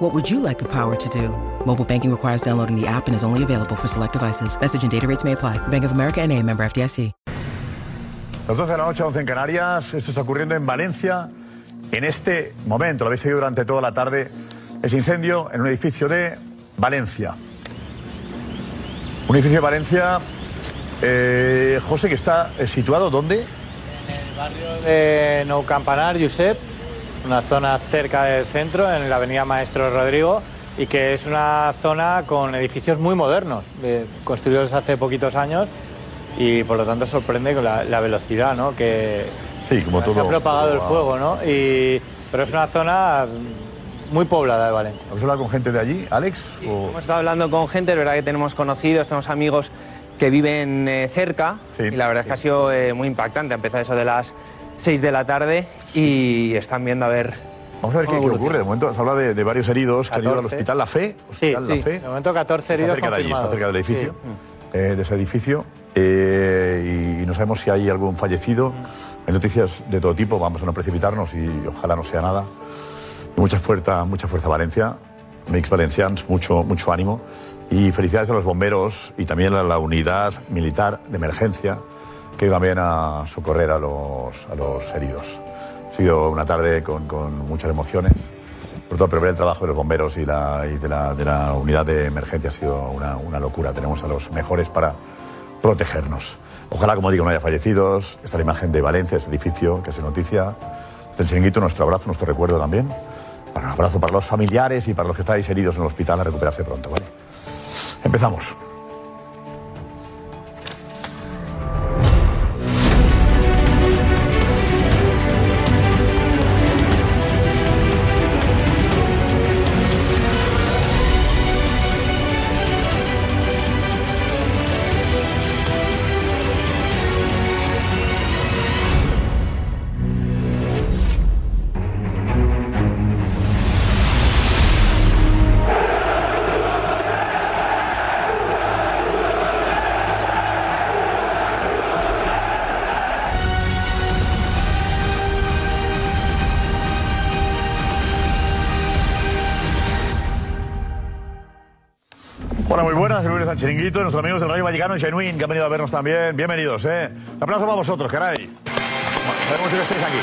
What would you like the power to do? Mobile banking requires downloading the app and is only available for select devices. Message and data rates may apply. Bank of America and a member FDIC. Las 12 de la noche, 11 en Canarias. Esto está ocurriendo en Valencia. En este momento, lo habéis seguido durante toda la tarde, es incendio en un edificio de Valencia. Un edificio de Valencia, eh, José, que está eh, situado ¿dónde? de Nou Campanar, Josep, una zona cerca del centro, en la avenida Maestro Rodrigo, y que es una zona con edificios muy modernos, de- construidos hace poquitos años, y por lo tanto sorprende con la, la velocidad ¿no? que Sí, como se ha todo- propagado el todo- fuego, ¿no? Y, pero es una zona mm, muy poblada de Valencia. ¿Habéis hablado con gente de allí, Alex? O- Hemos estado hablando con gente, es verdad que tenemos conocidos, tenemos amigos que viven eh, cerca y la verdad es que ha sido eh, muy impactante. Ha empezado eso de las 6 de la tarde y están viendo a ver. Vamos a ver qué, qué cómo evoluciona. ocurre. De momento se habla de, de varios heridos que han ido al 14. hospital La Fe. Hospital La Fe. de momento 14 Está heridos cerca de allí, está confirmados. cerca del Sí. edificio, eh, de ese edificio, eh, y, no sabemos si hay algún fallecido. Hay noticias de todo tipo, vamos a no precipitarnos y ojalá no sea nada. Y Mucha fuerza, mucha fuerza Valencia, Mix Valencians, mucho, mucho ánimo. Y felicidades a los bomberos y también a la unidad militar de emergencia que iba también a socorrer a los, a los heridos. Ha sido una tarde con, con muchas emociones. Por todo, pero ver el trabajo de los bomberos y, la, y de, la, de la unidad de emergencia ha sido una, una locura. Tenemos a los mejores para protegernos. Ojalá, como digo, no haya fallecidos. Está la imagen de Valencia, este edificio que hace noticia. Del chiringuito, nuestro abrazo, nuestro recuerdo también. Para un abrazo para los familiares y para los que estáis heridos en el hospital a recuperarse pronto, ¿vale? Empezamos. Hola, muy buenas. Bienvenidos al Chiringuito. Nuestros amigos del Radio Vallecano y Genuín que han venido a vernos también. Bienvenidos, ¿eh? Un aplauso para vosotros, caray. Bueno, mucho que estéis aquí.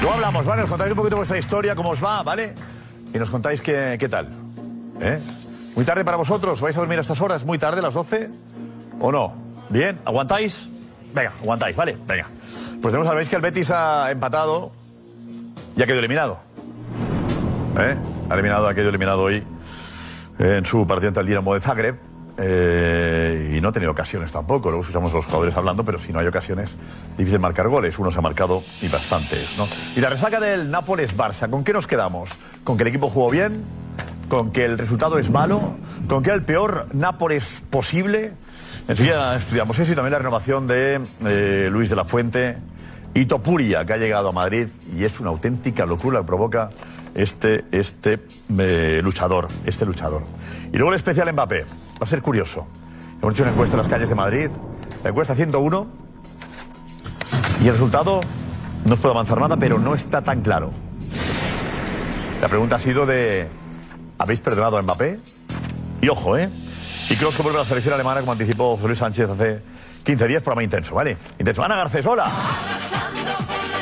Luego hablamos, ¿vale? Os contáis un poquito vuestra historia, cómo os va, ¿vale? Y nos contáis qué, qué tal. ¿eh? Muy tarde para vosotros. ¿Vais a dormir a estas horas? ¿Muy tarde, a las 12? ¿O no? ¿Bien? ¿Aguantáis? Venga, aguantáis, ¿vale? Venga. Pues tenemos al veis que el Betis ha empatado y ha quedado eliminado. ¿eh? Ha eliminado, ha quedado eliminado hoy eh, en su partido ante el Dinamo de Zagreb. eh, y no ha tenido ocasiones tampoco. Luego escuchamos a los jugadores hablando, pero si no hay ocasiones, difícil marcar goles. Uno se ha marcado y bastantes, ¿no? Y la resaca del Nápoles-Barça, ¿con qué nos quedamos? ¿Con que el equipo jugó bien? ¿Con que el resultado es malo? ¿Con que era el peor Nápoles posible? Enseguida estudiamos eso y también la renovación de eh, Luis de la Fuente y Topuria, que ha llegado a Madrid y es una auténtica locura que provoca este, este eh, luchador, este luchador. Y luego el especial Mbappé, va a ser curioso. Hemos hecho una encuesta en las calles de Madrid, la encuesta 101, y el resultado, no os puedo avanzar nada, pero no está tan claro. La pregunta ha sido de, ¿habéis perdonado a Mbappé? Y ojo, ¿eh? Y Kroos que vuelve a la selección alemana, como anticipó José Luis Sánchez hace 15 días, programa intenso, ¿vale? Intenso. Ana Garcés, hola.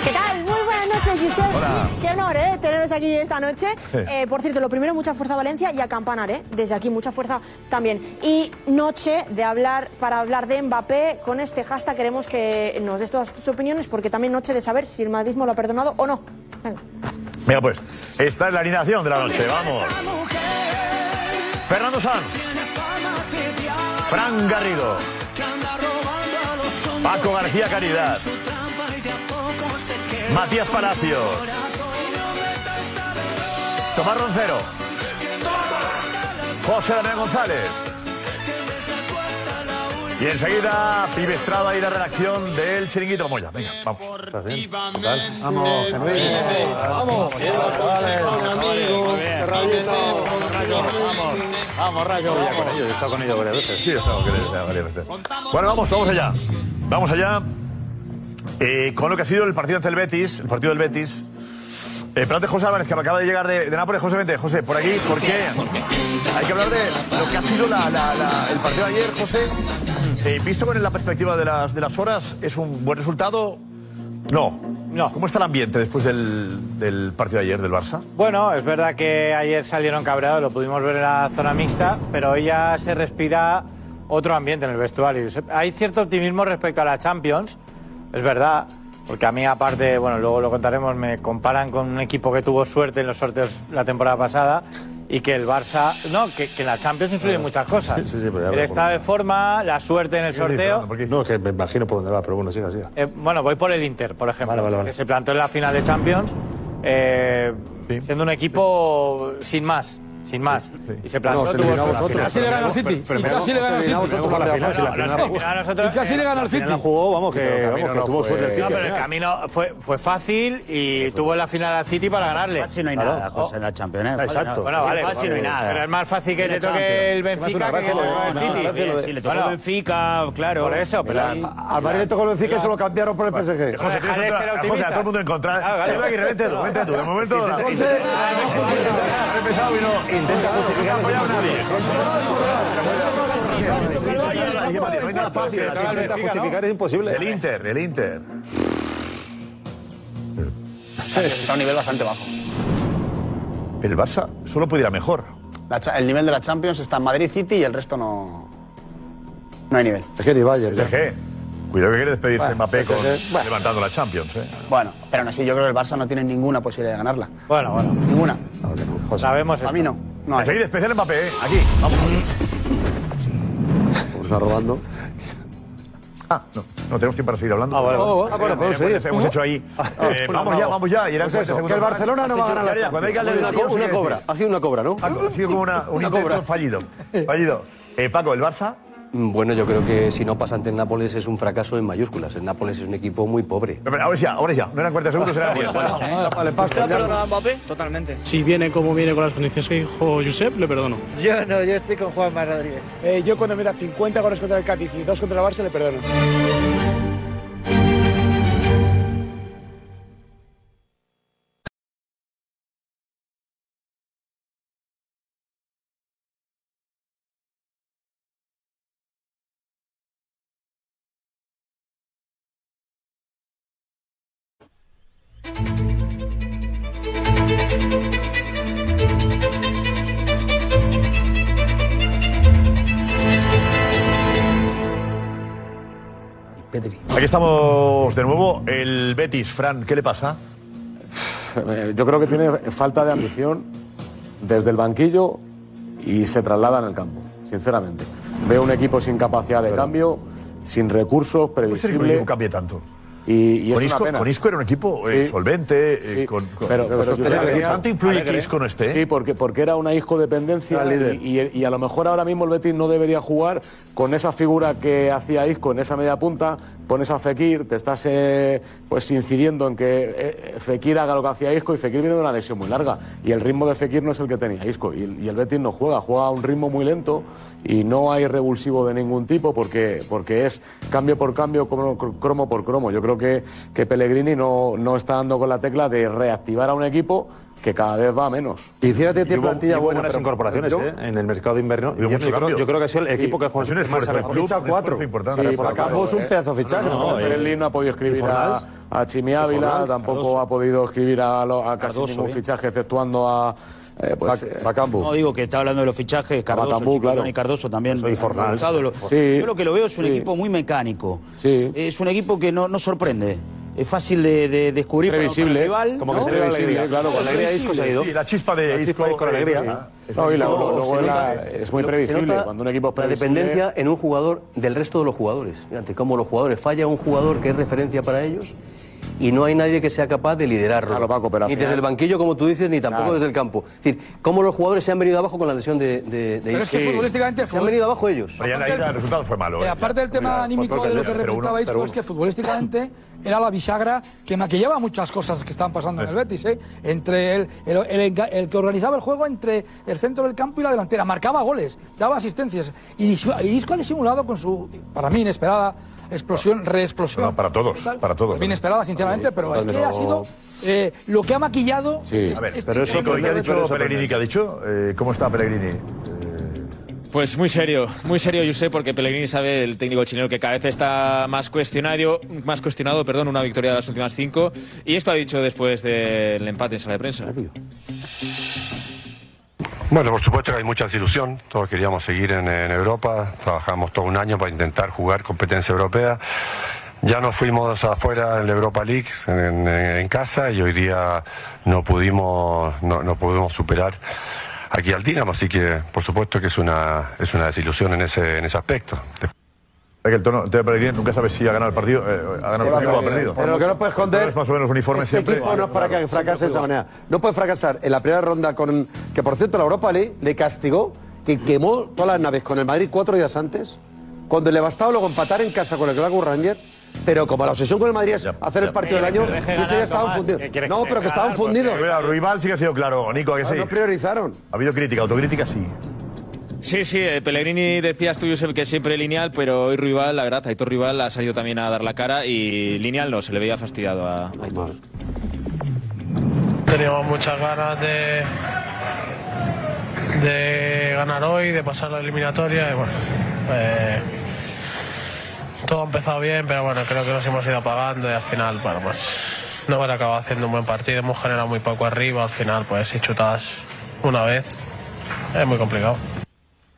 ¿Qué tal? Muy buenas noches, Josep. Hola. Qué honor, ¿eh? Teneros aquí esta noche. Sí. Eh, por cierto, lo primero, mucha fuerza a Valencia y a Campanar, ¿eh? Desde aquí, mucha fuerza también. Y noche de hablar, para hablar de Mbappé, con este hashtag queremos que nos des todas tus opiniones, porque también noche de saber si el madridismo lo ha perdonado o no. Venga. Venga, pues, esta es la alineación de la noche, vamos. Fernando Sanz. Fran Garrido. Paco García Caridad. Matías Palacios. Tomás Roncero. José Damián González. Y enseguida, Pibe Estrada y la redacción del Chiringuito Moya. Venga, vamos. Vamos, Vamos. Vamos, Rayo. con ellos, he estado con ellos varias veces. Sí, he estado con ellos varias veces. Bueno, vamos, vamos allá. Vamos allá. Eh, con lo que ha sido el partido ante el Betis, el partido del Betis. Eh, Plante José Álvarez, que acaba de llegar de, de Nápoles. José, vente, José, por aquí, ¿por qué? Hay que hablar de lo que ha sido la- la- la- el partido de ayer, José. Eh, visto con la perspectiva de las, de las horas, ¿es un buen resultado? No. No. ¿Cómo está el ambiente después del, del partido de ayer del Barça? Bueno, es verdad que ayer salieron cabreados, lo pudimos ver en la zona mixta, pero hoy ya se respira otro ambiente en el vestuario. Josep. Hay cierto optimismo respecto a la Champions, es verdad, porque a mí aparte, bueno, luego lo contaremos, me comparan con un equipo que tuvo suerte en los sorteos la temporada pasada y que el Barça, no, que, que en la Champions influye en muchas cosas. Sí, sí, sí, pero ya el me estado de forma, la suerte en el sorteo. No, que me imagino por dónde va, pero bueno, siga, siga. Eh, bueno, voy por el Inter, por ejemplo, Vale, vale, vale. que se plantó en la final de Champions, eh, siendo un equipo sin más, sin más. Y se plantó. No, se tuvo eliminó a su- vosotros. la Casi final. le ganó al City, Pero- y pero- casi le ganó al se eliminó a City. vosotros para la final, No, si la final no, la no. jugó. nosotros- Y casi le ganó al la final City. la jugó, Que no, que no, que tuvo suerte el No, City, pero el ¿eh? camino fue, fue fácil y tuvo en la final al City para ganarle. Casi no hay Claro. nada, José, en la Champions. ¿eh? Exacto. Bueno, vale. Casi no hay nada. Pero es más fácil que En la te toque el Champions. Benfica que que te toque el No, no, City. bien, Si le tocó Bueno, el Benfica, claro. Por eso, pero- Al Madrid le tocó el Benfica y se lo cambiaron por el PSG. José, tienes Deja otra- de ser José, a todo optimista. el mundo en contra. Ah, Claro, claro. Iba aquí, vente tú, vente tú. De momento, la- José, Ha empezado y no. Intenta justificar. No ha apoyado a nadie. No hay nada fácil. intenta justificar es imposible. El Inter, el Inter. Está a un nivel bastante bajo. El Barça solo pudiera mejor. La cha- el nivel de la Champions está en Madrid City y el resto no. No hay nivel. Es que ni Bayern. ya. PSG. Cuidado que quiere despedirse Bueno, Mbappé pues con PSG, bueno. levantando la Champions. ¿eh? Bueno, pero aún así yo creo que el Barça no tiene ninguna posibilidad de ganarla. Bueno, bueno, Ninguna. sabemos A eso. mí no. No hay. Enseguida, especial Mbappé. ¿eh? Aquí, vamos. Nos está robando. Ah, no, no tenemos tiempo para seguir hablando. Ah, vale, vale. bueno, pues Ah, bueno, Ah, podemos hemos- seguir. Hemos hecho ahí. Eh, vamos ya, vamos ya. Y eran Pues cuatro eso, segundos que el más. Barcelona no va a ganar la Ya, ya, Cuando hay que Champions. darle la Una cosa, hay que decir. Ha sido una cobra, ¿no? Paco, ha sido como una, un intento cobra. fallido. Fallido. Eh, Paco, el Barça. Mm, Bueno, yo creo que si no pasa ante el Nápoles es un fracaso en mayúsculas. El Nápoles es un equipo muy pobre. Pero, pero, ahora es ya, ahora es ya. No eran 40 segundos, eran 10. Vale, pasta. Totalmente. Si viene como viene con las condiciones que dijo Josep, le perdono. Yo no, yo estoy con Juanma Rodríguez. Eh, yo cuando meta 50 goles contra el Cádiz y 2 contra el Barça, le perdono. Aquí estamos de nuevo. El Betis, Fran, ¿qué le pasa? Eh, Yo creo que tiene falta de ambición desde el banquillo y se traslada en el campo, sinceramente. Veo un equipo sin capacidad de cambio, sin recursos, Puede ser que un equipo previsible cambie tanto. y, y es Con una Isco, pena. con Isco era un equipo eh, Sí. solvente, eh, Sí, con, con- pero- pero sostener- yo creo que ¿eh? ¿Tanto influye que Isco no esté? ¿eh? Sí, porque, porque era una Isco dependencia y, y- y a lo mejor ahora mismo el Betis no debería jugar con esa figura que hacía Isco en esa media punta, pones a Fekir, te estás eh, pues incidiendo en que eh, Fekir haga lo que hacía Isco y Fekir viene de una lesión muy larga y el ritmo de Fekir no es el que tenía Isco y, y el Betis no juega, juega a un ritmo muy lento y no hay revulsivo de ningún tipo porque, porque es cambio por cambio, cromo, cromo por cromo. Yo creo que, que Pellegrini no, no está dando con la tecla de reactivar a un equipo que cada vez va a menos. Y fíjate, Y tiene hubo- plantilla y hubo buena. buenas pero- incorporaciones, yo- ¿eh? En el mercado de invierno. Hubo mucho yo, creo, cambio. yo creo que ha sido el equipo que Es un más esfuerzo se ha del club, ficha un cuatro. esfuerzo importante. Sí, Sí, para por Campos acuerdo, un ¿eh? pedazo de fichaje. No, ¿no? Ferelli no ha podido ¿Y escribir a, Fornals? a Chimi Ávila, Fornals, tampoco ha podido escribir a, lo- a casi Cardoso, ningún ¿eh? fichaje, exceptuando a. eh, pues, Bac- eh, Bacambu. No digo que está hablando de los fichajes, Cardoso, Batambú, Chiquitón claro. y Cardoso también. Eso, y Fornal. Cansado, lo- Sí. Yo lo que lo veo es un Sí. equipo muy mecánico. Sí. Es un equipo que no, no sorprende. Es fácil de, de descubrir. para- Previsible, para el rival, como ¿no? que se le Previsible, alegría, claro, con la alegría de Isco se ha ido. Sí, la chispa de La chispa Isco. y con eh, alegría. sí. No, y la- No, luego se es la- nota- es muy se previsible. nota Cuando un equipo es La previsible. dependencia en un jugador del resto de los jugadores. Fíjate cómo los jugadores falla un jugador que es referencia para ellos y no hay nadie que sea capaz de liderarlo. ni desde el banquillo, como tú dices, ni tampoco Claro. desde el campo. Es decir, cómo los jugadores se han venido abajo con la lesión de, de, de Pero es que Isco. Se futbolísticamente, han futbolist- venido abajo ellos. Pero ya Aparte ahí el- ya el resultado fue malo. Eh, ¿eh? aparte del Ya, tema mira, anímico por de lo que perder, 0-1, representaba Isco, 0-1. es que futbolísticamente era la bisagra que maquillaba muchas cosas que estaban pasando en el Betis. ¿eh? Entre el, el- el enga- el que organizaba el juego entre el centro del campo y la delantera, marcaba goles, daba asistencias. Y, dis- y Isco ha disimulado con su, para mí, inesperada explosión, reexplosión. Para todos, para todos. Bien esperada, sinceramente, pero es que Pero- ha sido eh, lo que ha maquillado. Sí, a ver, pero eso ¿qué ha dicho Pellegrini? ¿Qué ha dicho? Eh, ¿Cómo está Pellegrini? Pues muy serio, muy serio, yo sé, porque Pellegrini sabe, el técnico chileno, que cada vez está más cuestionado, más cuestionado, perdón, una victoria de las últimas cinco. Y esto ha dicho después del empate en sala de prensa. Bueno, por supuesto que hay mucha desilusión. Todos queríamos seguir en, en Europa. Trabajamos todo un año para intentar jugar competencia europea. Ya nos fuimos afuera en la Europa League, en, en- en casa, y hoy día no pudimos, no, no pudimos superar aquí al Dinamo. Así que, por supuesto que es una, es una desilusión en ese, en ese aspecto. Es que el tono de Pellegrini nunca sabes si ha ganado el partido, eh, ha ganado el partido o ha perdido. Pero lo que no puedes esconder. Es más o menos uniforme este siempre. equipo no es para que fracase de esa manera. No puede fracasar en la primera ronda con. Que por cierto, la Europa League le castigó que quemó todas las naves con el Madrid cuatro días antes. Cuando le bastaba luego empatar en casa con el Glasgow Rangers. Pero como la obsesión con el Madrid es hacer el partido Eh, del año, y se ya estaban fundidos. No, pero que estaban fundidos. Cuidado, Ruibal sí que ha sido claro, Nico, ¿a que sí. No priorizaron. Ha habido crítica, autocrítica sí. Sí, sí, eh, Pellegrini decías tú, Josep, que siempre lineal, pero hoy Rival, la verdad, Aitor Rival ha salido también a dar la cara y lineal no, se le veía fastidiado a a Aitor. Teníamos muchas ganas de, de ganar hoy, de pasar la eliminatoria y bueno. eh, todo ha empezado bien, pero bueno, creo que nos hemos ido apagando y al final, bueno, pues no hemos acabado haciendo un buen partido, hemos generado muy poco arriba, al final, pues si chutas una vez, es muy complicado.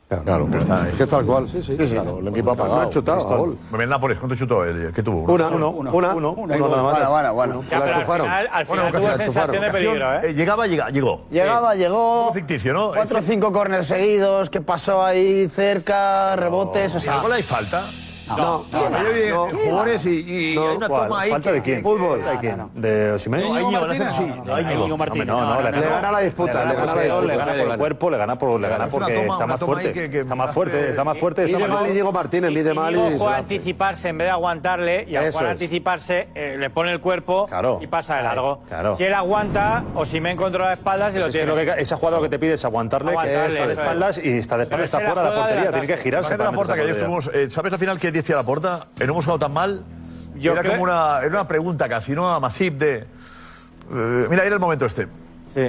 Claro, que es tal cual. Sí, sí, claro. El equipo ha No ha chutado a gol. Me ven Nápoles, ¿cuánto chutó él? ¿Qué tuvo? Una, uno, una, una, uno, nada más. Ya, pero al final- al final tuvo sensación de peligro, ¿eh? Llegaba, llega- llegó. Llegaba, llegó. Ficticio, ¿no? Cuatro o cinco corners seguidos, que pasó ahí cerca, rebotes, o sea. ¿Gol hay falta? No, no, no, no, jugadores y, y hay una ¿Cuál? toma ahí ¿Falta que- de quién? Fútbol. ¿Falta de quién? ¿De Osimhen? Íñigo Martínez. No, Íñigo Martínez. No, no, Le gana la disputa, le gana la por- disputa. Le gana por el cuerpo, le gana, por, le Pues gana Es una porque toma- está una más toma ahí fuerte. que- que está más hace- fuerte, está más fuerte. Mide está más mal Íñigo Martínez, mide mal y se Íñigo juega a la hace. anticiparse en vez de aguantarle y al Eso jugar a es. anticiparse eh, le pone el cuerpo y pasa de largo. claro. Si él aguanta o si me controla espaldas y Pues lo es que tiene. lo que- esa jugada lo que te pide es aguantarle, Aguantarle, que está de eso es. espaldas y está de Pero espaldas, es está que la fuera de jugada la de portería, la tiene que tasa. girarse. Imagínate la puerta que ayer meterse a estuvimos, eh, ¿Sabes al final qué decía la puerta? Eh, No hemos jugado tan mal. Yo era creo- como una, era una pregunta casi, ¿no? A Masip de. eh, mira, era el momento este.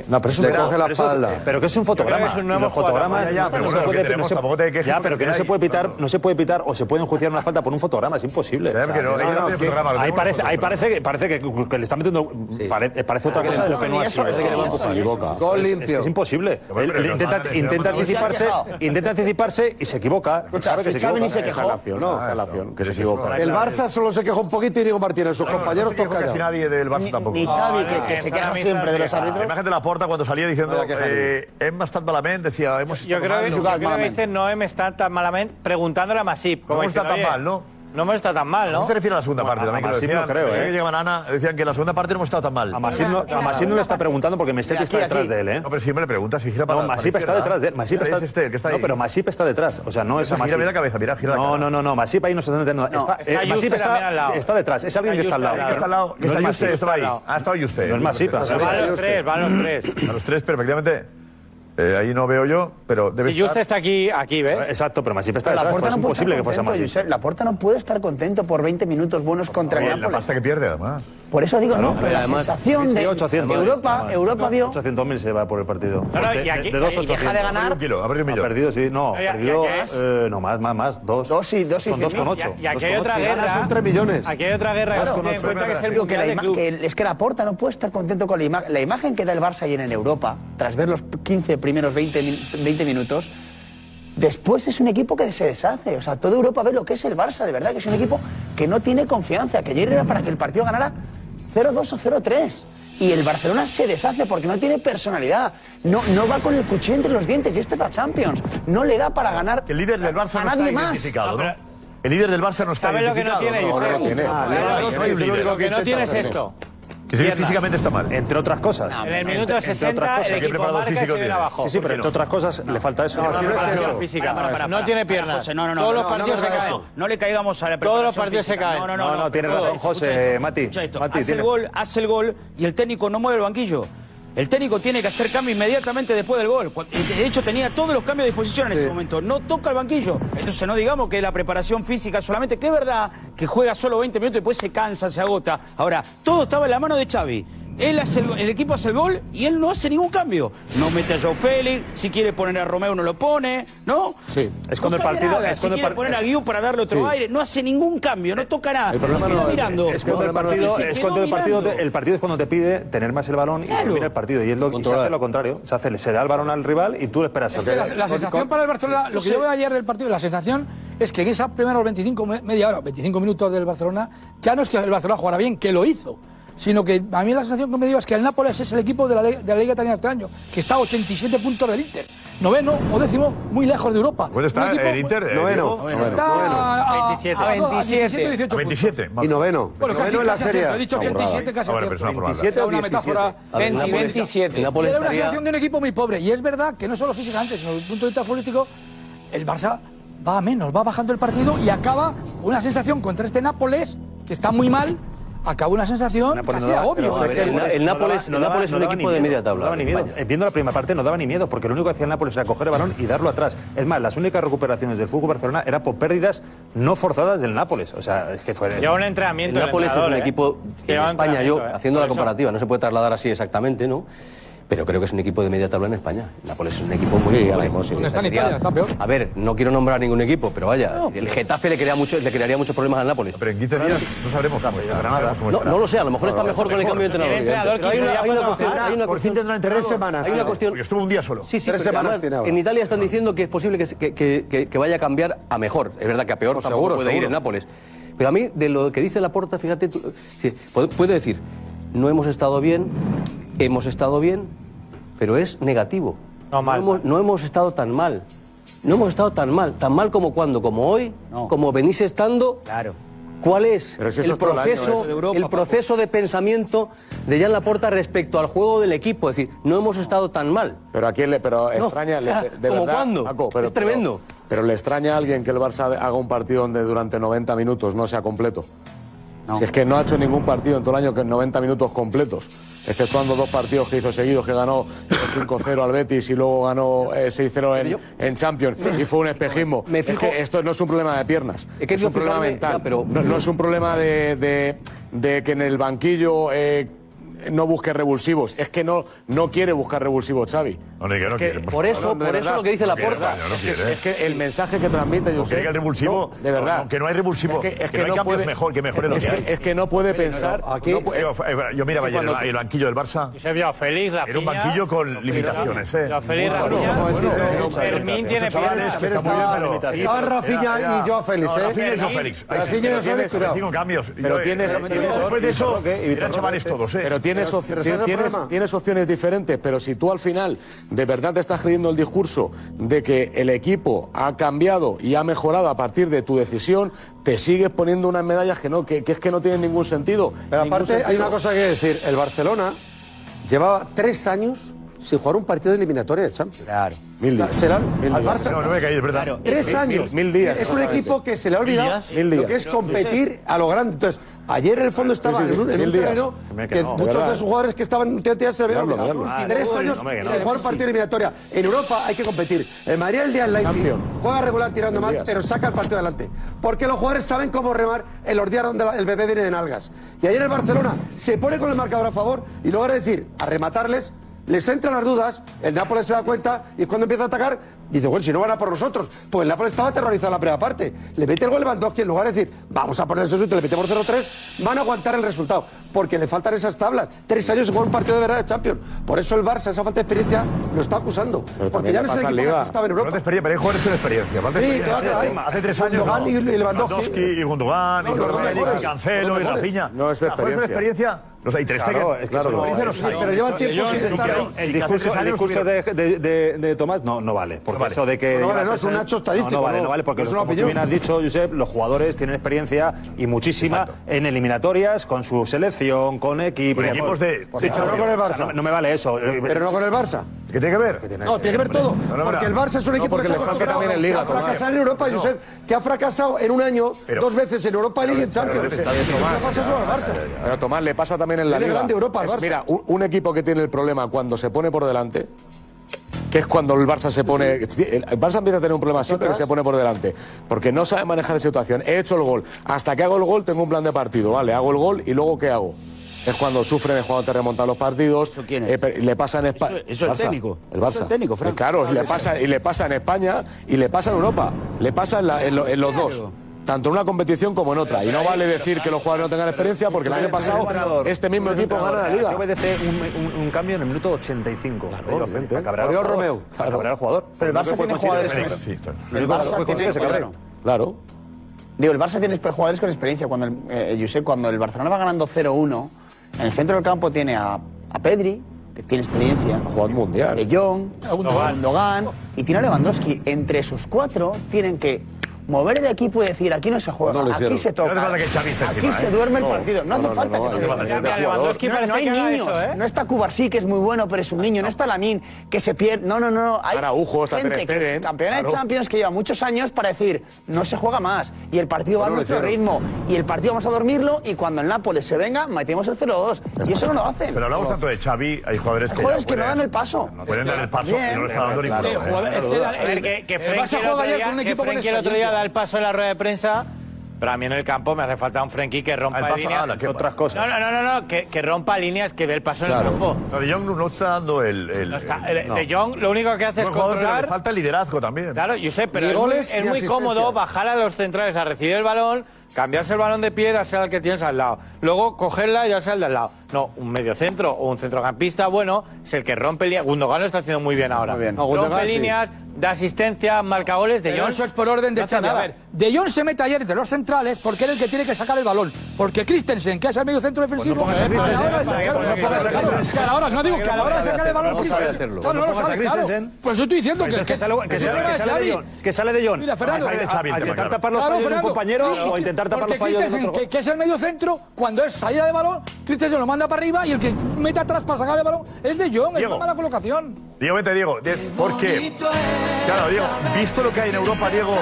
No, pero es un Le foto- coge la pero es un- espalda. Pero que es Yo un creo que fotograma. es un Y nuevo los fotogramas jugador. Ya, ya, pero no se bueno, que puede- tenemos, no se- tampoco te quejes Ya, con pero lo que que no se hay. puede pitar, no se puede pitar o se puede enjuiciar una falta por un fotograma, es imposible. Ya, porque no- es- ellos no tienen que- fotogramas, lo Ahí tenemos parece, nosotros. ahí parece que parece que, que le está metiendo pare- parece otra Ah, que cosa de lo que no, no ha ni eso, sido. es que no, pues, se equivoca. Es- Gol es- limpio. es que Es imposible. Pero bueno, Él- pero Intenta los intenta manes, pero anticiparse, no se han intenta anticiparse y se equivoca. Escucha, Sabe que si se Xavi equivoca. ni se quejó. Esa es la acción, No, esa es la acción, que se equivoca. El Barça solo se quejó un poquito y Íñigo Martínez, sus compañeros todos Casi callados. nadie del Barça tampoco. ni Xavi, que- que se queja siempre de los árbitros. La imagen de la puerta cuando salía diciendo. Vaya queja, eh, Hemos estado malamente, decía. Hemos Yo estado creo, que- mal, yo ¿no? creo que dice no me está tan malamente preguntándole a Masip. No como hemos estado tan diciendo, mal, ¿no? No me está tan mal, ¿no? ¿Cómo se refiere a la segunda parte? a También que lo Masip no decían, creo, decían ¿eh? que llegaban a Ana, decían que en la segunda parte no hemos estado tan mal. A Masip no, a Masip no le está preguntando porque Messi Mira, está aquí, detrás aquí. de él, ¿eh? No, pero si me le preguntas, si gira para- No, para la Masip está izquierda. detrás de él. Masip Mira, está, es este, el que está no, ahí. pero Masip está detrás. O sea, no es a Gira, Masip. mira la cabeza, mira, gira la No, no, no, no. Masip ahí no se está entendiendo. No, está, está eh, Masip Juste también está, al lado. está detrás. Es alguien que está al lado. Está al lado. No Está es Juste, Masip. estaba ahí. Ha estado usted. No es Masip, Está pero Juste. van los tres, van los tres. A los tres, perfectamente. Eh, ahí no veo yo, pero debe Si estar. Juste está aquí, aquí, ¿ves? Exacto, pero Masip está Pero la detrás. puerta pues Es no puede imposible que fuese Contento, Masip. Josep. la puerta no puede estar contento por 20 minutos buenos contra el Oye, La Nápoles. pasta que pierde, además. Por eso digo, no, pero la Además, sensación de 800, Europa, además. Europa vio 800.000 se va por el partido. Claro, De- y aquí- de, de dos y deja de 800. ganar. Ha perdido un kilo, ha perdido un millón. perdido, sí, no, Oye, ha perdido, ¿y aquí es? eh, no, más, más, más, dos. Dos y dos y Son cien dos con mil. ocho. Y- y aquí dos hay con otra ocho. guerra. Son tres millones. Aquí hay otra guerra. Claro, que tiene en cuenta que es el Digo que la mundial del ima- club. que el- es que la Porta no puede estar contento con la imagen. La imagen que da el Barça ayer en Europa, tras ver los 15 primeros 20, min- 20 minutos, después es un equipo que se deshace. O sea, toda Europa ve lo que es el Barça, de verdad, que es un equipo que no tiene confianza, que ayer era para que el partido ganara 0-2 o 0-3. Y el Barcelona se deshace porque no tiene personalidad. No, no va con el cuchillo entre los dientes. Y esto es la Champions. No le da para ganar Que el líder del Barça a no nadie está más. identificado, ¿no? El líder del Barça no está ¿Sabes lo que no identificado. tiene, no, no Josep? lo tiene. Ah, Lewandowski es Lewandowski el es el único único que intenta no tienes hacer esto. Que se ve Piernas. físicamente está mal. Entre otras cosas. En el minuto Entre- entre 60 otras el cosas. equipo marca y se viene abajo. Sí, sí, pero entre otras cosas le falta eso. No, si no es Preparación eso. física. No tiene piernas. José, no, no, no, Todos no, los no, partidos no, no, se no, caen. no, No le caigamos a la Todos los preparación partidos se física. caen. No, no, No, no. no, tiene Escucha razón, esto, José, escucha esto, Mati, escucha esto. Mati, hace tiene- el gol, hace el gol y el técnico no mueve el banquillo. El técnico tiene que hacer cambio inmediatamente después del gol. Cuan- De hecho, tenía todos los cambios de disposición en ese momento. No toca el banquillo. Entonces, no digamos que la preparación física solamente, que es verdad que juega solo 20 minutos y después se cansa, se agota. Ahora, todo estaba en la mano de Xavi. Él hace el, el equipo hace el gol y él no hace ningún cambio. No mete a Joe Félix, si quiere poner a Romeo no lo pone, ¿no? Sí. Es cuando el cambia partido. nada. Es si cuando el quiere par- poner a Guiú para darle otro Sí. Eh, aire, no hace ningún cambio, no toca nada. El problema Se queda no, mirando. es cuando el No, partido, se es quedó cuando el partido, mirando. te- el partido es cuando te pide tener más el balón y terminar el partido y, es lo, y se hace lo contrario, se, hace, se da el balón al rival y tú le esperas. Es el- que la, la sensación para el Barcelona, lo que yo veo ayer del partido, la sensación es que en esas primeros 25, me- media hora, 25 minutos del Barcelona, ya no es que el Barcelona jugara bien, que lo hizo, sino que a mí la sensación que me dio es que el Nápoles es el equipo de la, le- de la Liga Italiana este año, que está a 87 puntos del Inter, noveno o décimo, muy lejos de Europa. Bueno, está Un equipo el Inter, eh, Noveno. Diego. noveno, Está a- a- 27. a- a 17, 18 puntos. 27. Y noveno. Bueno, casi, noveno en la casi serie. acierto, he dicho 87 casi Ah, bueno, pero es una acierto. formalidad. Era una metáfora. 20, Era una 27. Era una sensación de un equipo muy pobre. Y es verdad que no solo físicamente, sino desde el punto de vista político, el Barça va a menos, va bajando el partido y acaba con una sensación contra este Nápoles, que está muy mal, acaba una sensación casi Nápoles pues no de daba- agobio. pero sé que el- el Nápoles- no el daba- no daba- Nápoles es no un daba equipo ni de miedo, media tabla. No daba ni miedo. Vaya. Eh, Viendo la primera parte, no daba ni miedo, porque lo único que hacía el Nápoles era coger el balón y darlo atrás. Es más, las únicas recuperaciones del fútbol Barcelona era por pérdidas no forzadas del Nápoles. O sea, es que fue. Lleva Ya un entrenamiento El Nápoles es un equipo en Lleva España, yo entrenamiento, ¿eh? haciendo la Por eso. comparativa, no se puede trasladar así exactamente, ¿no? Pero creo que es un equipo de media tabla en España. El Nápoles es un equipo muy Sí, pobre. ahora mismo sí. ¿Dónde está en Sería- Italia? Está peor. A ver, no quiero nombrar ningún equipo, pero vaya, el Getafe le, crea mucho, le crearía muchos problemas al Nápoles. Pero en 15 días no sabremos cómo está. Granada. No, no lo sé, a lo mejor está mejor con el cambio de entrenador. evidentemente. Pero hay una- hay una cuestión- hay una Por cuestión- fin tendrán Tres semanas, Hay una tiene. cuestión. Estuvo un día solo. Sí, sí, pero además, En Italia están diciendo que es posible que, se- que- que- que- que vaya a cambiar a mejor. Es verdad que a peor Pues tampoco seguro, puede ir seguro. en Nápoles. Pero a mí, de lo que dice Laporta, fíjate, tú- sí, puede- puede decir, no hemos estado bien, hemos estado bien, pero es negativo. No, hemos, no hemos estado tan mal. No hemos estado tan mal. Tan mal como cuando, como hoy, como venís estando. Claro. ¿Cuál es Pero si esto el es todo el año, ¿eh? proceso, esto de Europa, el proceso de pensamiento de Jan Laporta respecto al juego del equipo? Es decir, no hemos estado tan mal. Pero a quién le, pero No, extraña, o sea, le- de, de ¿cómo verdad, cuándo? Paco, pero- Es tremendo. Pero, pero le extraña a alguien que el Barça haga un partido donde durante 90 minutos no sea completo. Si es que no ha hecho ningún partido en todo el año que en 90 minutos completos, exceptuando dos partidos que hizo seguidos, que ganó 5-0 al Betis y luego ganó eh, 6-0 en, en Champions, y fue un espejismo. Me Es fijo- que esto no es un problema de piernas, Es que es yo un problema fijarme- mental. ya, pero- no, no es un problema de, de- de que en el banquillo eh, no busque revulsivos, es que no, no quiere buscar revulsivos Xavi. No, no, que no Es que quiere, por eso, favor. por De eso verdad. lo que dice No quiere, Laporta. coño, no Es que- quiere. es que el mensaje que transmite yo Aunque haya el revulsivo, de verdad. aunque no hay revulsivo, Es que, es que que no hay no cambios, puede- mejor, que mejore lo es que hay. que- es que no puede pensar. no puede- Yo, eh, yo miraba ayer el, Cuando- el banquillo del Barça. Josep Joao Félix, Rafinha... Era un banquillo con limitaciones, ¿eh? Joao Félix, Mucho, Rafinha... mucho, Bueno, mucho, Fermín mucho, mucho. tiene Chavales piernas. que están muy bien, pero- Sí, Estaban pero- Rafinha era- y Joao Félix, no, ¿eh? Rafinha y Joao Félix. Ahí sí, Rafinha y pero Joao tienes Félix, cuidado. cinco cambios. Pero Yo- tienes, pero después de eso, eran chavales todos, ¿eh? Pero tienes, Pero op- si ese es tienes, el tienes- problema. tienes opciones diferentes, pero si tú al final de verdad te estás creyendo el discurso de que el equipo ha cambiado y ha mejorado a partir de tu decisión, te sigues poniendo unas medallas que no, que, que es que no tienen ningún sentido. Pero Ningún aparte hay sentido. una cosa que decir. El Barcelona llevaba tres años sin jugar un partido de eliminatoria de Champions. Claro. Mil días. Se le ha- al Barça- No, no me caí, es verdad. Tres años. Es un equipo que se le ha olvidado Mil días. lo que es competir a lo grande. Entonces, ayer en el fondo estaba Sí, sí, sí. en un, en un Mil días. terreno Hombre, que que no, muchos ¿verdad? de sus jugadores que estaban TNT se le habían Mirarlo, olvidado. mirarlo. Últimos Ah, Tres no, años hombre, que y no. se juega un partido de eliminatoria. En Europa hay que competir. El Madrid el día en Leipzig juega regular tirando mal, pero saca el partido adelante. Porque los jugadores saben cómo remar en los días donde la- el bebé viene de nalgas. Y ayer el Barcelona se pone con el marcador a favor y logra decir, a rematarles, les entran las dudas, el Nápoles se da cuenta y es cuando empieza a atacar, dice, bueno, si no van a por nosotros, pues el Nápoles estaba aterrorizado en la primera parte. Le mete el gol Lewandowski en lugar de decir, vamos a poner el susto, le metemos 0-3, van a aguantar el resultado, porque le faltan esas tablas. Tres años sin jugar un partido de verdad de Champions. Por eso el Barça, esa falta de experiencia, lo está acusando. porque ya no es el equipo que asustaba en Europa. Falta experiencia, pero hay jugadores con experiencia. falta Sí, experiencia. claro, Hace- hay. Hace tres años. Gundogan no. y Lewandowski. y Gundogan, No, y no, no, Jordan no, no, y no, Pues Cancelo, no, y no, no, Rafinha. no, es de Jugadores con experiencia. experiencia O sea, y Ter Stegen- Claro, es que eso no- Dice los eso no- pero llevan eso- tiempo yo- sin estar ahí. El Y que hace discurso, tres el años discurso de, de, de- de Tomás no, no vale. Porque vale. eso de que. No vale, lleva no, tres es un años- hecho estadístico, No, no vale, no, no vale, porque no es los- una como tú opinión. bien has dicho, Josep, los jugadores tienen experiencia y muchísima en eliminatorias con su selección, con equipos. Con equipos de- Por sí, favor. pero no con el O sea, Barça. no, no me vale eso. Pero no con el Barça. ¿Qué eh, tiene que ver? No, tiene que ver todo. no, porque no. el Barça es un No, equipo porque que se ha le toca acostumbrado también en Liga, a Tomás. fracasar en Europa, No. Josep, que ha fracasado en un año Pero- dos veces en Europa League y en Pero Champions. le pasa eso Le al pasa eso al Barça. Eh, Barça. Pero Tomás le pasa también en la Tiene Liga. grande Europa al Es, Barça. Mira, un, un equipo que tiene el problema cuando se pone por delante, que es cuando el Barça se pone. El Barça empieza a tener un problema siempre que se pone por delante, porque no sabe manejar la situación. He hecho el gol. Hasta que hago el gol tengo un plan de partido, ¿vale? Hago el gol y luego ¿qué hago? Es cuando sufren, es cuando te remontan los partidos. eh, per- le pasa en España. Eso- eso el técnico. El Eso Barça. el técnico, Fran. Y Claro, y le, pasa, y le pasa en España y le pasa en Europa. Le pasa en, la- en lo- en los dos. Tanto en una competición como en otra. Y no vale decir que los jugadores no tengan experiencia porque el año pasado este mismo equipo gana la liga. Que obedece un, un- un cambio en el minuto 85. Claro, obviamente. Cabrera Oriol Romeu. Cabrera el jugador. Pero el Barça tiene jugadores con- El El Barça Barça fue tiene- consciente, Cabrera. Claro. Digo, el Barça tiene jugadores con experiencia. Cuando el, eh, Josep, cuando el Barcelona va ganando 0-1, en el centro del campo tiene a, a Pedri, que tiene experiencia. A jugar mundial. De Jong, a Gundogan. Gundogan y tiene a Lewandowski. Entre esos cuatro tienen que mover el equipo y decir, aquí no se juega, No lo aquí hicieron. se No toca, hace falta que Xavi esté aquí encima, se ¿eh? duerme No, el partido. No, no, hace no, falta no, no, que no, no, Xavi no, no, no, Lewandowski No, parece no hay que haga niños, eso, ¿eh? no está Cubarsí, que es muy bueno, pero es un niño, no está Lamín, que se pierde. No, no, no, no, hay Araujo, está gente Ter que Stegen, es campeona de claro. Champions que lleva muchos años para decir, no se juega más y el partido va a Bueno, lo nuestro hicieron. ritmo y el partido vamos a dormirlo y cuando el Nápoles se venga metemos el 0-2 y eso no lo hacen. Pero hablamos tanto de Xavi, hay jugadores Hay que. jugadores ya que no pueden- dan el paso. Pueden dar el paso Bien. y no le está dando Claro, ninguno. claro, ¿eh? es que Claro, a ver, claro. que, que El Frenkie Barça el otro juega ya día- con un que equipo con Frenkie el otro día experiencia. da el paso en la rueda de prensa. Pero a mí en el campo me hace falta un Frenkie que rompa Al Ah, paso, líneas. ala, ¿qué otras pasa? cosas. No, no, no, no, no, que, que rompa líneas, que dé el paso en el campo. No, de Jong no no está dando el. el- No está- el- el- De Jong lo único que hace Buen es jugador, pero controlar. le falta liderazgo también. Claro, yo sé, pero Ni es muy- goles, es ni muy, asistencias. cómodo bajar a los centrales a recibir el balón, cambiarse el balón de pie, dársela al que tienes al lado. Luego cogerla y darse al de al lado. No, un mediocentro o un centrocampista bueno es el que rompe líneas. Gundogan lo está haciendo muy bien ahora. No, Gundogan rompe sí. líneas, da asistencia, marca goles. De Pero Jong eso es por orden de no hace Xavi. A nada. ver, De Jong se mete ayer entre los centrales porque era el que tiene que sacar el balón. Porque Christensen, que es el medio centro defensivo, Pues pongas a a la hora de ¿eh? Christensen, sacar- para que- para que- claro, para que- que a la hora- no digo que a la hora de sacar el balón No sabe Christensen- hacerlo. claro, no lo Cuando pongas sabe, a claro. Christensen- Pues yo estoy diciendo que Que sale, que sale- que sale de John. Que sale de John. Mira, Fernando, a, Claro, a- a intentar tapar los Claro, fallos de un Fernando, compañero y- o intentar tapar los porque fallos de Christensen, otro. que, que es el medio centro, cuando es salida de balón, Christensen lo manda para arriba y el que mete atrás para sacar el balón es de Jong, es Diego. una mala colocación. Diego, vete, Diego. Di- ¿Por qué? Claro, Diego, visto lo que hay en Europa, Diego,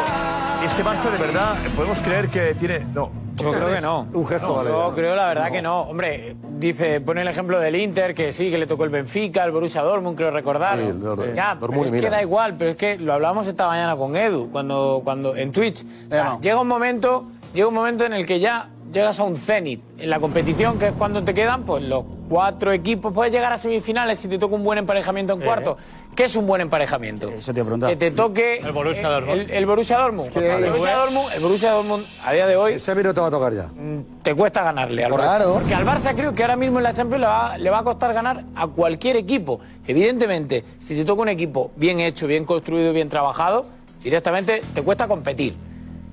este Barça de verdad, ¿podemos creer que tiene.? No. Yo creo que no. Un gesto, No, vale. Yo creo la verdad que no. Hombre, dice, pone el ejemplo del Inter, que sí, que le tocó el Benfica, el Borussia Dortmund, creo recordar. Sí, el Dortmund. ya, Dortmund pero y es que Milan. da igual, pero es que lo hablamos esta mañana con Edu, cuando, cuando en Twitch. O sea, Llega un momento, llega un momento en el que ya llegas a un cenit. En la competición, que es cuando te quedan, pues los cuatro equipos, puedes llegar a semifinales si te toca un buen emparejamiento en Sí. cuarto. ¿Qué es un buen emparejamiento? Eso te he preguntado. Que te toque El Borussia eh, Dortmund. El, el Borussia Dortmund. que- el Pues, Borussia Dortmund, el Borussia Dortmund a día de hoy Ese minuto va a tocar ya. mm, te cuesta ganarle al Claro. Barça. Porque al Barça creo que ahora mismo en la Champions le va, le va a costar ganar a cualquier equipo. Evidentemente, si te toca un equipo bien hecho, bien construido, bien trabajado, directamente te cuesta competir.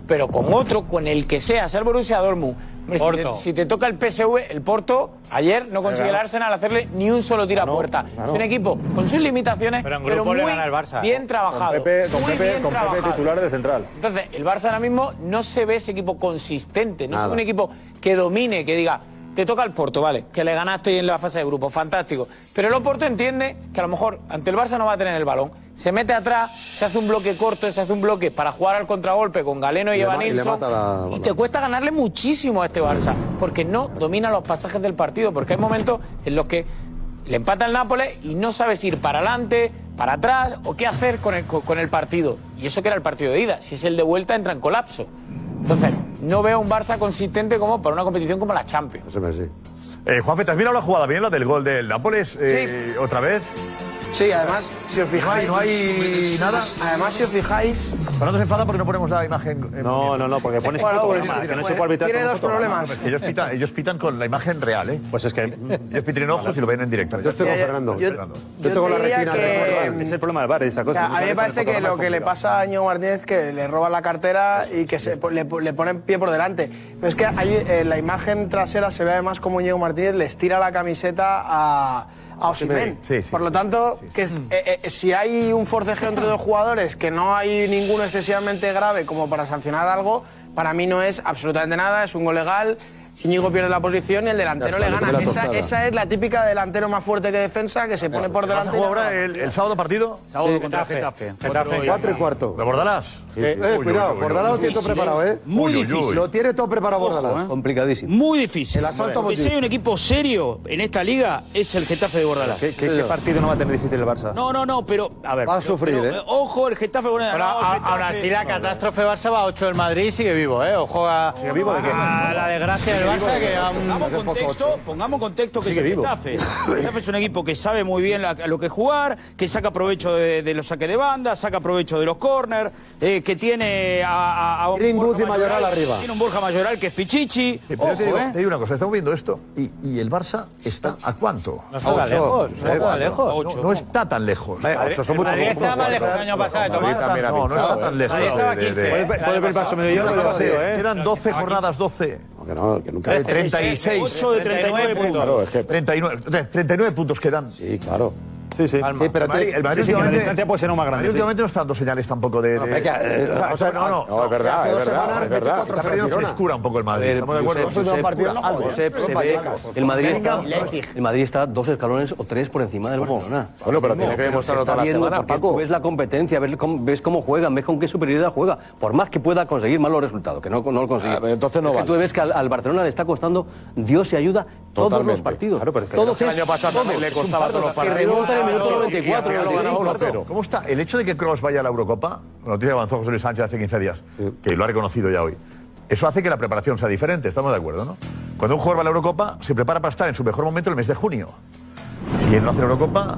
Pero con otro, con el que sea, sea el Borussia Dortmund. hombre, si te- Porto. Si, te, toca el PSV, el Porto, ayer no consiguió el Claro. Arsenal hacerle ni un solo tiro a puerta. Es un equipo con sus limitaciones, pero, en grupo muy le gana el Barça. ¿eh? bien trabajado. Con Pepe, con muy Pepe, bien con Pepe trabajado. titular de central. Entonces, el Barça ahora mismo no se ve ese equipo consistente, no es Nada. un equipo que domine, que diga, te toca el Porto, vale, que le ganaste en la fase de grupo, fantástico. Pero el Oporto entiende que a lo mejor ante el Barça no va a tener el balón. Se mete atrás, se hace un bloque corto, se hace un bloque para jugar al contragolpe con Galeno y, Y le Evan ma- y le Nilsson. mata la- Y te cuesta ganarle muchísimo a este Barça, porque no domina los pasajes del partido, porque hay momentos en los que le empata el Nápoles y no sabes ir para adelante, para atrás o qué hacer con el, con el partido. Y eso que era el partido de ida, si es el de vuelta entra en colapso. Entonces, no veo un Barça consistente como para una competición como la Champions. Eh, Juanfe, ¿te has mirado la jugada bien, la del gol del Nápoles? Eh, ¿Otra vez? Sí, además, si os fijáis. No hay- no hay nada. Además, si os fijáis, Fernando se enfada porque no ponemos la imagen. eh. No, no, no, porque pones Bueno, otro pues, programa, que no pues, se puede arbitrar con un fotograma. Es que ellos, pitan, ellos pitan con la imagen real, ¿eh? Pues es que ellos pitan en ojos y lo ven en directo. Yo estoy con Ya, ya, Fernando. yo- Yo tengo la diría retina, que- tengo Es el problema del bar, esa O cosa. sea, Muchas a mí me veces parece con el que lo fotograma que es le complicado. pasa a Ñigo Martínez que le roban la cartera y que se, le, le ponen pie por delante. Pero es que ahí, eh, la imagen trasera se ve además como Ñigo Martínez le estira la camiseta a, a Osimhen. Sí, sí, por lo tanto, que es- eh, eh, si hay un forcejeo entre dos jugadores que no hay ninguno excesivamente grave como para sancionar algo, para mí no es absolutamente nada, es un gol legal. Íñigo pierde la posición y el delantero está, le le come gana. la Esa, tostada. esa es la típica delantero más fuerte que defensa que se pone por ¿Vas a delante. y jugar le ahora gana. el, el sábado partido? Sábado contra Getafe. Getafe en Cuatro y casa. cuarto. ¿De Bordalás? Eh, eh, cuidado, Bordalás lo tiene todo Difícil, preparado, ¿eh? ¿eh? Muy Uy, uy, difícil. uy. Lo tiene todo preparado Ojo, Bordalás. ¿eh? Complicadísimo. Muy difícil. El asalto Porque motivo. Si hay un equipo serio en esta liga, es el Getafe de Bordalás. ¿Qué, qué- qué partido no va a tener difícil el Barça? No, no, no, pero. A ver. Va a pero- sufrir, pero, ¿eh? Ojo, el Getafe de Bordalás. Pero No, el a- Getafe- ahora sí la catástrofe Barça va 8 del Madrid y sigue vivo, ¿eh? Ojo a, ¿Sigue vivo de qué? a la desgracia del Barça que aún... Pongamos contexto, pongamos contexto que Sigue es el vivo. Getafe. El Getafe es un equipo que sabe muy bien la- lo que jugar, que saca provecho de, de los saques de banda, saca provecho de los corners, eh, que tiene a, a, a un Greenwood Borja y Mayoral arriba. Tiene un Borja Mayoral que es Pichichi. Pero Ojo, te, digo, ¿eh? te digo una cosa, estamos viendo esto y, y el Barça está a cuánto? No A está tan ocho, lejos, no está Josep. tan lejos. No, no está tan lejos. Eh, Madrid- Ocho son mucho Madrid como- estaba como- más lejos el año pasado, Madrid Tomás. también ha No, no pinchado, está tan ¿eh? lejos. Madrid estaba 15, ¿eh? Puede- puede ver el vaso medio lleno, medio vacío, ¿eh? Quedan 12 jornadas, 12. Que no, que nunca. De 36. 8 de 39 puntos. Claro, es que- 39, tre- 39 puntos quedan. Sí, claro. Sí, sí. Palma. pero el Madrid, te- el Madrid sí, sí, que la últimamente- distancia puede ser aún más grande, Madrid sí. últimamente no está dando señales tampoco de. de- es que, eh, O sea, o sea, no, no, no, es verdad, hace es dos verdad, Ah, semanas es verdad. metió cuatro Está perdiendo Girona. frescura un poco el Eh, Madrid. A ver, ¿Estamos de acuerdo? Josep, Josep, Algo, Josep, algo, se algo. ve- el Madrid está, Leipzig. el Madrid está dos escalones o tres por encima del Barcelona. Bueno, pero tiene que se demostrarlo está toda la viendo semana, porque Paco. tú Ves la competencia, ves cómo, ves cómo juegan, ves con qué superioridad juega. Por más que pueda conseguir malos resultados, que no, no lo consigue. entonces no Tú ves que al, al Barcelona le está costando Dios y ayuda todos los Totalmente. partidos. que todos el es- año pasado también todos, le es un costaba parto. todos los partidos. Y remonta en el minuto Claro, y- 94, y al final lo ganamos 95. 1-0. ¿Cómo está? El hecho de que Cross vaya a la Eurocopa, la noticia que avanzó José Luis Sánchez hace 15 días, que lo ha reconocido ya hoy, eso hace que la preparación sea diferente, estamos de acuerdo, ¿no? Cuando un jugador va a la Eurocopa, se prepara para estar en su mejor momento el mes de junio. Si él no hace la Eurocopa,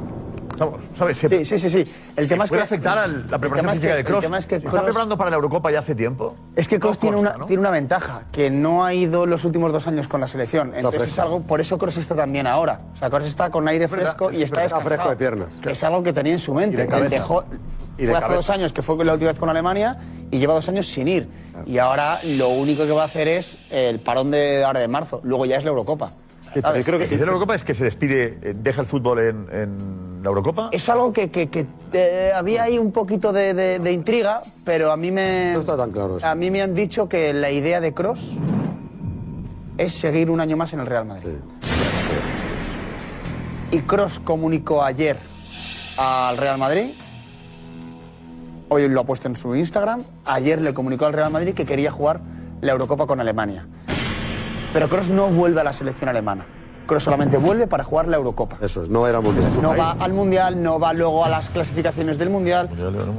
vamos, ¿sabes? Sí, sí, sí, sí. El tema es puede que- afectar a la el preparación tema es que- física de el Cross. tema es que ¿Se está Kroos- preparando para la Eurocopa ya hace tiempo? Es que Kroos tiene, una, tiene una ventaja, que no ha ido los últimos dos años con la selección. Entonces es fresco. algo, por eso Kroos está tan bien ahora. O sea, Kroos está con aire Es verdad, fresco es y está verdad. Está descansado. fresco de piernas. Es algo que tenía en su mente. Y de Él cabeza. dejó- Y de fue hace cabeza. dos años que fue la última vez con Alemania y lleva dos años sin ir. Y ahora lo único que va a hacer es el parón de ahora de marzo. Luego ya es la Eurocopa. Yo ¿sabes? creo que la Eurocopa es que se despide, eh, deja el fútbol en, en la Eurocopa. Es algo que, que- que, eh, había ahí un poquito de, de- de intriga, pero a mí me. No está tan claro eso. A mí me han dicho que la idea de Cross es seguir un año más en el Real Madrid. Y Cross comunicó ayer al Real Madrid. Hoy lo ha puesto en su Instagram. Ayer le comunicó al Real Madrid que quería jugar la Eurocopa con Alemania. Pero Cross no vuelve a la selección alemana. Cross solamente vuelve para jugar la Eurocopa. Eso es, no era mundial. No va al Mundial, no va luego a las clasificaciones del Mundial,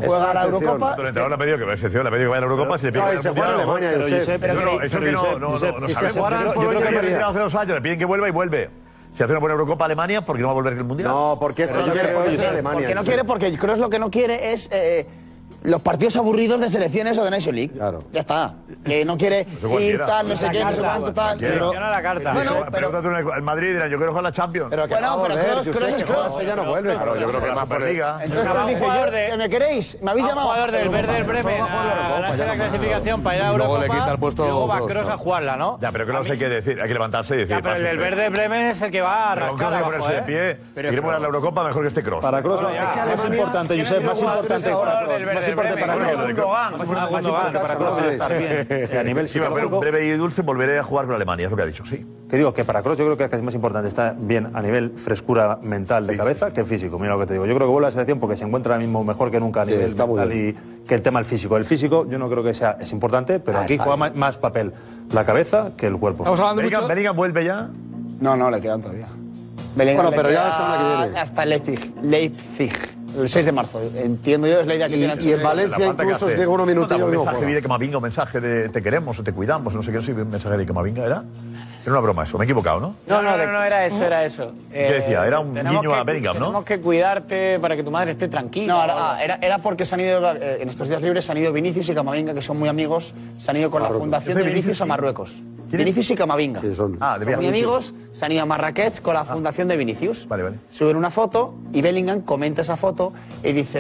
juega a la Eurocopa. El entrenador le ha pedido que vaya a la selección, le ha pedido que vaya a la Eurocopa, si le piden No, que y se vaya al juega Alemania, Mundial, no, Josep. Eso no, Pero eso que no, Josep, no, no, Josep, no si se sabemos. juega Yo por creo- yo creo que Alemania. había decidido hace dos años, le piden que vuelva y vuelve. Si hace una buena Eurocopa a Alemania, porque no va a volver el Mundial? No, porque es que no quiere volver a Alemania. Porque no quiere, porque Kroos lo que no quiere es eh, los partidos aburridos de selecciones o de Nation League. Ya está. Que no quiere Eso ir cualquiera. tal, no sé qué, no sé cuánto, tal. Cualquiera. Bueno, Pero- pero- el Madrid dirá, yo quiero jugar la Champions. Pero que Bueno, va a pero volver, Kroos- Josep, Kroos es que Kroos. Kroos ya no vuelve. Claro, yo creo que la Superliga. Entonces Kroos dice, yo- ¿que ¿me queréis? ¿Me habéis A un llamado? jugador del Werder Bremen a ganarse la clasificación para ir a Europa. y Luego va Kroos a jugarla, ¿no? Ya, pero que no sé qué decir, hay que levantarse y decir. Ya, pero el "Pase del usted". Verde Bremen es el que va a Pero rascar Kroos hay que abajo, ponerse de ¿eh? pie. Si Pero quiere jugar a la Eurocopa, mejor que este Cross. Para Kroos, no, más importante, Josep, más importante. Para Kroos, Más importante para Kroos. Más más importante para Kroos es estar bien. que A nivel Sí, va, pero psicológico. breve y dulce, volveré a jugar con Alemania, es lo que ha dicho, sí. Que digo, que para Kroos yo creo que es casi más importante está bien a nivel frescura mental de cabeza que físico. Mira lo que te digo. Yo creo que vuelve a la selección porque se encuentra ahora mismo mejor que nunca a nivel está muy mental y que el tema del físico. El físico yo no creo que sea es importante, Ah, pero aquí juega ma- más papel la cabeza que el cuerpo. Bellingham, Bellingham vuelve ya. No, no, le quedan todavía. Bueno, pero ya la semana que viene. Hasta Leipzig. Leipzig. El 6 de marzo, entiendo yo, es la idea que Y, tiene y en Valencia incluso os llega uno minuto minutos y un mensaje de Camavinga, un mensaje de te queremos o te cuidamos, o no sé qué, no sé, un mensaje de Camavinga era. Era una broma eso, me he equivocado, ¿no? No, no, no, no, era eso, era eso. Eh, ¿Qué decía? Era un tenemos guiño que- a Bellingham, ¿no? Tenemos que cuidarte para que tu madre esté tranquila. No, o ahora- algo ah, así. era, era porque se han ido, eh, en estos días libres, se han ido Vinicius y Camavinga, que son muy amigos, se han ido con Marruecos. la ¿Es fundación de de Vinicius a Marruecos. Vinicius y Camavinga. son. Ah, de Son muy Vinicius. amigos, se han ido a Marrakech con la fundación de Vinicius. Vale, vale. Suben una foto y Bellingham comenta esa foto y dice,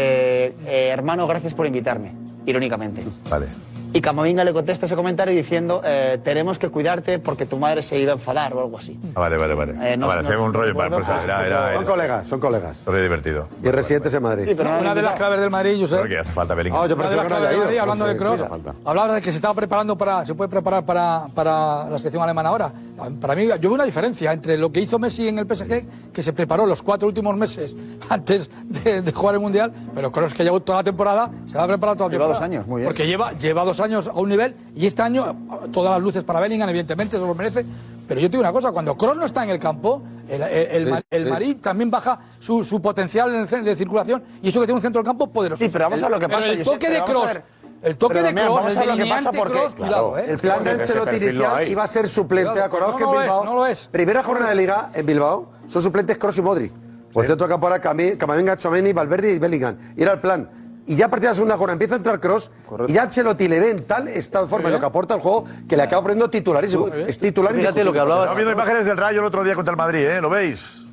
eh, hermano, gracias por invitarme, irónicamente. Vale. Y Camavinga le contesta ese comentario diciendo, eh, tenemos que cuidarte porque tu madre se iba a enfadar o algo así. Ah, vale, vale, vale. Eh, no Ah, vale, sé, se ve no sé, un rollo no para recuerdo, pues, era, era, Son colegas, son colegas. Estoy divertido. Y residentes en Madrid. Una de las claves del Madrid, Josep. Creo que hace falta Bellingham. Ah, yo Una de prefiero las que no claves haya de ido. Madrid, hablando de Cross, Entonces, mira. hablaba de que se estaba preparando para, se puede preparar para, para la selección alemana ahora. Pa- Para mí, yo veo una diferencia entre lo que hizo Messi en el PSG, que se preparó los cuatro últimos meses antes de, de jugar el mundial, pero Cross que llevó toda la temporada, se va a preparar toda la Lleva temporada. dos años, muy bien. Porque lleva, lleva dos años a un nivel y este año todas las luces para Bellingham, evidentemente, se lo merece. Pero yo te digo una cosa, cuando Kroos no está en el campo, el, el, el Sí, Ma- el sí. Madrid también baja su, su potencial en el cen- de circulación y eso que tiene un centro del campo poderoso. Sí, pero vamos a lo que Pero pasa, El Josep, toque pero de vamos a Kroos, ver. el toque Pero, de Damián, Kroos, vamos a ver lo que delineante pasa, porque- Kroz, cuidado, ¿eh? El plan de Ancelotti inicial iba a ser suplente, Cuidado, acordaos no que en lo es, Bilbao. no lo es. Primera jornada de liga en Bilbao, son suplentes Cross y Modric. Pues Por cierto, acá ahora Cami- Camavinga, Chomeni, Valverde y Bellingham. Y era el plan. Y ya a partir de la segunda jornada empieza a entrar Cross y ya Ancelotti le ve en tal estado de forma en lo que aporta al juego que le acaba poniendo titularísimo. Es titular Estaba viendo imágenes del Rayo el otro día contra el Madrid, ¿eh? ¿Lo veis?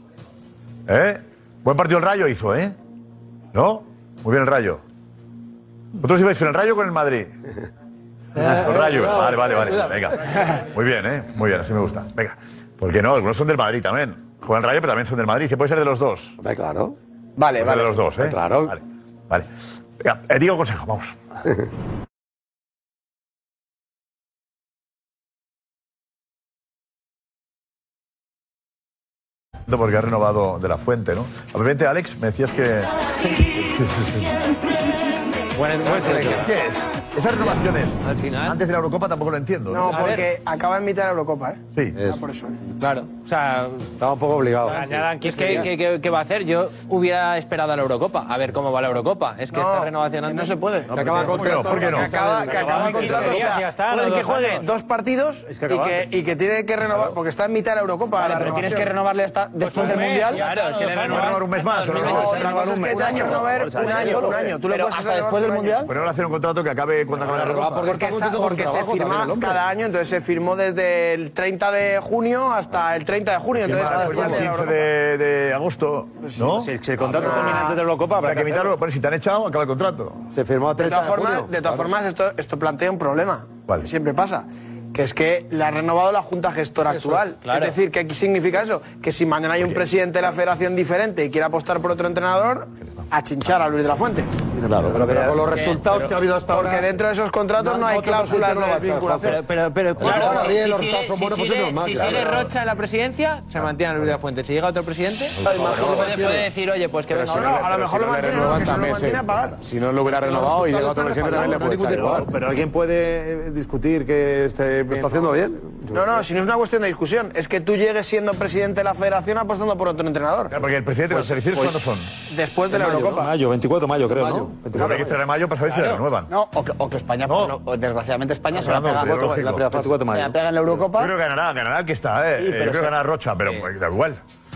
¿Eh? Buen partido el Rayo hizo, ¿eh? ¿No? Muy bien el Rayo. ¿Vosotros ibais con el Rayo o con el Madrid? Con el Rayo. Vale, vale, vale. Venga. Muy bien, ¿eh? Muy bien, así me gusta. Venga. Porque no, algunos son del Madrid también. Juegan el Rayo, pero también son del Madrid. Se puede ser de los dos. claro. Puede Vale, ser vale. de los dos, ¿eh? Claro. Vale. Vale. Venga, eh, digo consejo, vamos. Porque ha renovado de la fuente, ¿no? Obviamente, Este, Alex, me decías que. Bueno, buen seleccionador. ¿Qué es? Esas renovaciones. Al final. Antes de la Eurocopa tampoco lo entiendo. No, porque acaba de invitar a Eurocopa, ¿eh? Sí. Ah, por eso. Claro, o sea... Estaba un poco obligado. Es que, que- que- que va a hacer? Yo hubiera esperado a la Eurocopa, a ver cómo va la Eurocopa. Es que esta renovación antes... no se puede. Que acaba contrato, Que acaba, que acaba contrato, o sea, Ya está, puede los que dos juegue años. dos partidos que y, acaba. que, y que tiene que renovar, porque está en mitad de la Eurocopa. la pero tienes renovación. que renovarle hasta Pues, después del Mundial. renovar un mes más. o No, otra cosa es que te han que renovar un año, un año. Tú lo Pero puedes hasta renovar después del un año. Mundial. Pero ahora hacer un contrato que acabe cuando acabe la Eurocopa. Porque, está- porque se firma cada año, entonces se firmó desde el 30 de junio hasta el 30 de junio. Firma Entonces, pues después del 15 de, de agosto, ¿no? Si, el Pues, contrato termina antes de la Eurocopa, habrá que evitarlo. Bueno, si te han echado, acaba el contrato. Se firmó a de 30 todas de formas, junio. de Claro. todas formas esto, esto plantea un problema. Vale. que Siempre pasa. Que es que le ha renovado la Junta Gestora Eso, actual. claro. Es decir, ¿qué significa eso? Que si mañana hay un presidente de la federación diferente y quiere apostar por otro entrenador, a chinchar a Luis de la Fuente. Claro, pero, pero con los Que- resultados que ha habido hasta ahora. Porque dentro de esos contratos no, hay cláusulas de vinculación. Pero, pero, claro, ahora bien, los si resultados son sigue- buenos, si pues es sigue- normal, Si claro. sigue Rocha en la presidencia, se mantiene a Luis de la Fuente. Si llega otro presidente, no, puede, no. puede decir, oye, pues que venga otro. Si no lo hubiera Los renovado y resultados llega otro están presidente también le puede respaldados, no hay echar ningún igual. Pero alguien puede eh, discutir que este... ¿Lo está haciendo bien? No, no, si no es una cuestión de discusión, es que tú llegues siendo presidente de la federación apostando por otro entrenador. Pues, Claro, Ah, porque el presidente de Pues, las selecciones, ¿cuándo son? Después de la En mayo, Eurocopa. Mayo, 24 de mayo creo, Mayo. ¿no? Oh, Claro, hay que esperar a mayo para saber si la renuevan. No, o que, o que España, por lo- o desgraciadamente España se la Fernando, pega, sería lógico. se la pega- 24 de se la mayo. pega en la Eurocopa. Yo creo que ganará, ganará el que está, ¿eh? Sí, Eh, pero Yo creo se- que ganará Rocha, pero pues, da igual.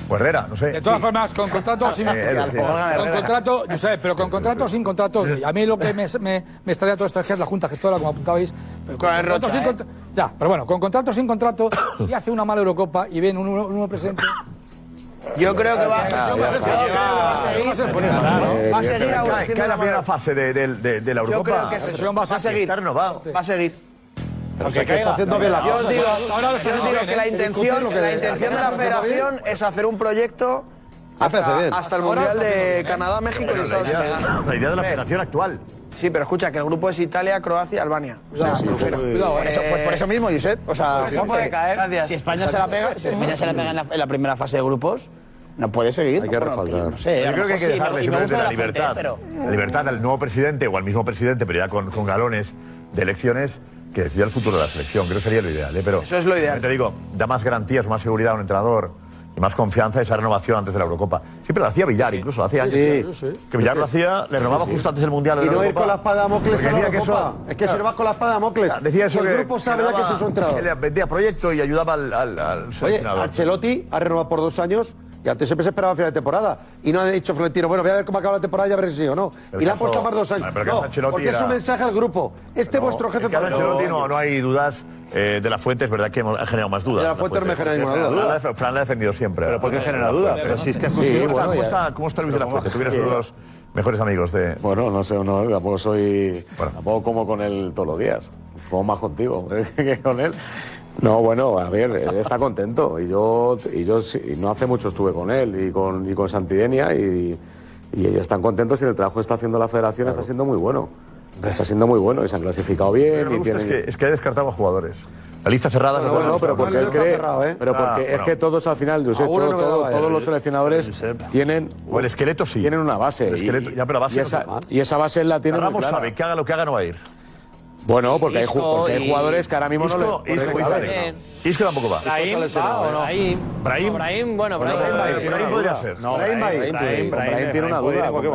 O Herrera, no sé. De todas Sí. formas, con contrato o sin Eh, eh, eh, con contrato, yo sé, pero con contrato o sin contrato. y A mí lo que me, me, me extraña todo esto es que es la Junta Gestora, como apuntabais. Pero con Con el contrato Rocha, sin ¿eh? contra- Ya, pero bueno, con contrato o sin contrato, si hace una mala Eurocopa y viene un, un, un presidente. Yo creo que La va presión va a ser fuerte, va a seguir- Va a seguir Cae- ahora. Cae la Eh, primera fase de, de- de- de la Yo Eurocopa. creo que es eso. Va a seguir. Está renovado. Va a seguir. Pero si es que está haciendo bien la Yo cosa. digo, Ahora lo yo está digo bien, que ¿eh? la El intención, discutir lo que la le- intención de la la gente está federación es hacer un proyecto parece bien. hasta, hasta el Ahora Mundial está haciendo de bien. Canadá, México y Pero la Estados idea- Unidos. la idea de la federación actual. Sí, pero escucha, que el grupo es Italia, Croacia, Albania. O sea, Eh, pero- eh. Por eso- pues por eso mismo, Josep. O sea, Por eso puede fíjate, caer. Gracias. Si España se la pega, si España se la pega en la, en la primera fase de grupos, no puede seguir. Hay que respaldar. No sé, a Yo lo creo que hay que mejor sí, dejarle me- y me simplemente gusta la de Fuente, libertad. pero- La libertad al nuevo presidente o al mismo presidente, pero ya con, con galones de elecciones, que decida el futuro de la selección. Creo que sería lo ideal. ¿eh? Pero Eso es lo ideal. Te digo, da más garantías, más seguridad a un entrenador y más confianza esa renovación antes de la Eurocopa. Siempre lo hacía Villar, incluso, hace años. Sí, sí. Que Villar Sí, lo sí. hacía, le renovaba Sí, sí. justo antes del Mundial. de Y la no ir Eurocopa. con la espada Damocles Porque a la decía que eso- Eurocopa. Es que si no vas con la espada Damocles, Decía eso el que grupo sabe ya daba- que ese es su entrado. que le vendía proyecto y ayudaba al, al, al Oye, seleccionador. Ancelotti ha renovado por dos años y antes siempre se esperaba a final de temporada. Y no ha dicho Florentino, bueno, voy a ver cómo acaba la temporada y a ver si sí o no. Pero y le ha el puesto caso- más dos años. Vale, pero el caso no, Ancelotti porque es era- un mensaje al grupo. Este vuestro jefe El caso de Ancelotti no, no hay dudas. eh, de la Fuente es verdad que hemos- ha generado más dudas. De La Fuente no me genera ninguna Fran duda. la- Fran, la ha defendido siempre. Pero ¿por qué Eh, genera La duda? Fuente. Pero si es que- ¿Cómo Sí, está- bueno, ¿Cómo ya- está- ¿Cómo está Luis de la Fuente? Tú que eres uno de los mejores amigos de. Bueno, no sé, no, tampoco soy. Tampoco como con él todos los días. Como más contigo que con él. No, bueno, a ver, él está contento. Y yo, y yo sí, y no hace mucho estuve con él y con, y con Santidenia y, y ellos están contentos y el trabajo que está haciendo la federación está siendo muy bueno. Está siendo muy bueno y se han clasificado bien. Lo que me y gusta es tienen- que, es que ha descartado a jugadores. La lista cerrada Bueno, no bueno, pero porque él cree- pero porque Ah, es bueno. que todos al final, Josep, Alguno todo- no me todo- daba, todos eh. los seleccionadores tienen O el esqueleto sí. Tienen una base. El esqueleto- ya, pero la base y no esa, se va. y esa base la tiene. muy Ramos clara. sabe que haga lo que haga no va a ir. Bueno, porque hay, ju- porque hay jugadores que ahora mismo Isco, no le. Isco, ponen Isco, cabeza. Isco. Isco tampoco va. Brahim, Isco está ¿va lesionado, o no? ¿eh? Brahim. Brahim. Brahim, bueno, Brahim. Brahim, Brahim podría ser. No, Brahim va a ir. Brahim, Brahim tiene una duda. Brahim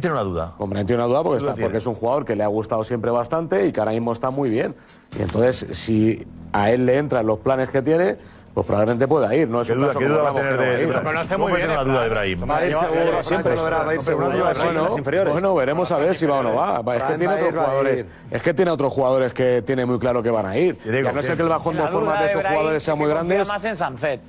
tiene una duda. Brahim tiene una duda porque, está- porque es un jugador que le ha gustado siempre bastante y que ahora mismo está muy bien. Y entonces, si a él le entran los planes que tiene, pues probablemente pueda ir. No es ¿Qué un duda, caso qué como duda va a Ramos, tener que no va de, a ir. Brahim? ¿Cómo puede tener una duda de Brahim? Siempre lo verá, va a ir seguro. Bueno, Bueno, veremos a ver si va o no va. Es que Brahim tiene va a ir, otros va a jugadores. ir. Es que tiene otros jugadores que tiene muy claro que van a ir. Y a no ser que el bajón de La duda forma de esos Brahim jugadores es sea que muy confía grande, más en Sancet.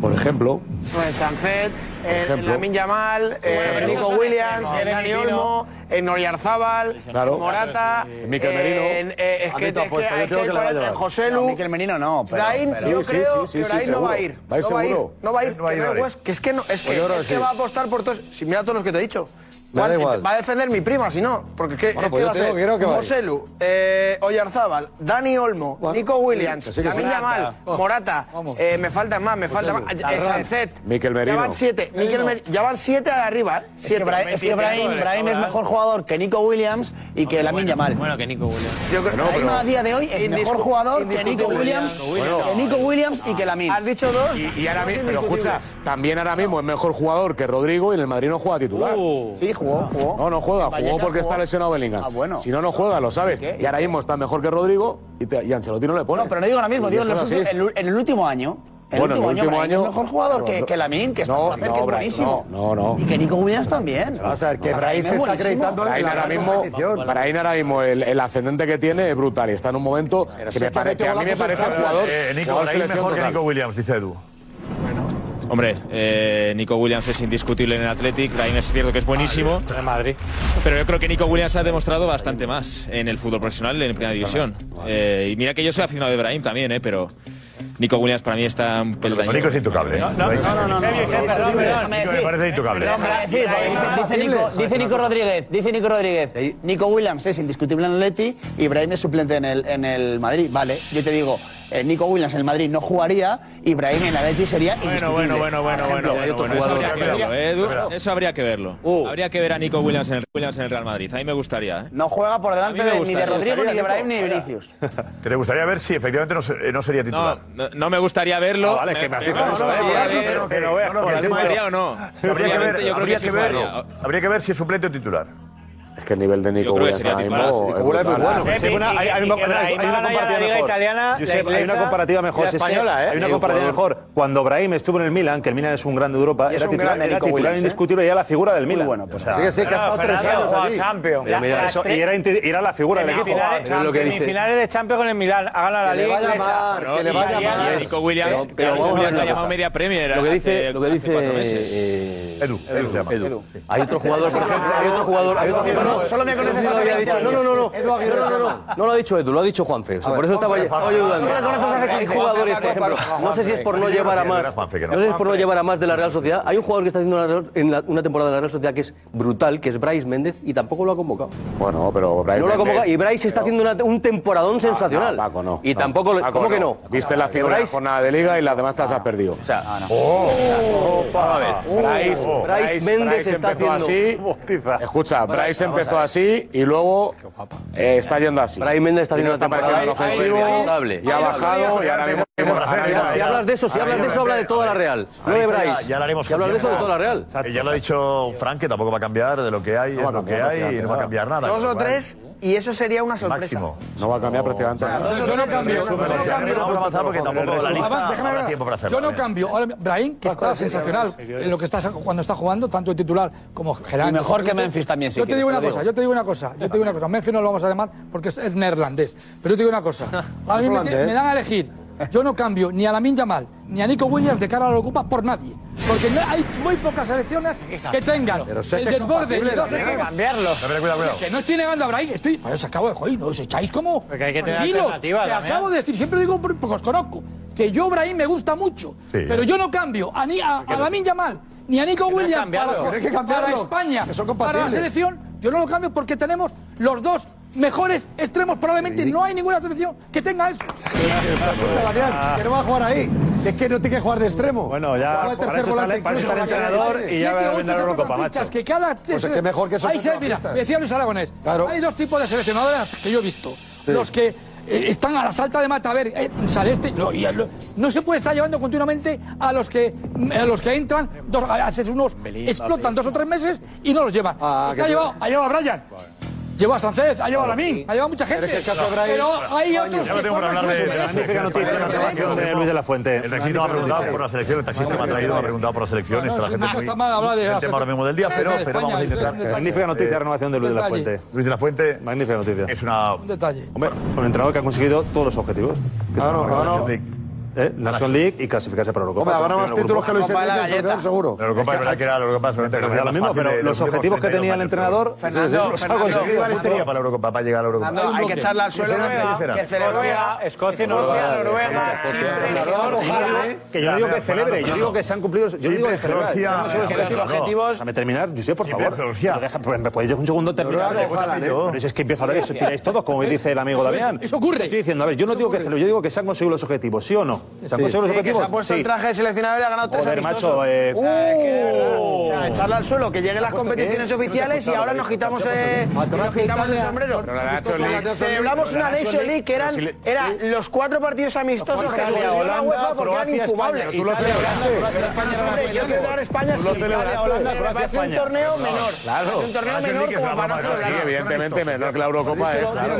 por ejemplo. Pues Sancet, eh, ejemplo. Lamin Yamal, eh, pero esos Nico son Williams, extremos. eh, Dani Jeremy Pino. Olmo, eh, Noriarzábal, Claro. eh, Morata, Sí. Mikel Merino. eh, es A mí que, te es que- apuesto, yo es creo que que la va a el- llevar. José No, Lu, Mikel Merino no, pero- Brahim, pero- yo Sí, sí, creo sí, sí, que sí, Brahim no va a seguro. ir, Va a ir no va a ir, seguro. no va a ir, Brahim no va a ir, creo Brahim. que es- que es que no, es Pues yo creo que es que que sí. va a apostar por todos, si mira todos los que te he dicho. Me da Va- igual. Va a defender mi prima, si no, porque es que Bueno, es pues que yo va a te digo que creo que ser va a ir. Joselu, eh, Oyarzábal, Dani Olmo, Nico Williams, sí, que sí. Lamin Yamal, Morata, eh, me faltan más, Pues me faltan más, eh, Sancet, Mikel ya Merino. van siete. Mikel Mer- ya van siete de arriba, ¿eh? Es que, Siete. Brahim, es, que Brahim, Brahim es mejor jugador que Nico Williams y que Lamin Yamal. Bueno, que Nico Williams. Yo creo- Brahim a día de hoy es Indiscu- mejor jugador que Nico indiscutible. Williams, Ah, Bueno. que Nico Williams y que Lamin. Has dicho dos. Y, y ahora dos mismo, pero indiscutibles. escucha, también ahora mismo es mejor jugador que Rodrigo y en el Madrid no juega titular. sí, jugó, jugó. No, no juega, jugó Uh. Vallecas porque está jugó. lesionado Bellingham. Ah, bueno. Si no, no juega, lo sabes. Y ahora mismo está mejor que Rodrigo y, te- y Ancelotti no le pone. Pero no digo ahora mismo, Y digo en, eso los es así. últimos- en el- en el último año. En Bueno, el último, año, Brahim año- es mejor jugador que, Claro, que Lamin, que está no, en Francia, no, que es Brahim, buenísimo. no, no, no. Y que Nico Williams también. Vamos a ver, que Brahim se está acreditando Brahim ahora mismo, Brahim ahora mismo el, el ascendente que tiene es brutal y está en un momento que, si me es que pare- mete que a mí me golazos parece en cada- jugador. Eh, Nico jugador Brahim selección mejor que total. Nico Williams, dice Edu. Hombre, eh, Nico Williams es indiscutible en el Athletic, Brahim es cierto que es buenísimo. Madrid. Pero yo creo que Nico Williams ha demostrado bastante más en el fútbol profesional, en primera división. Eh, y mira que yo soy aficionado de Brahim también, eh, pero Nico Williams para mí está un peldaño. Nico es intocable. ¿eh? Déjame decir. Déjame decir, porque pues, dice, dice Nico, dice Nico Rodríguez, dice Nico Rodríguez, Nico Williams es indiscutible en el Leti y Brahim es suplente en el, en el Madrid. Vale, yo te digo, eh, Nico Williams en el Madrid no jugaría y Brahim en el Leti sería indiscutible. Eso habría que verlo, eh, Edu. Eso habría que verlo. Habría que ver a Nico Williams en el, Williams en el Real Madrid. A mí me gustaría, ¿eh? No juega por delante A mí me de- ni gustaría, de Rodrigo, ni de gustaría, Brahim, ni de Nico. Vinicius. Que te gustaría ver si efectivamente no, se- eh, no sería titular. No, no me gustaría verlo. Ah, vale, que me has dicho eso, eh, gustaría pero ver- no, que no veas, no, por que el el tema Madrid de- o no. Habría que, Obviamente, ver, yo creo habría sí que jugaría. verlo. Habría que ver si es suplente o titular. Es que el nivel de Nico creo que Williams sería ahora mismo titular. es Nico Williams es brutal. bueno. Sí, bueno, hay, hay una- hay una- hay una comparativa mejor. Josep, hay una comparativa mejor. Si es que ¿eh? Hay una comparativa mejor. Cuando Brahim estuvo en el Milan, que el Milan es un grande de Europa, Y es era un titular, grande era Nico titular Williams, ¿eh? indiscutible y era la figura del Milan. bueno, pues O sea, ahí. Sí, que sí, que ha estado tres años allí. Champions. Pero mira, Las eso, tres- y era, inte- y era la figura del Las equipo. finales, Es lo que dice. semifinales de Champions con el Milán. Ha ganado la Que le Liga vaya inglesa. mal, que le Y vaya ahí mal. es- Nico Williams, Pero- pero, pero vamos a ver Williams una la ha llamado cosa. media Premier. Lo que dice- hace- lo que dice, hace cuatro meses. Edu, Edu, se llama. Edu. Hay otro jugador, por ejemplo, hay otro jugador. hay otro jugador- solo me Es que no conoces sé si lo hace había 20 dicho. No, no, no, no. Edu Aguirre No, no, se no, no. No lo ha dicho Edu, lo ha dicho Juanfe. O sea, por eso estaba estaba yo dudando. Solo le conoces hace Hay 15. jugadores, por ejemplo, no sé si es por no llevar a más, no sé si es por no llevar a más de la Real Sociedad. Hay un jugador que está haciendo una, en la- una temporada de la Real Sociedad que es brutal, que es Bryce Méndez, y tampoco lo ha convocado. Bueno, pero Brahim. no lo ha convocado. Méndez- Ah, Y Bryce está haciendo una- un temporadón sensacional. No, Paco, no. Y No, tampoco lo- Paco, ¿Cómo que no? Viste la Que cifra de la Bryce- jornada de liga y las demás te las has perdido. O sea, ah, no. a ver. Bryce, Oh. Bryce Méndez está empezó haciendo- así. Escucha, Bryce empezó así y luego Eh, está yendo así. Brahim Méndez está Y no haciendo está una temporada pareciendo inofensivo inolvidable. y ha bajado y ahora mismo- ahora mismo- Si hablas de eso, si hablas de eso, habla de toda la Real. No de Brais. Ya, ya lo haremos. Si hablas de eso, de toda la Real. Ya lo ha dicho Frank, que tampoco va a cambiar de lo que hay, es lo que hay y no va a cambiar nada. Dos con o lo cual, tres y eso sería una sorpresa. Máximo. No va a cambiar prácticamente nada. nada. Yo no cambio. yo no Vamos a cambio. avanzar porque tampoco la lista Además, déjame habrá ver, tiempo para hacerlo. Yo no cambio. Ahora, Brahim, que está sensacional en lo que está cuando está jugando, tanto de titular como general. Y mejor que Memphis también, si Yo te quieres, digo te una lo cosa, digo. yo te digo una cosa, yo te digo una cosa. Memphis no lo vamos a llamar porque es, es neerlandés. Pero yo te digo una cosa. A Es mí me, holandés. me dan a elegir. Yo no cambio ni a Lamin Yamal ni a Nico Williams de cara a la Eurocopa por nadie. Porque no- hay muy pocas selecciones que tengan Pero sé el que es desborde y compatible, dos David. extremos. Hay que cambiarlo. A ver, cuidado, cuidado. Que no estoy negando a Brahim, estoy. Pero se acabo de joder, no os echáis como. Porque hay que tener Tranquilo, alternativas te también. acabo de decir, siempre digo por- porque os conozco, que yo Brahim me gusta mucho, Sí. pero yo no cambio a, ni, a, a Lamin Yamal ni a Nico no es Williams cambiarlo. para, Pero hay que cambiarlo, para España, que son para la compatibles. selección. Yo no lo cambio porque tenemos los dos mejores extremos. Probablemente no hay ninguna selección que tenga eso. Escucha, Ah. Damián, que no va a jugar ahí. Que es que no tiene que jugar de extremo. Bueno, ya, Juega de para tercer eso está- volante para eso incluso, está el va a entrenador quedar- y ya Siete, va a ocho vender la Eurocopa, centrocampistas macho. Que cada Pues es que mejor que esos Hay seis- mira, centrocampistas. decía Luis Aragonés, Claro. hay dos tipos de seleccionadores que yo he visto. Los que eh, están a la salta de mata, a ver, eh, sale este. No, y el- no se puede estar llevando continuamente a los que a los que entran, dos, haces unos, explotan dos o tres meses y no los llevan. Este que ha, tú- llevado, ha llevado a Bryan. Llevó a Sánchez, ha llevado a Lamín, ha llevado a mucha gente. Pero es que el caso de Bryan- Pero hay otros Ya lo que tengo para forman hablar de, sus de la intereses. magnífica noticia de la renovación de Luis de la Fuente. El taxista me ha preguntado por la selección, el taxista me ha traído, me ha preguntado por la selección, está la gente no muy- está mal hablar de el la tema ahora mismo del día, pero, selección de pero vamos a España, intentar. Eh, es un Magnífica noticia de renovación de Luis de la detalle. Fuente. Luis de la Fuente. Magnífica noticia. Es una. Un detalle. Hombre, un entrenador que ha conseguido todos los objetivos. Claro, claro. Eh, Nation League y clasificarse para Europa. Hombre, ha ganado más títulos que Luis Copa de la Enrique, galleta. eso seguro. La Eurocopa es verdad que era la Eurocopa, seguramente Pero que da era lo más mismo, fácil eh, pero de- de los objetivos que 32 tenía el años, entrenador Fernando, los ha Fernando, ¿Qué conseguido. rivales tenía para la Eurocopa, para llegar a la Eurocopa? Fernando, hay que echarla al suelo. Que Noruega, Escocia, Noruega, Noruega, Chipre, Georgia. Que yo no digo que celebre, yo digo que se han cumplido. Yo digo que celebrar. Georgia, se han conseguido que los los objetivos- Déjame terminar, José, por Chipre, favor. Georgia. Pero deja- pero ¿Me podéis dejar un segundo terminar? Noruega, ojalá, ¿eh? Pero si es que empiezo a hablar y os tiráis todos, como dice el amigo Eso es, Damián. eso ocurre. Estoy diciendo, a ver, yo no digo que celebre, yo digo que se han conseguido los objetivos, ¿sí o Sí. no? ¿Se han conseguido los Sí, que se objetivos? ha puesto Sí. el traje de seleccionador y ha ganado tres Joder, amistosos. macho, eh, O sea, es que de verdad, o sea, echarla al suelo, que lleguen las competiciones qué? No te he oficiales y escuchado, ahora David. nos quitamos, Te he eh, escuchado. Al nos Torneo de quitamos el Italia. sombrero. Pero la Nacho League. Celebramos Pero la una Nacho Nation League que League, pero eran, si le- eran los cuatro partidos amistosos que Italia, suspendió la Holanda, UEFA porque eran Croacia, infumables. España. Tú lo Italia, celebraste. Holanda, Croacia, España, hombre, Yo quiero dar a España Tú lo sí, Italia, celebraste. Holanda, Croacia, me parece un España. torneo claro. menor. Me parece Un torneo Nacho menor League es como la para no mamá, celebrar. sí, Evidentemente, menor que la Eurocopa es. claro.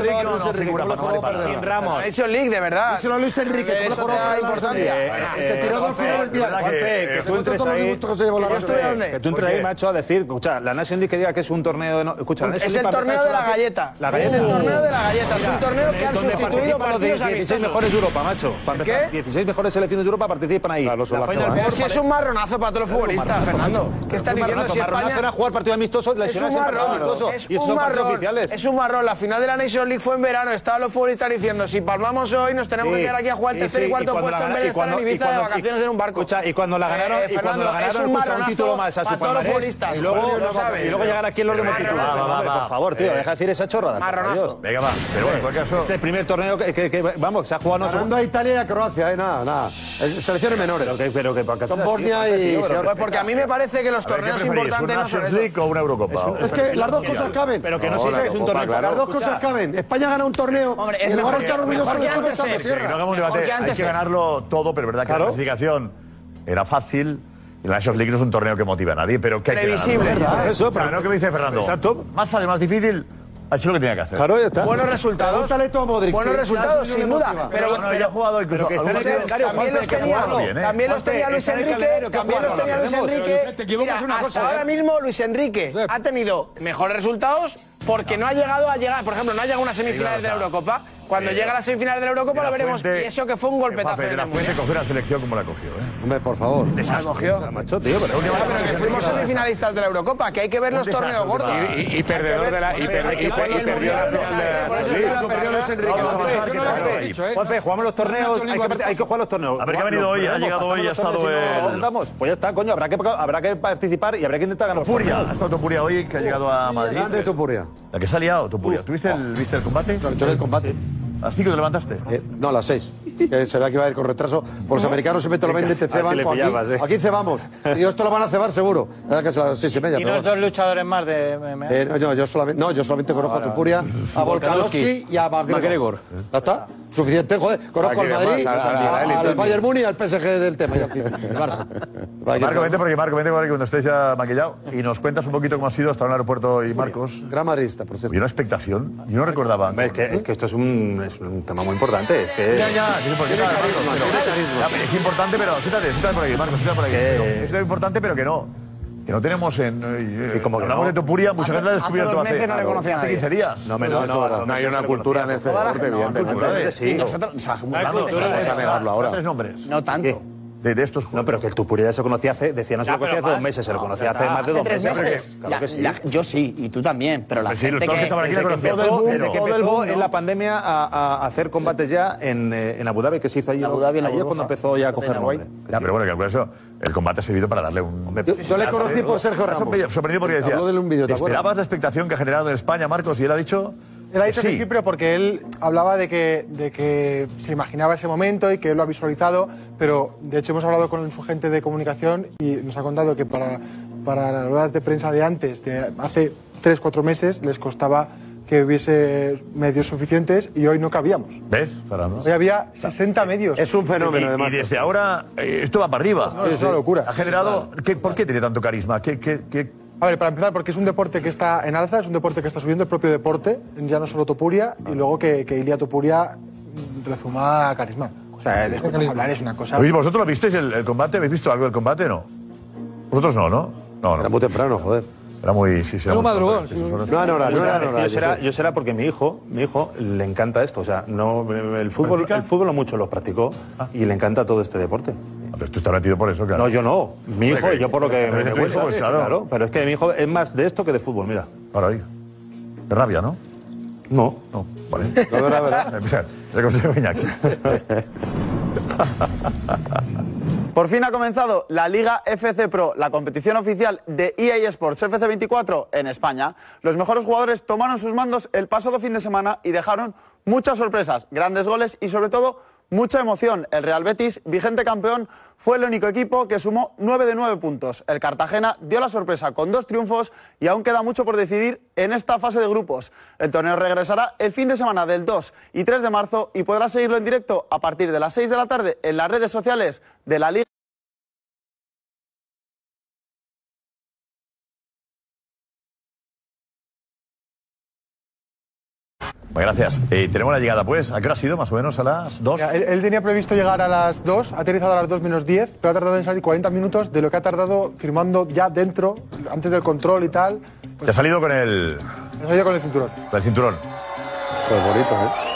Sin Ramos. Nation League, de verdad. Díselo a Luis Enrique, que no Eso le juró te da por importancia. Eh, Holanda. Ah, Que se tiró dos Juanfe, finales al día. Juanfe, que tú entres todo el ahí. disgusto que se llevó la Que yo Nacho. estoy dónde? Que tú entres ahí, macho, a decir, escucha, la Nation League que diga que es un torneo de. No, escucha, la Es Nation el League para torneo empezar de la solamente- galleta. La Es galleta. el torneo de la galleta. Es un torneo que han Donde sustituido participan los partidos 16 mejores de amistosos. Europa, macho. Para ¿Qué? empezar, 16 mejores selecciones de Europa participan ahí. la Final Four, Pero si es un marronazo para todos los futbolistas, Fernando. ¿Qué estás diciendo Marronazo, si marronazo España... era jugar partido amistoso, Es un lesionarse en partido amistoso. marrón, es y estos un son partidos marrón, oficiales. es un marrón. La final de la Nation League fue en verano. Estaban los futbolistas diciendo, si palmamos hoy, nos tenemos que Sí, quedar aquí a jugar sí, el tercer sí, y cuarto cuando puesto la en gana- vez de y estar cuando- en y Ibiza de cuando- vacaciones en un barco. Escucha, y cuando la ganaron, Eh, y cuando la Fernando, es ganaron, un escucha, un marronazo título más a su para todos los palmarés, futbolistas. y luego, Lo sabes. y luego llegar aquí en los de multitud. Va, va, va, Hombre, va. Por favor, tío, Eh, deja de decir esa chorrada. por marronazo. Dios. Venga, va. Pero bueno, en cualquier caso. Es el primer torneo que, que- que- vamos, se ha jugado no Ganando a Italia y a Croacia, eh, nada, nada. Es- Selecciones menores. Pero que, pero que, para que Son Bosnia tío, y tío, pero- Georgia. Pues porque a mí me parece que los A ver, ¿qué torneos preferís, importantes ¿Un no son Nations esos. League o una Eurocopa? O- Es que las dos Mira, cosas caben. Pero que No, no se la dice que es un Copa, torneo. claro. Las dos Escucha, cosas caben. España gana un torneo Hombre, y es el lugar de mejor estar que- orgulloso mejor de que todo antes está es. en tierra. Que no hagamos un Mejor debate. que Hay antes que es. ganarlo todo, pero es verdad que la clasificación era fácil. Y la Nations League no es un torneo que motiva a nadie, pero que hay que Previsible. ganarlo. Eso, Eso, eso, pero pero- no que me dice Fernando. Exacto. Más fácil, más difícil, ha hecho lo que tenía que hacer. Claro, ya está. Buenos resultados. Pregúntale tú a Modric, Buenos sí. resultados, Ya, sí, sin no duda. motiva. Pero, Bueno, ya ha jugado incluso. pero que está en el algunos- calendario, también los Juanfe, que tenía, ha jugado bien, ¿eh? también los Juanfe, tenía que Luis está en el Enrique, calendario, que ha también los jugado, tenía lo Luis tenemos. Enrique. Te equivocas Mira, una hasta cosa, ahora ¿eh? mismo Luis Enrique Josep. ha tenido mejores resultados porque no ha llegado a llegar, por ejemplo, no ha llegado a una semifinal de la Eurocopa. Cuando Sí. llega a las semifinales de la De Eurocopa la lo veremos. Fuente- Y eso que fue un golpetazo De en la el fuente Mundial. cogió la selección como la cogió, ¿eh? Hombre, por favor. La cogió. Macho, tío, pero. Ah, pero que fuimos semifinalistas de la Eurocopa, que hay que ver los desastre, torneos gordos. desastre. Y perdedor de la. Y per- y per- y perdió la final de la. Por eso la perdió Luis Enrique. Juanfe, jugamos los torneos, hay que, hay que jugar los torneos. A ver, que ha venido hoy, ha llegado hoy, ha estado el- Vamos, pues ya está, coño, habrá que, habrá que participar y habrá que intentar ganar. los Puria, ha torneos. estado Topuria hoy, que ha llegado a Madrid. Grande Tupuria. La que se ha liado, Topuria. ¿Tuviste el, viste el combate? Yo en el combate. ¿A las 5 te levantaste? Eh, no, a las seis. que se ve que va a ir con retraso. Por los americanos siempre te lo venden, te A ver si ceban. le con pillabas, aquí, eh. aquí cebamos. Y esto lo van a cebar seguro. Era que es a las seis y media. Y pero los bueno. dos luchadores más de MMA. Eh, no, yo- yo solamente, no, yo solamente conozco a Tupuria, a Volkanovski y a McGregor. ¿Ya está? Suficiente, joder. Conozco Para al que Madrid, veas más, a- a- a- a- al Bayern Múnich y al PSG del tema. y al City. Marco, vente porque Marco, vente porque cuando estés ya maquillado y nos cuentas un poquito cómo ha sido estar en el aeropuerto y Marcos. Gran madridista, por cierto. Y una expectación. Yo no recordaba. Hombre, es, que, es que esto es un, es un tema muy importante. Es que... Ya, ya, sí, porque tal, Marcos, pero- Ya, pero es importante, pero siéntate, siéntate por aquí, Marcos, siéntate por aquí. Pero Es lo importante, pero que no. Que no tenemos en. eh, hablamos de Topuria, mucha gente la ha descubierto dos meses no le conocía a hace nadie. 15 días. No, hombre, no, no, no, no hay una cultura en este Toda la deporte, gente- no, evidentemente. cultura, sí, nosotros- o sea, Claro, gente- sí, vamos a negarlo ahora. Tres nombres. No tanto. De, estos No, pero que el Tupuria ya se conocía hace, decía, no se Ya, lo conocía pero hace dos más. meses, se lo No, conocía hace pero más de hace dos tres meses. meses. Claro La- que sí. la- yo sí, y tú también, pero la Pues sí, gente los que... que estaban aquí la desde que conocían. empezó- Desde que empezó en la pandemia a, a hacer combates ya en, eh, en Abu Dhabi, que se hizo allí, ayer cuando empezó ya a coger nombre. Ya, pero bueno, que por eso el combate ha servido para darle un. Yo- yo le conocí por Sergio Me ha Ramos. Sorprendido porque decía. Habló de él un vídeo, ¿te ¿te acuerdas? esperabas la expectación que ha generado en España, Marcos? Y él ha dicho. Él ha dicho que que sí, pero porque él hablaba de que, de que se imaginaba ese momento y que él lo ha visualizado, pero de hecho hemos hablado con su gente de comunicación y nos ha contado que para, para las ruedas de prensa de antes, de hace 3-4 meses, les costaba que hubiese medios suficientes y hoy no cabíamos. ¿Ves? Fernando? Hoy había 60 medios. Es un fenómeno, Y- y además. desde ahora, eh, esto va para arriba. No, es una locura. Ha generado. ¿qué- ¿Por qué tiene tanto carisma? ¿Qué, qué, qué, A ver, para empezar, porque es un deporte que está en alza, es un deporte que está subiendo el propio deporte, ya no solo Topuria, y luego que, que Ilia Topuria mm, rezuma carisma. O sea, le escuchas hablar, es una cosa. Oye, ¿Vosotros lo visteis el, el combate? ¿Habéis visto algo del combate? No. Vosotros no, ¿no? No, no. Era muy temprano, joder. Era muy. Sí, sí, era muy temprano. Yo será- Yo será, yo será porque mi hijo, mi hijo le encanta esto. O sea, no, el fútbol, el fútbol lo mucho lo practicó y le encanta todo este deporte. Pero tú estás metido por eso, claro. No, yo no. Mi hijo, Hombre, yo por lo que pero me es tu cuenta, hijo, pues, claro. Pero es que mi hijo es más de esto que de fútbol, mira. Ahora ahí. De rabia, ¿no? No. No, vale. No, verdad, Mira, el consejo de Iñaki. Por fin ha comenzado la Liga FC Pro, la competición oficial de E EA Sports FC24 en España. Los mejores jugadores tomaron sus mandos el pasado fin de semana y dejaron muchas sorpresas, grandes goles y sobre todo mucha emoción. El Real Betis, vigente campeón, fue el único equipo que sumó 9 de 9 puntos. El Cartagena dio la sorpresa con dos triunfos y aún queda mucho por decidir en esta fase de grupos. El torneo regresará el fin de semana del 2 y 3 de marzo y podrás seguirlo en directo a partir de las 6 de la tarde en las redes sociales de la Liga. Bueno, gracias. Eh, tenemos la llegada, pues. ¿A qué hora ha sido? Más o menos a las 2. Mira, Él, él tenía previsto llegar a las 2, ha aterrizado a las 2 menos 10, pero ha tardado en salir 40 minutos de lo que ha tardado firmando ya dentro, antes del control y tal. Te ha salido con el, Ha salido con el cinturón. con el cinturón. Pues bonito, ¿eh?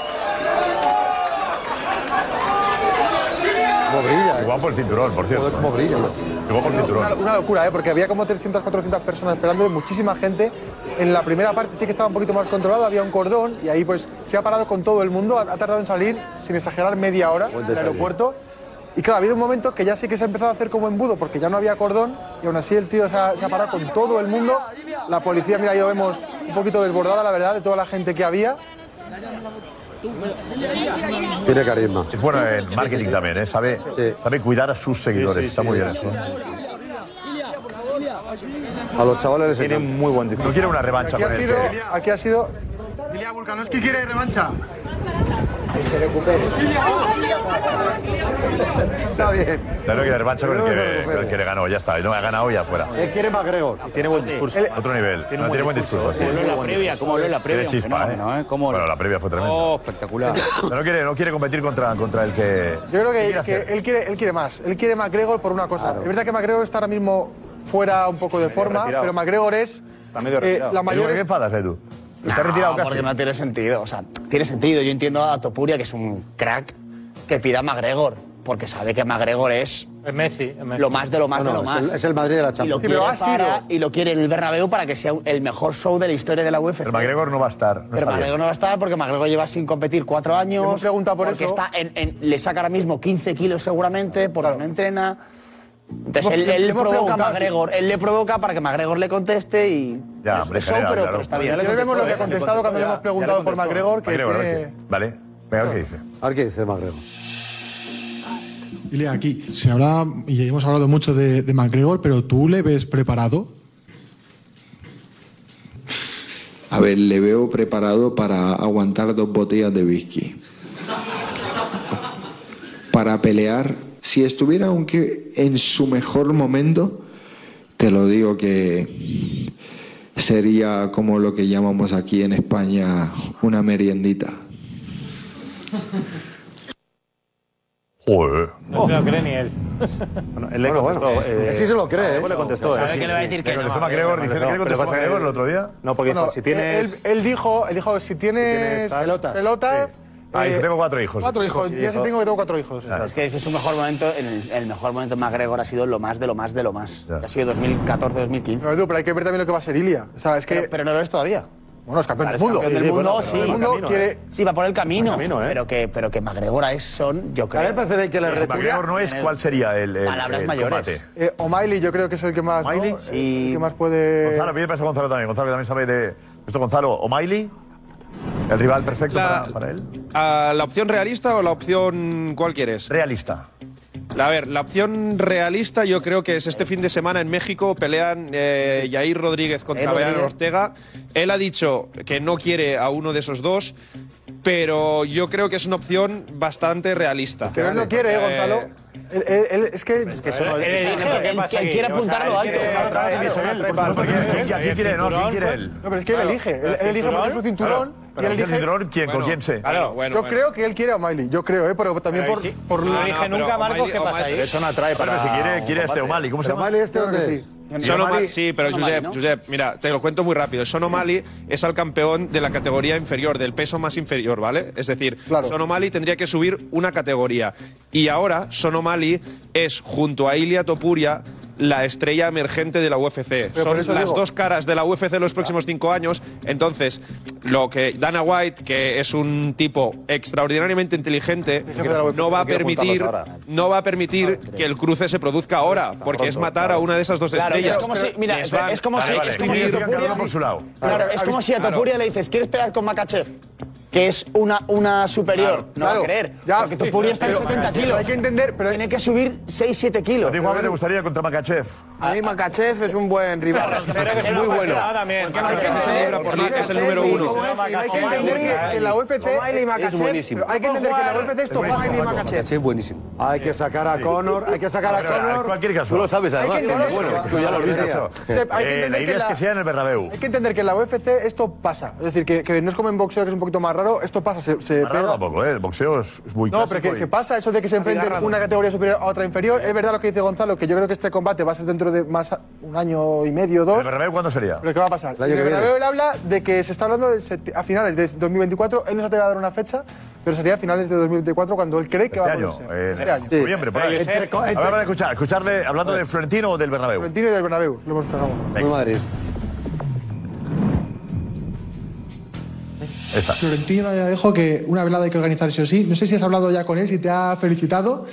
Como brilla. ¿eh? Igual por el cinturón, por cierto. Como brilla. Igual por el cinturón. Una, una locura, ¿eh? porque había como 300, 400 personas esperando, muchísima gente. En la primera parte sí que estaba un poquito más controlado, había un cordón y ahí pues se ha parado con todo el mundo, ha, ha tardado en salir, sin exagerar, media hora del detalle. aeropuerto. Y claro, ha habido un momento que ya sí que se ha empezado a hacer como embudo porque ya no había cordón y aún así el tío se ha, se ha parado con todo el mundo. La policía, mira, ahí lo vemos un poquito desbordada, la verdad, de toda la gente que había. Tiene carisma. Es bueno en marketing también, ¿eh? Sabe, sabe cuidar a sus seguidores. Está muy bien eso. ¿eh? A los chavales les Tiene encanta. muy buen No quiere una revancha Aquí con ha él. sido, que- aquí ha sido Ilia Volkanovski quiere revancha. Que se recupere. Está bien. Claro que la revancha con el que, con el que le ganó, ya está. Y no ha ganado ya fuera. Él quiere más Gregor. Tiene buen discurso. Otro nivel. Tiene, no, tiene buen discurso. discurso, sí. ¿eh? Como habló en la previa, como habló en la previa, Tiene chispa, un fenómeno, ¿eh? Bueno, la previa fue tremenda. Oh, espectacular. No quiere, no quiere competir contra, contra el que. Yo creo que, quiere que él, quiere, él quiere más. Él quiere McGregor por una cosa. Es verdad que McGregor está ahora mismo fuera un poco de forma, retirado. pero McGregor es Está eh, la mayor. ¿Qué enfadas, Edu? Está No, retirado casi. porque no tiene sentido. O sea, tiene sentido. Yo entiendo a Topuria, que es un crack, que pida a McGregor, porque sabe que McGregor es Es Pues Messi, es Messi. lo más de lo más No, de no, lo es más. el- es el Madrid de la Y Champions. lo, Sí, pero quiere ha sido. para- y lo quiere en el Bernabéu para que sea el mejor show de la historia de la UFC. Pero McGregor no va a estar. No Pero está McGregor bien. no va a estar porque McGregor lleva sin competir cuatro años. Hemos preguntado por porque eso. Está en, en- le saca ahora mismo 15 kilos seguramente porque no entrena. Entonces Hemos- él, él hemos provoca a preguntado, sí. McGregor, él le provoca para que McGregor le conteste y. Ya, es- hombre, es show, genera, pero, claro. pero está Ya bien. le vemos lo que ha contestado cuando le hemos preguntado por McGregor. Que McGregor, tiene- ¿no? Vale. Venga, a ver ¿qué dice? A ver qué dice más Gregor. Ile, aquí se habla y hemos hablado mucho de, de McGregor, pero ¿tú le ves preparado? A ver, le veo preparado para aguantar dos botellas de whisky. Para pelear, si estuviera aunque en su mejor momento, te lo digo que sería como lo que llamamos aquí en España una meriendita. Joder. No se lo cree ni él. Oh. Bueno, él le contestó. eh, Ese se lo cree, Magrego ¿eh? le contestó. Sabe eh, que sí, le va a sí. decir Le que no. contestó Magrego, dice que le pero contestó pasa que Magrego el otro día. No, porque Bueno, eh, si tienes. él, él dijo, él dijo, si tienes, tal- pelota, eh, Ah, dijo, tengo cuatro hijos. Cuatro hijos. Sí, Yo dijo. tengo que tengo cuatro hijos. pues, Es que dice su mejor momento, en el, el mejor momento de McGregor ha sido lo más de lo más de lo más. Ha sido 2014-2015. Pero, Edu, pero hay que ver también lo que va a ser Ilia. O sea, es que... Pero, pero no lo es todavía. Bueno, es campeón Claro, es del mundo. campeón del mundo, sí. eh. El mundo quiere... Sí, va por el camino. Por el camino, ¿eh? Pero que, pero que McGregor es son, yo creo. A mí me parece bien que la Si retulia- McGregor sería el, el- Palabras el mayores. combate? Eh, O'Malley yo creo que es el que más... ¿no? El que más puede... Gonzalo, pide para Gonzalo también. Gonzalo que también sabe de esto. Gonzalo, O'Malley, el rival perfecto para, para él. ¿A ¿La opción realista o la opción cuál quieres? Realista. A ver, la opción realista yo creo que es este fin de semana en México pelean eh, Yair Rodríguez Eh, contra Rodríguez. Beran Ortega. Él ha dicho que no quiere a uno de esos dos, pero yo creo que es una opción bastante realista. Pero él no quiere, ¿eh, Gonzalo? Él- él- él- es que... Es eso- él- él- él- él- él quiere apuntarlo alto. ¿Quién quiere? No, ¿quién quiere él? No, pero es que él elige. Él, él elige poner su cinturón. Pero y él ¿quién elige... cinturón? ¿Quién? ¿Con quién sé? yo creo que él quiere a O'Malley, yo creo, ¿eh? pero también Ah, Pero por... y si- por si no elige nunca, Marcos, ¿qué pasa ahí? Eso no atrae para si quiere, un quiere a este combate. O'Malley. ¿Cómo se llama? O'Malley este dónde es? Son Oma- O'Malley- sí, pero Son Josep, O'Malley, ¿no? Josep, mira, te lo cuento muy rápido. Son O'Malley es el campeón de la categoría inferior, del peso más inferior, ¿vale? Es decir, Son O'Malley tendría que subir una categoría. Y ahora Son O'Malley es, junto a Ilia Topuria, la estrella emergente de la UFC. por Son las eso digo- dos caras de la UFC de los próximos cinco años. Entonces, lo que Dana White, que es un tipo extraordinariamente inteligente, jefe de la UFC. no va a No quiero juntarlos permitir, ahora. no va a permitir que el cruce se produzca ahora, porque es matar a una de esas dos Claro, estrellas. es como si, mira, Les es, van- es como si, es como si Topuria- Claro, es como si a Claro. Topuria le dices, ¿quieres pelear con Makachev? Que es una, una superior. Claro, no va claro. a querer. Ya, porque Topuria está en pero- 70 pero kilos. hay que entender, pero tiene que subir 6-7 kilos. Igual te gustaría contra Makachev. A mí Makachev es un buen rival. es el número uno. Hay que entender que en la UFC... O'Malley y Makachev. Es buenísimo. pero Hay que entender que en la UFC es O'Malley y Makachev. Es buenísimo. Hay que sacar a Conor, hay que sacar a Pero, Conor. cualquier caso. Tú lo sabes, además, que que es entender- bueno, que tú ya lo has visto. Pep, hay que Eh, entender La idea es que sea en el Bernabéu. Hay que entender que en la UFC esto pasa. Es decir, que, que no es como en boxeo, que es un poquito más raro. Esto pasa, se, se Raro pega. tampoco, ¿eh? El boxeo es es muy No, clásico pero que, y- que pasa eso de que se enfrenten Agarrado. una categoría superior a otra inferior. Es verdad lo que dice Gonzalo, que yo creo que este combate va a ser dentro de más a- un año y medio, dos. ¿El Bernabéu cuándo sería? Pues, Pero ¿qué va a pasar? El año Y que viene. Bernabéu, él habla de que se está hablando de septi- a finales de 2024. Él nos ha te va a dar una fecha, pero sería a finales de 2024 cuando él cree que Este va a año, poder ser. en Este año. noviembre, por ahí. eh. Entre co- A ver, entre- vamos a escuchar, escucharle hablando de Florentino o del Bernabéu. Florentino y del Bernabéu, lo hemos pegado. Muy madridista. Florentino ya dijo que una velada hay que organizar sí o sí. No sé si has hablado ya con él, si te ha felicitado.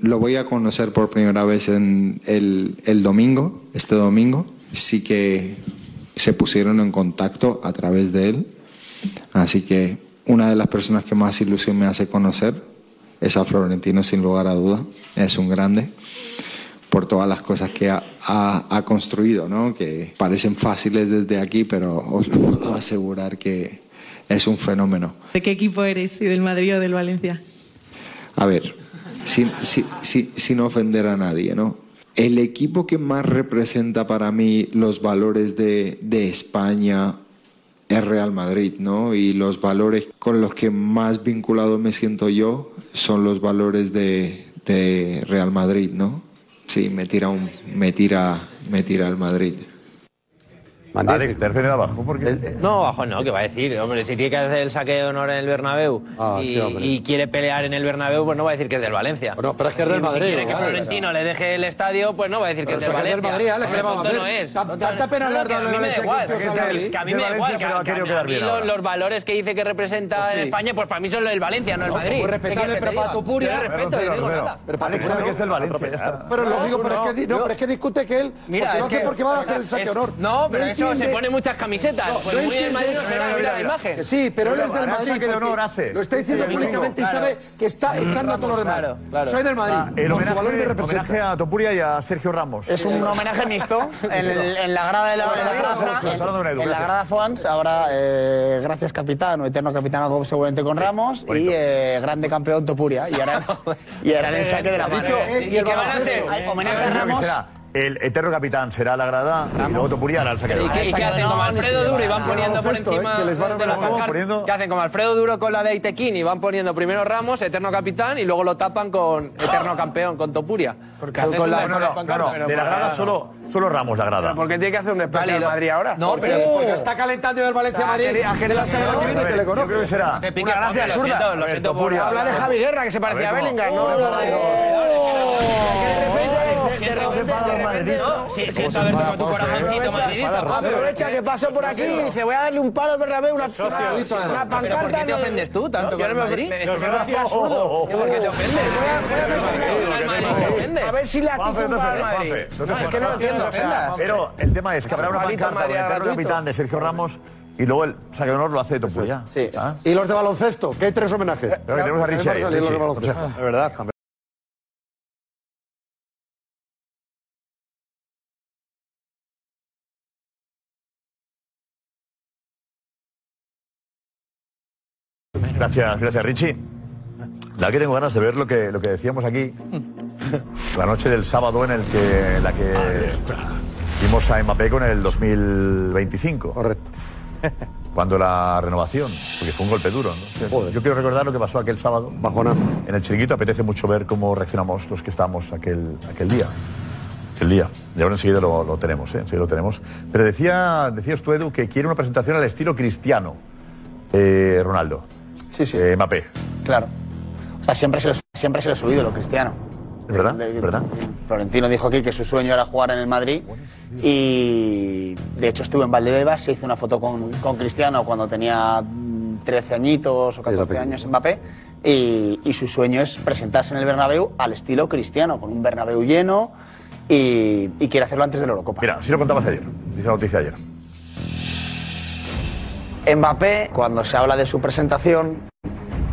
Lo voy a conocer por primera vez en el, el domingo, este domingo. Sí que se pusieron en contacto a través de él. Así que una de las personas que más ilusión me hace conocer es a Florentino, sin lugar a duda. Es un grande por todas las cosas que ha, ha- ha construido, ¿no? que parecen fáciles desde aquí, pero os lo puedo asegurar que es un fenómeno. ¿De qué equipo eres? ¿Si del Madrid o del Valencia? A ver, sin, si- si- sin ofender a nadie, ¿no? El equipo que más representa para mí los valores de, de España es Real Madrid, ¿no? Y los valores con los que más vinculado me siento yo son los valores de, de Real Madrid, ¿no? Sí, me tira, un, me tira, me tira el Madrid. Alex, te refieres abajo porque... No, bajo no, ¿qué va a decir? Hombre, si tiene que hacer el saque de honor en el Bernabéu Ah, y, sí, hombre. y quiere pelear en el Bernabéu, pues no va a decir que es del Valencia. No, pero es que es del Si Madrid, quiere que claro. Florentino le deje el estadio, pues no va a decir que Pero es del saque Valencia. del Madrid, Alex, Hombre, ¿qué le vamos a tonto no hacer? es. tonto tanta no pena es. hablar Claro, del que a mí me Valencia, que es da igual. del Madrid. Que a mí Del me da igual. Valencia, que pero ha a- que querido a quedar mí bien los- ahora. Los valores que dice que representa en España, pues para mí son los del Valencia, no el No, Madrid. pues ¿Qué respetable, quieres que te pero para diga? Topuria- Yo le respeto, yo no digo nada. Pero para Alexander- que es del Valencia, ya está. Pero lógico, pero es que, di- no, yo- pero es que discute que él. Mira, porque es no hace que- porque va a hacer el saque es- honor. no, pero eso no, se entiende- pone muchas camisetas. No, pues no muy bien, entiende- Madrid no se Mira, da mira, mira la mira. imagen. Que Sí, pero él es del Madrid. porque Lo está diciendo Sí, públicamente y claro. sabe que está echando a todos los demás. Claro, claro. Soy del Madrid. Ah, el por su valor homenaje, me representa. homenaje a Topuria y a Sergio Ramos. Es un homenaje mixto en, el- en la grada de la, en la grada Estamos Fran- hablando de una en, edu, en la gracias. grada Fans. Ahora, eh, gracias capitán o eterno capitán, algo seguramente con Ramos y eh, grande campeón Topuria. Y harán, y harán el saque de la mano. ¿Y Hay Homenaje a Ramos. Será el eterno capitán será la grada y luego Topuria hará el saque de ¿Y banda. qué, y qué hacen? Como Alfredo Duro y van poniendo por eh, encima de la Vamos pancarta. poniendo- ¿Qué hacen? Como Alfredo Duro con la de Aitequín y van poniendo primero Ramos, eterno capitán, y luego lo tapan con eterno campeón, con Topuria. Porque No, no, no, no, no, de la grada solo, solo Ramos, la grada. Porque tiene que hacer un desplazamiento al Madrid ahora. No, ¿Por pero... qué? Porque está calentando el Valencia O sea, Madrid. ha querido- ha querido La semana hacer- que viene A ver, te le yo conozco. creo que será Te pica una gracia lo absurda. siento, lo A ver, siento por- Topuria. Habla de Javi Guerra, que se parecía a, Bellingham, ¿no? De repente, de repente, no, si, si está dentro de tu corazoncito madridista, Pablo. Aprovecha que paso por aquí y dice, voy a darle un palo al Bernabéu, una, una, una ¿Pero por pancarta. qué te ofendes tú tanto No, con yo no el me- Madrid? me- me parecía absurdo. ¿Por qué te ofendes? A ver si la actitud para el Madrid. No, es que no lo entiendo. o sea, Pero el tema es que habrá una Juanito pancarta con Madrid el eterno gratuito. capitán de Sergio Ramos y luego el saque de honor lo hace ¿Ah? Topuria. Sí. Y los de baloncesto, que hay tres homenajes. Pero que tenemos a Richie ahí. Los de Richie, baloncesto. consejo. Es verdad, campeón. Gracias, gracias Richie. La que tengo ganas de ver lo que, lo que decíamos aquí la noche del sábado en el que la que vimos a Mbappé con el 2025. Correcto. Cuando la renovación, porque fue un golpe duro. ¿no? Yo quiero recordar lo que pasó aquel sábado. Bajonazo. En el chiringuito apetece mucho ver cómo reaccionamos los que estamos aquel, aquel día. El día. Y ahora enseguida lo, lo tenemos, ¿eh? Enseguida lo tenemos. Pero decía, decías tú, Edu, que quiere una presentación al estilo cristiano, eh, Ronaldo. Sí, sí. Mbappé. Claro. O sea, siempre se lo, siempre se lo ha subido lo cristiano. ¿Es verdad? ¿Es verdad? Florentino dijo aquí que su sueño era jugar en el Madrid y de hecho estuvo en Valdebebas, se hizo una foto con, con Cristiano cuando tenía mm, 13 añitos o 14 años en Mbappé y, y su sueño es presentarse en el Bernabéu al estilo Cristiano, con un Bernabéu lleno y, y quiere hacerlo antes de la Eurocopa. Mira, si lo contabas ayer, dice la noticia ayer. Mbappé, cuando se habla de su presentación,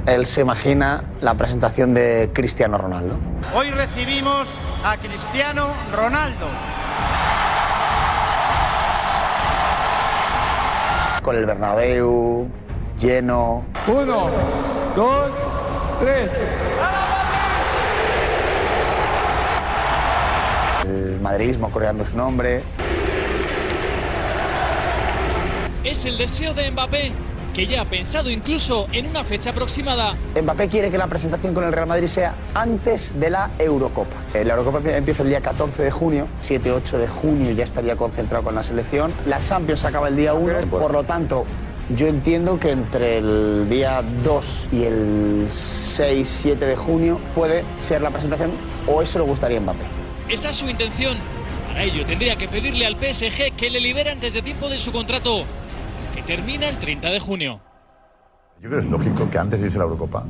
él se imagina la presentación de Cristiano Ronaldo. Hoy recibimos a Cristiano Ronaldo. con el Bernabéu lleno. Uno, dos, tres. El madridismo coreando su nombre. Es el deseo de Mbappé, que ya ha pensado incluso en una fecha aproximada. Mbappé quiere que la presentación con el Real Madrid sea antes de la Eurocopa. Eh, La Eurocopa empieza el día 14 de junio, 7-8 de junio ya estaría concentrado con la selección. La Champions acaba el día 1, por lo tanto, yo entiendo que entre el día 2 y el 6-7 de junio puede ser la presentación o eso le gustaría a Mbappé. Esa es su intención. Para ello tendría que pedirle al PSG que le libere antes de tiempo de su contrato, que termina el 30 de junio. Yo creo que es lógico que antes de irse a la Eurocopa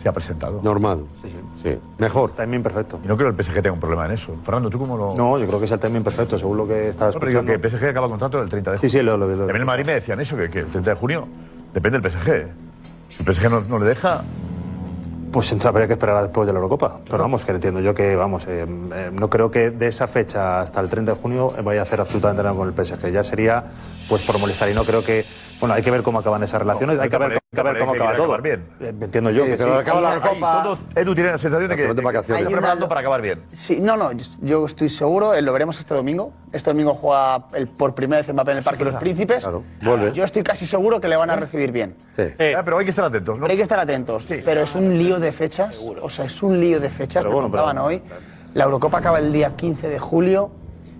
se ha presentado. Normal. Sí, sí. Mejor. Timing perfecto. Y no creo que el PSG tenga un problema en eso. Fernando, ¿tú cómo lo.? No, yo creo que es el timing perfecto, según lo que estaba No, pero digo escuchando. que el PSG acaba contrato el 30 de junio. Sí, sí, lo, lo, También en Madrid me decían eso, que, que el 30 de junio depende del PSG. ¿eh? Si el PSG no, no le deja. Pues entonces habría que esperar a después de la Eurocopa. Pero vamos, que entiendo yo que, vamos, eh, eh, no creo que de esa fecha hasta el 30 de junio vaya a hacer absolutamente nada con el PSG. Ya sería, pues, por molestar. Y no creo que. Bueno, hay que ver cómo acaban esas relaciones, No, hay que ver, parece- hay que ver parece cómo que acaba quiere todo. acabar bien. Eh, Entiendo yo Sí, que pero sí. acaba la Ahí- ahí Eurocopa- todo- Edu tiene la sensación de que- Absolutamente de que vacaciones. está preparando para acabar bien. Sí, no, no, yo- yo estoy seguro, eh, lo veremos este domingo. Este domingo juega el- por primera vez Mbappé en el Parque de los Príncipes. vuelve. Yo estoy casi seguro que le van a recibir bien. Ah, pero hay que estar atentos, ¿no? Hay que estar atentos, pero es un lío de fechas. O sea, es un lío de fechas, Pero me bueno, pero- contaban hoy. La Eurocopa acaba el día 15 de julio,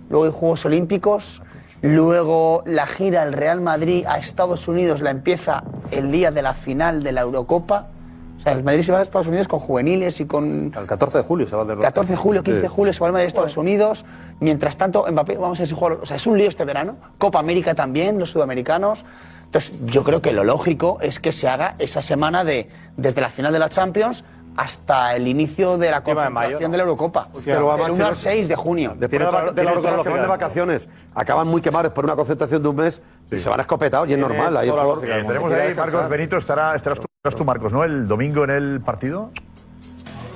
luego hay Juegos Olímpicos, luego la gira al Real Madrid a Estados Unidos la empieza el día de la final de la Eurocopa. O sea, el Madrid se va a Estados Unidos con juveniles y con... El 14 de julio se va de 14 de julio, 15 de Sí. julio se va al Madrid a Estados Unidos. Mientras tanto, Mbappé, vamos a ver si juega... O sea, es un lío este verano. Copa América también, los sudamericanos. Entonces, yo creo que lo lógico es que se haga esa semana de desde la final de la Champions hasta el inicio de la concentración de la Eurocopa. que lo va a del 1 al ser- 6 de junio. Después de la, de la Eurocopa se van de vacaciones, acaban muy quemados por una concentración de un mes y se van escopetados y es Tiene normal. Ahí el toda la jugador lógica del se mundo. quiere Eh, tenemos ahí, descansar. Marcos Benito, estará- estarás, tú, estarás tú, Marcos, ¿no? El domingo en el partido.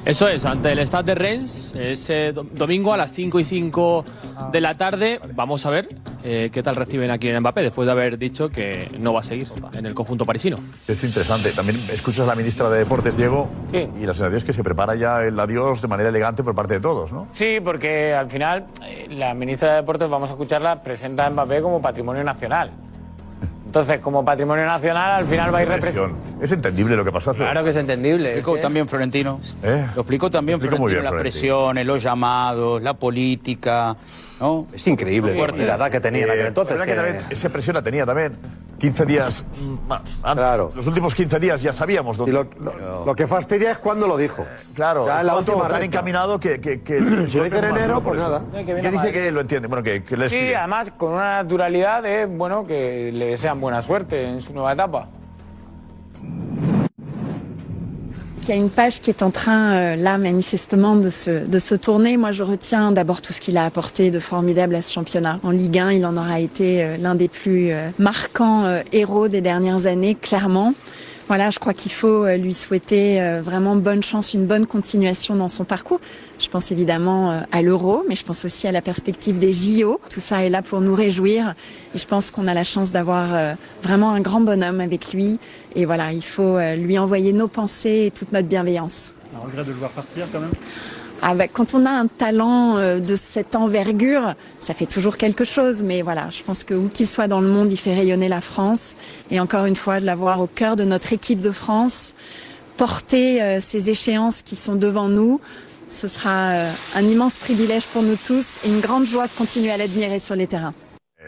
Eso es, ante el Stade de Rennes, ese do- domingo a las 5 y 5 de la tarde. Vamos a ver eh, qué tal reciben aquí en Mbappé, después de haber dicho que no va a seguir en el conjunto parisino. Es interesante. También escuchas a la ministra de Deportes, Diego, y la sensación es que se prepara ya el adiós de manera elegante por parte de todos, ¿no? Sí, porque al final eh, la ministra de Deportes, vamos a escucharla, presenta a Mbappé como patrimonio nacional. Entonces, como patrimonio nacional, al final va a ir representado. Es entendible lo que pasó hace Claro que es entendible. Lo ¿eh? explicó Es que- también Florentino. Lo explicó también Lo explicó Florentino, muy bien, las Florentino. presiones, los llamados, la política. ¿no? Es increíble Fuerte. Eh, la verdad que también, esa presión la tenía también. 15 días mm, más. antes. Los últimos 15 días ya sabíamos dónde. lo, Lo que fastidia es cuando lo dijo. Claro, Ya en la cuánto última tan recta. encaminado que. que, que Eh, Si lo dice en enero, por pues eso. nada. que viene ¿Qué dice Madrid. que lo entiende? Bueno, que, que le Sí, explique. además con una naturalidad de, bueno, que le desean buena suerte en su nueva etapa. Il y a une page qui est en train, euh, là, manifestement, de se, de se tourner. Moi, je retiens d'abord tout ce qu'il a apporté de formidable à ce championnat. En Ligue 1, il en aura été euh, l'un des plus euh, marquants euh, héros des dernières années, clairement. Voilà, je crois qu'il faut euh, lui souhaiter euh, vraiment bonne chance, une bonne continuation dans son parcours. Je pense évidemment euh, à l'euro, mais je pense aussi à la perspective des JO. Tout ça est là pour nous réjouir. Et je pense qu'on a la chance d'avoir euh, vraiment un grand bonhomme avec lui. Et voilà, il faut euh, lui envoyer nos pensées et toute notre bienveillance. Un regret de le voir partir quand même. Ah bah, quand on a un talent euh, de cette envergure, ça fait toujours quelque chose. Mais voilà, je pense que où qu'il soit dans le monde, il fait rayonner la France. Et encore une fois, de l'avoir au cœur de notre équipe de France, porter euh, ces échéances qui sont devant nous, ce sera euh, un immense privilège pour nous tous et une grande joie de continuer à l'admirer sur les terrains.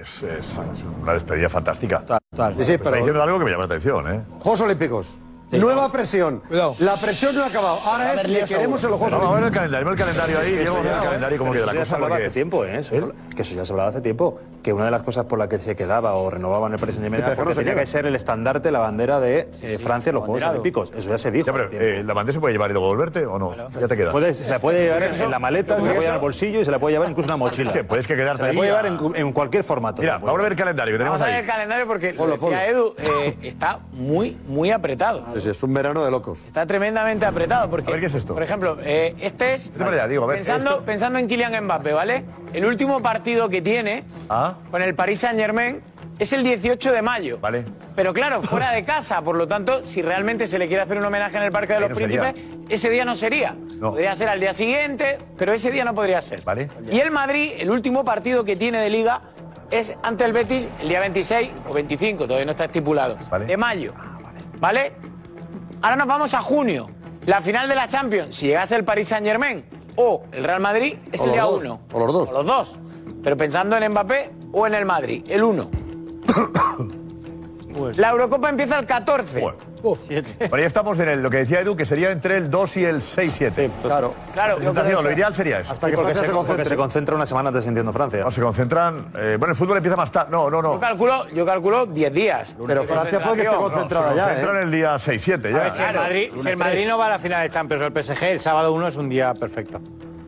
Es, es una despedida fantástica. Sí, sí, Está pero- diciendo algo que me llama la atención, ¿eh? Juegos Olímpicos. Nueva presión. La presión no ha acabado. Va a Ahora es haber le líos queremos en los Juegos Vamos a ver el Olímpicos. calendario, vemos el calendario ahí, Es que Diego, eso ya- el calendario como que de la eso ya se cosa hablaba porque- hace tiempo, ¿eh? Eso- Que eso ya se hablaba hace tiempo. Que una de las cosas por las que se quedaba o renovaban el Paris Saint-Germain Pero era es que no porque se tenía queda. que ser el estandarte, la bandera de eh, Francia en los Juegos abanderado. Olímpicos. Eso ya se dijo. Ya, pero, eh, ¿La bandera se puede llevar y luego volverte o no? Ya te queda. Puedes- se la puede llevar en la maleta, se la puede llevar en el bolsillo y se la puede llevar incluso en una mochila. Es que puedes que quedarte Se la ahí puede a- llevar en, cu- en cualquier formato. Mira, vamos a ver el calendario que tenemos Vamos a ver ahí. el calendario porque, Ponlo, lo decía Edu, eh, está muy, muy apretado. Sí, sí, es un verano de locos. Está tremendamente apretado porque. A ver, ¿qué es esto? Por ejemplo, eh, este es. para allá, digo, a ver, pensando, esto. pensando en Kylian Mbappé, ¿vale? El último partido que tiene Ah. con el Paris Saint Germain es el 18 de mayo. Vale. Pero claro, fuera de casa, por lo tanto, si realmente se le quiere hacer un homenaje en el Parque de Ahí los no sería. Príncipes, ese día no sería. No. Podría ser al día siguiente, pero ese día no podría ser. Vale. Y el Madrid, el último partido que tiene de liga es ante el Betis el día 26 o 25, todavía no está estipulado, de mayo. ¿Vale? Ahora nos vamos a junio. La final de la Champions, si llegase el Paris Saint Germain o el Real Madrid, es O el los día dos, 1. o los dos. los dos. Pero pensando en Mbappé o en el Madrid, el 1. La Eurocopa empieza el 14. Pero ya estamos en el- lo que decía Edu, que sería entre el 2 y el 6-7. pues, claro. Claro. lo ideal sería eso. Hasta que porque, se, porque se concentra una semana antes sintiendo Francia. No, se concentran. eh, bueno, el fútbol empieza más tarde. No, no, no. Yo calculo, yo calculo 10 días. Pero Francia puede que esté concentrada ya, ¿eh? el día 6-7 A ver, si el, Madrid, si el Madrid no va a la final de Champions o el PSG, el sábado 1 es un día perfecto.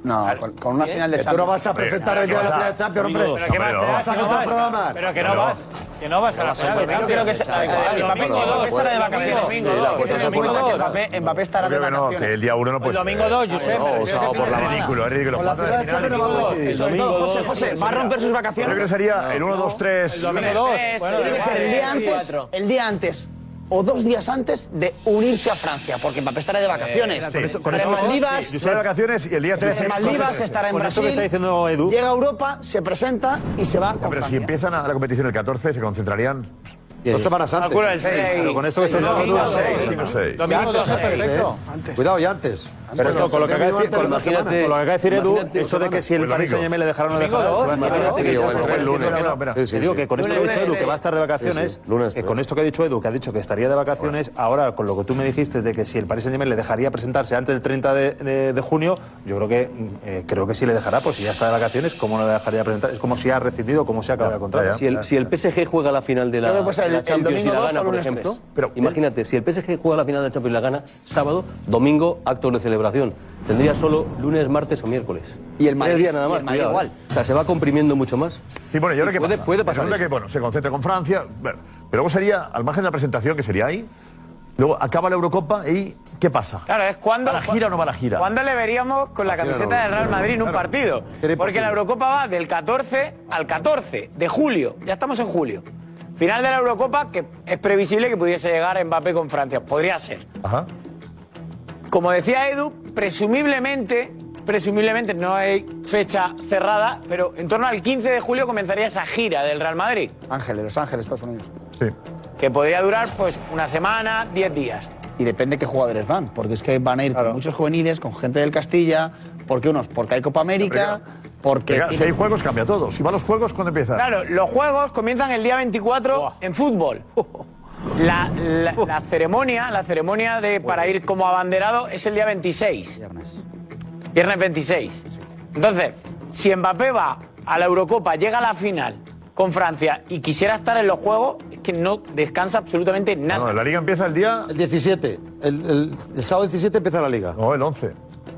No, con, con una final de Que tú Champions. no vas a presentar el día de la final de Champions, hombre. Amigos. Pero que Hombre, vas- no. vas a Que no contar vas. programa. Pero que no Pero vas. Que no vas a la final de Yo creo que Champions. se- el domingo Domingo dos, dos, estará de domingo vacaciones. dos. Sí, la apuesta no Ten en cuenta cuenta. que Mbappé, Mbappé estará Yo de creo que no, vacaciones. que el día 1 no puede domingo dos, Josep, pero Es ese fin de semana. ridículo, es ridículo. Con la Cuatro ciudad de de Champions Ah, final. no va a coincidir. Eso es Domingo todo. dos, José, Eso va a sería- romper sus vacaciones. Yo creo que sería el 1, No. 2, 3. Tiene que ser el día antes, el día antes o dos días antes de unirse a Francia, porque Mbappé estará de vacaciones. Sí, Eh, con esto- con en esto- Maldivas, Yo estoy de vacaciones y el día 3 en Maldivas estará en Con esto Brasil. que está diciendo Edu. Llega a Europa, se presenta y se va con Pero si Francia. empiezan a la competición el 14, se concentrarían Dos semanas antes. Calcula el seis. Pero con esto que estoy Domingo diciendo, dos, seis, seis. cinco, seis. Domingo Ya antes, dos, antes, perfecto. ¿eh? Cuidado, ya antes. Pero esto, con lo que acaba de decir, con lo que acaba de decir Edu, eso de que si el Paris Saint-Germain le dejaron o no Domingo dejaron, dos, se van a domingo esperar. dos, Bueno, domingo bueno, dos. lunes, Espera, no, espera. espera. Sí, sí, Te digo sí. que con esto que ha Lunes, dicho Edu, lunes. que va a estar de Sí, vacaciones, sí. Lunes, eh, con esto que ha dicho Edu, que ha dicho que estaría de vacaciones, ahora con lo que tú me dijiste de que si el Paris Saint-Germain le dejaría presentarse antes del 30 de, de- de junio, yo creo que mm, eh, creo que sí le dejará, pues si ya está de vacaciones, ¿cómo no le dejaría presentar? Es como si ha rescindido, como se acaba el contrato. Si el, si el PSG juega la final de la. Yo creo que puede ser pues el la Champions y la gana, por ejemplo. eh, Imagínate, si el PSG juega la final de la Champions y la gana, sábado, domingo, actos de celebración. Tendría solo lunes, martes o miércoles. Y el Madrid- Tres días nada y el más, Madrid cuidado, igual. ¿eh? O sea, se va comprimiendo mucho más. Y bueno, y ahora qué puede, pasa? puede pasar. Resulta eso. que bueno, se concentra con Francia, bueno, pero luego sería al margen de la presentación que sería ahí. Luego acaba la Eurocopa y ¿qué pasa? Claro, es cuando. ¿Va la gira o no va la gira? ¿Cuándo le veríamos con la Al final camiseta no. del Real Madrid en un Claro. partido? Era Porque imposible. la Eurocopa va del 14 al 14 de julio. Ya estamos en julio. Final de la Eurocopa que es previsible que pudiese llegar Mbappé con Francia. Podría ser. Ajá. Como decía Edu, presumiblemente, presumiblemente no hay fecha cerrada, pero en torno al 15 de julio comenzaría esa gira del Real Madrid. Ángeles, Los Ángeles, Estados Unidos. Que podría durar pues una semana, 10 días. Y depende qué jugadores van, porque es que van a ir con muchos juveniles, con gente del Castilla, porque unos, porque hay Copa América, porque... Venga, si hay juegos cambia todo. Si van los juegos, ¿cuándo empiezan? Claro, los juegos comienzan el día 24 en fútbol. La, la- la ceremonia, la ceremonia de para ir como abanderado es el día 26. Viernes. 26. Entonces, si Mbappé va a la Eurocopa, llega a la final con Francia y quisiera estar en los juegos, es que no descansa absolutamente nada. la liga empieza el día. El 17. El, el- el sábado 17 empieza la liga. No, el 11.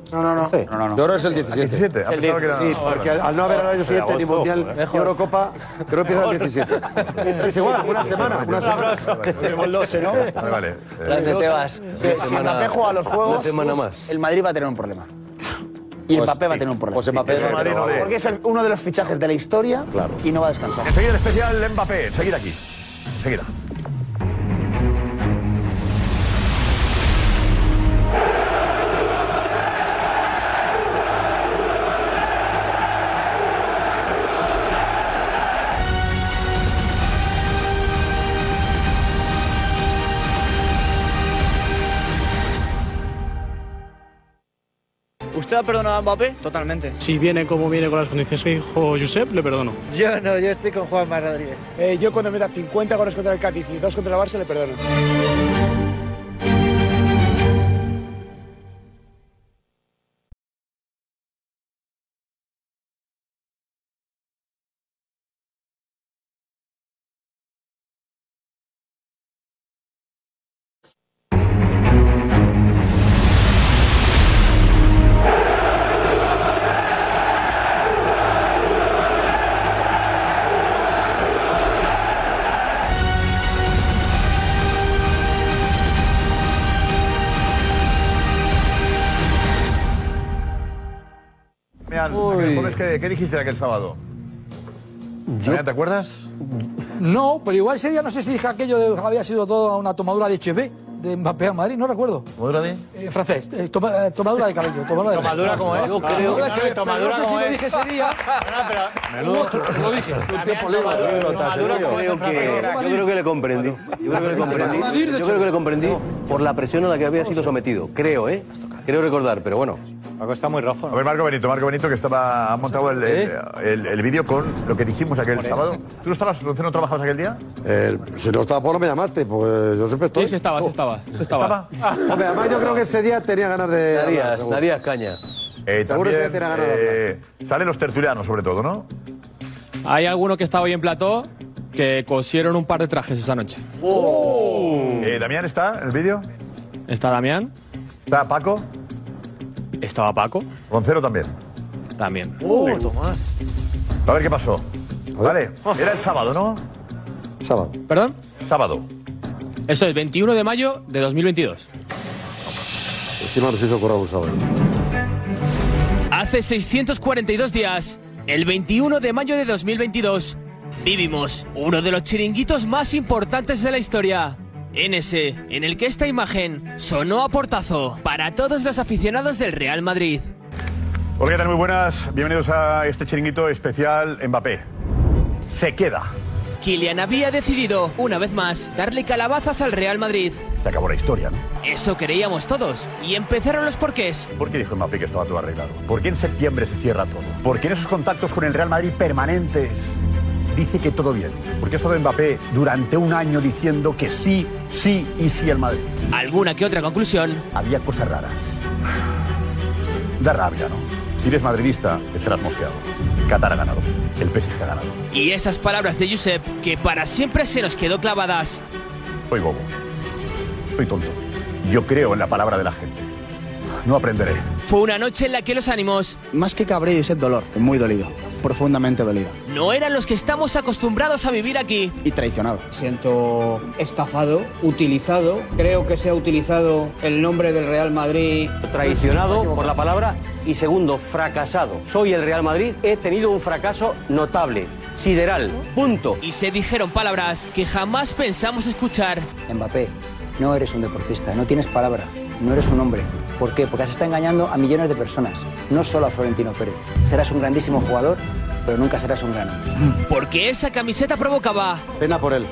No, no, no. Yo creo que es el 17. El 17, ah, Es el pensaba que era- Sí, porque al, al no haber al año siguiente ni Agosto, Mundial joder. ni Eurocopa, creo que empieza el 17. Se juega una semana. Una semana. El 12, ¿no? Vale, vale. Grande, Tebas. Si- Si Semana- Mbappé juega a los una juegos, semana más. el Madrid va a tener un problema. Y Mbappé va a tener un problema. Pues Mbappé Eso Madrid no lee. Porque es el- uno de los fichajes de la historia y no va a descansar. Enseguida el especial Mbappé, enseguida aquí. Enseguida. ¿Usted ha perdonado a Mbappé? Totalmente. Si viene como viene con las condiciones que dijo Josep, le perdono. Yo no, yo estoy con Juanma Rodríguez. Eh, yo cuando meta 50 goles contra el Cádiz y 2 contra el Barça le perdono. Me han- aquel jueves, ¿qué, qué dijiste aquel sábado? Mañana, ¿Te acuerdas? No, pero igual ese día no sé si dije aquello de que había sido toda una tomadura de Chevé de Mbappé a Madrid, no recuerdo. ¿Tomadura de? Eh, francés, eh, toma- eh, tomadura de cabello. Tomadura, de Tomadura como es. Yo creo- Tomadura No, no, como es. pero no sé si lo dije ese día. Lo dije. Yo creo que- yo creo que le comprendí. Yo creo que le comprendí. Yo creo que le comprendí por la presión a la que había sido sometido. Creo, ¿eh? Creo recordar, pero bueno. está muy rojo. A ver, Marco Benito, Marco Benito, que estaba, ha montado el, ¿Eh? el, el- el vídeo con lo que dijimos Pues aquel sábado. ¿Tú no estabas, tú no trabajabas aquel día? Eh, si no estaba por no me llamaste, pues yo siempre estoy. Sí, sí estaba, sí estaba. estaba. Hombre, además yo creo que ese día tenía ganas de. hablar, Darías, seguro. Darías caña. Eh, Seguro también, se tiene ganas de eh, salen los tertulianos, sobre todo, ¿no? Hay algunos que estaba hoy en plató que cosieron un par de trajes esa noche. Eh, ¿Damián está en el vídeo? ¿Está Damián? ¿Está Paco? Estaba Paco. Roncero también. También. Sí. A ver qué pasó. Vale, era el sábado, ¿no? Sábado. ¿Perdón? Sábado. Eso es, 21 de mayo de 2022. Encima nos hizo correr un sábado. Hace 642 días, el 21 de mayo de 2022, vivimos uno de los chiringuitos más importantes de la historia. NS, en el que esta imagen sonó a portazo para todos los aficionados del Real Madrid. Hola, ¿qué tal? Muy buenas. Bienvenidos a este chiringuito especial Mbappé. Se queda. Kylian había decidido, una vez más, darle calabazas al Real Madrid. Se acabó la historia, ¿no? Eso creíamos todos, y empezaron los porqués. ¿Por qué dijo Mbappé que estaba todo arreglado? ¿Por qué en septiembre se cierra todo? ¿Por qué en esos contactos con el Real Madrid permanentes dice que todo bien? ¿Por qué ha estado Mbappé durante un año diciendo que sí, sí y sí al Madrid? Alguna que otra conclusión. Había cosas raras. Da rabia, ¿no? Si eres madridista, estarás mosqueado. Qatar ha ganado. El PSG ha ganado. Y esas palabras de Josep que para siempre se nos quedó clavadas. Soy bobo. Soy tonto. Yo creo en la palabra de la gente. No aprenderé. Fue una noche en la que los ánimos Más que cabreo es el dolor, muy dolido, profundamente dolido no eran los que estamos acostumbrados a vivir aquí. y traicionado. Siento estafado, utilizado. Creo que se ha utilizado el nombre del Real Madrid. Traicionado por la palabra y segundo, fracasado. Soy el Real Madrid, he tenido un fracaso notable, sideral, punto. Y se dijeron palabras que jamás pensamos escuchar. Mbappé, no eres un deportista, no tienes palabra, no eres un hombre. ¿Por qué? Porque se está engañando a millones de personas, no solo a Florentino Pérez. Serás un grandísimo jugador, pero nunca serás un gran hombre. Porque esa camiseta provocaba Pena por él.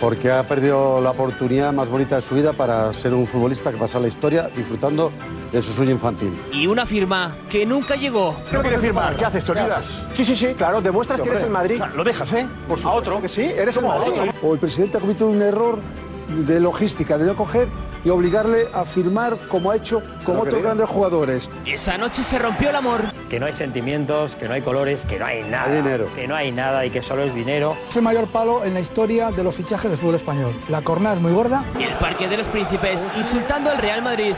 Porque ha perdido la oportunidad más bonita de su vida para ser un futbolista que pasa la historia disfrutando de su sueño infantil. y una firma que nunca llegó. No quiere firmar. ¿Qué haces, Tonidas? Sí, sí, sí, claro, demuestras que eres el Madrid. lo dejas, ¿eh? Por a otro. Que sí, eres el ¿Cómo a Madrid. otro? O el presidente ha cometido un error de logística, de no coger y obligarle a firmar como ha hecho con otros grandes jugadores. Esa noche se rompió el amor. Que no hay sentimientos, que no hay colores, que no hay nada. Que no hay nada y que solo es dinero. Es el mayor palo en la historia de los fichajes del fútbol español. La cornada es muy gorda. Y el Parque de los Príncipes insultando al Real Madrid.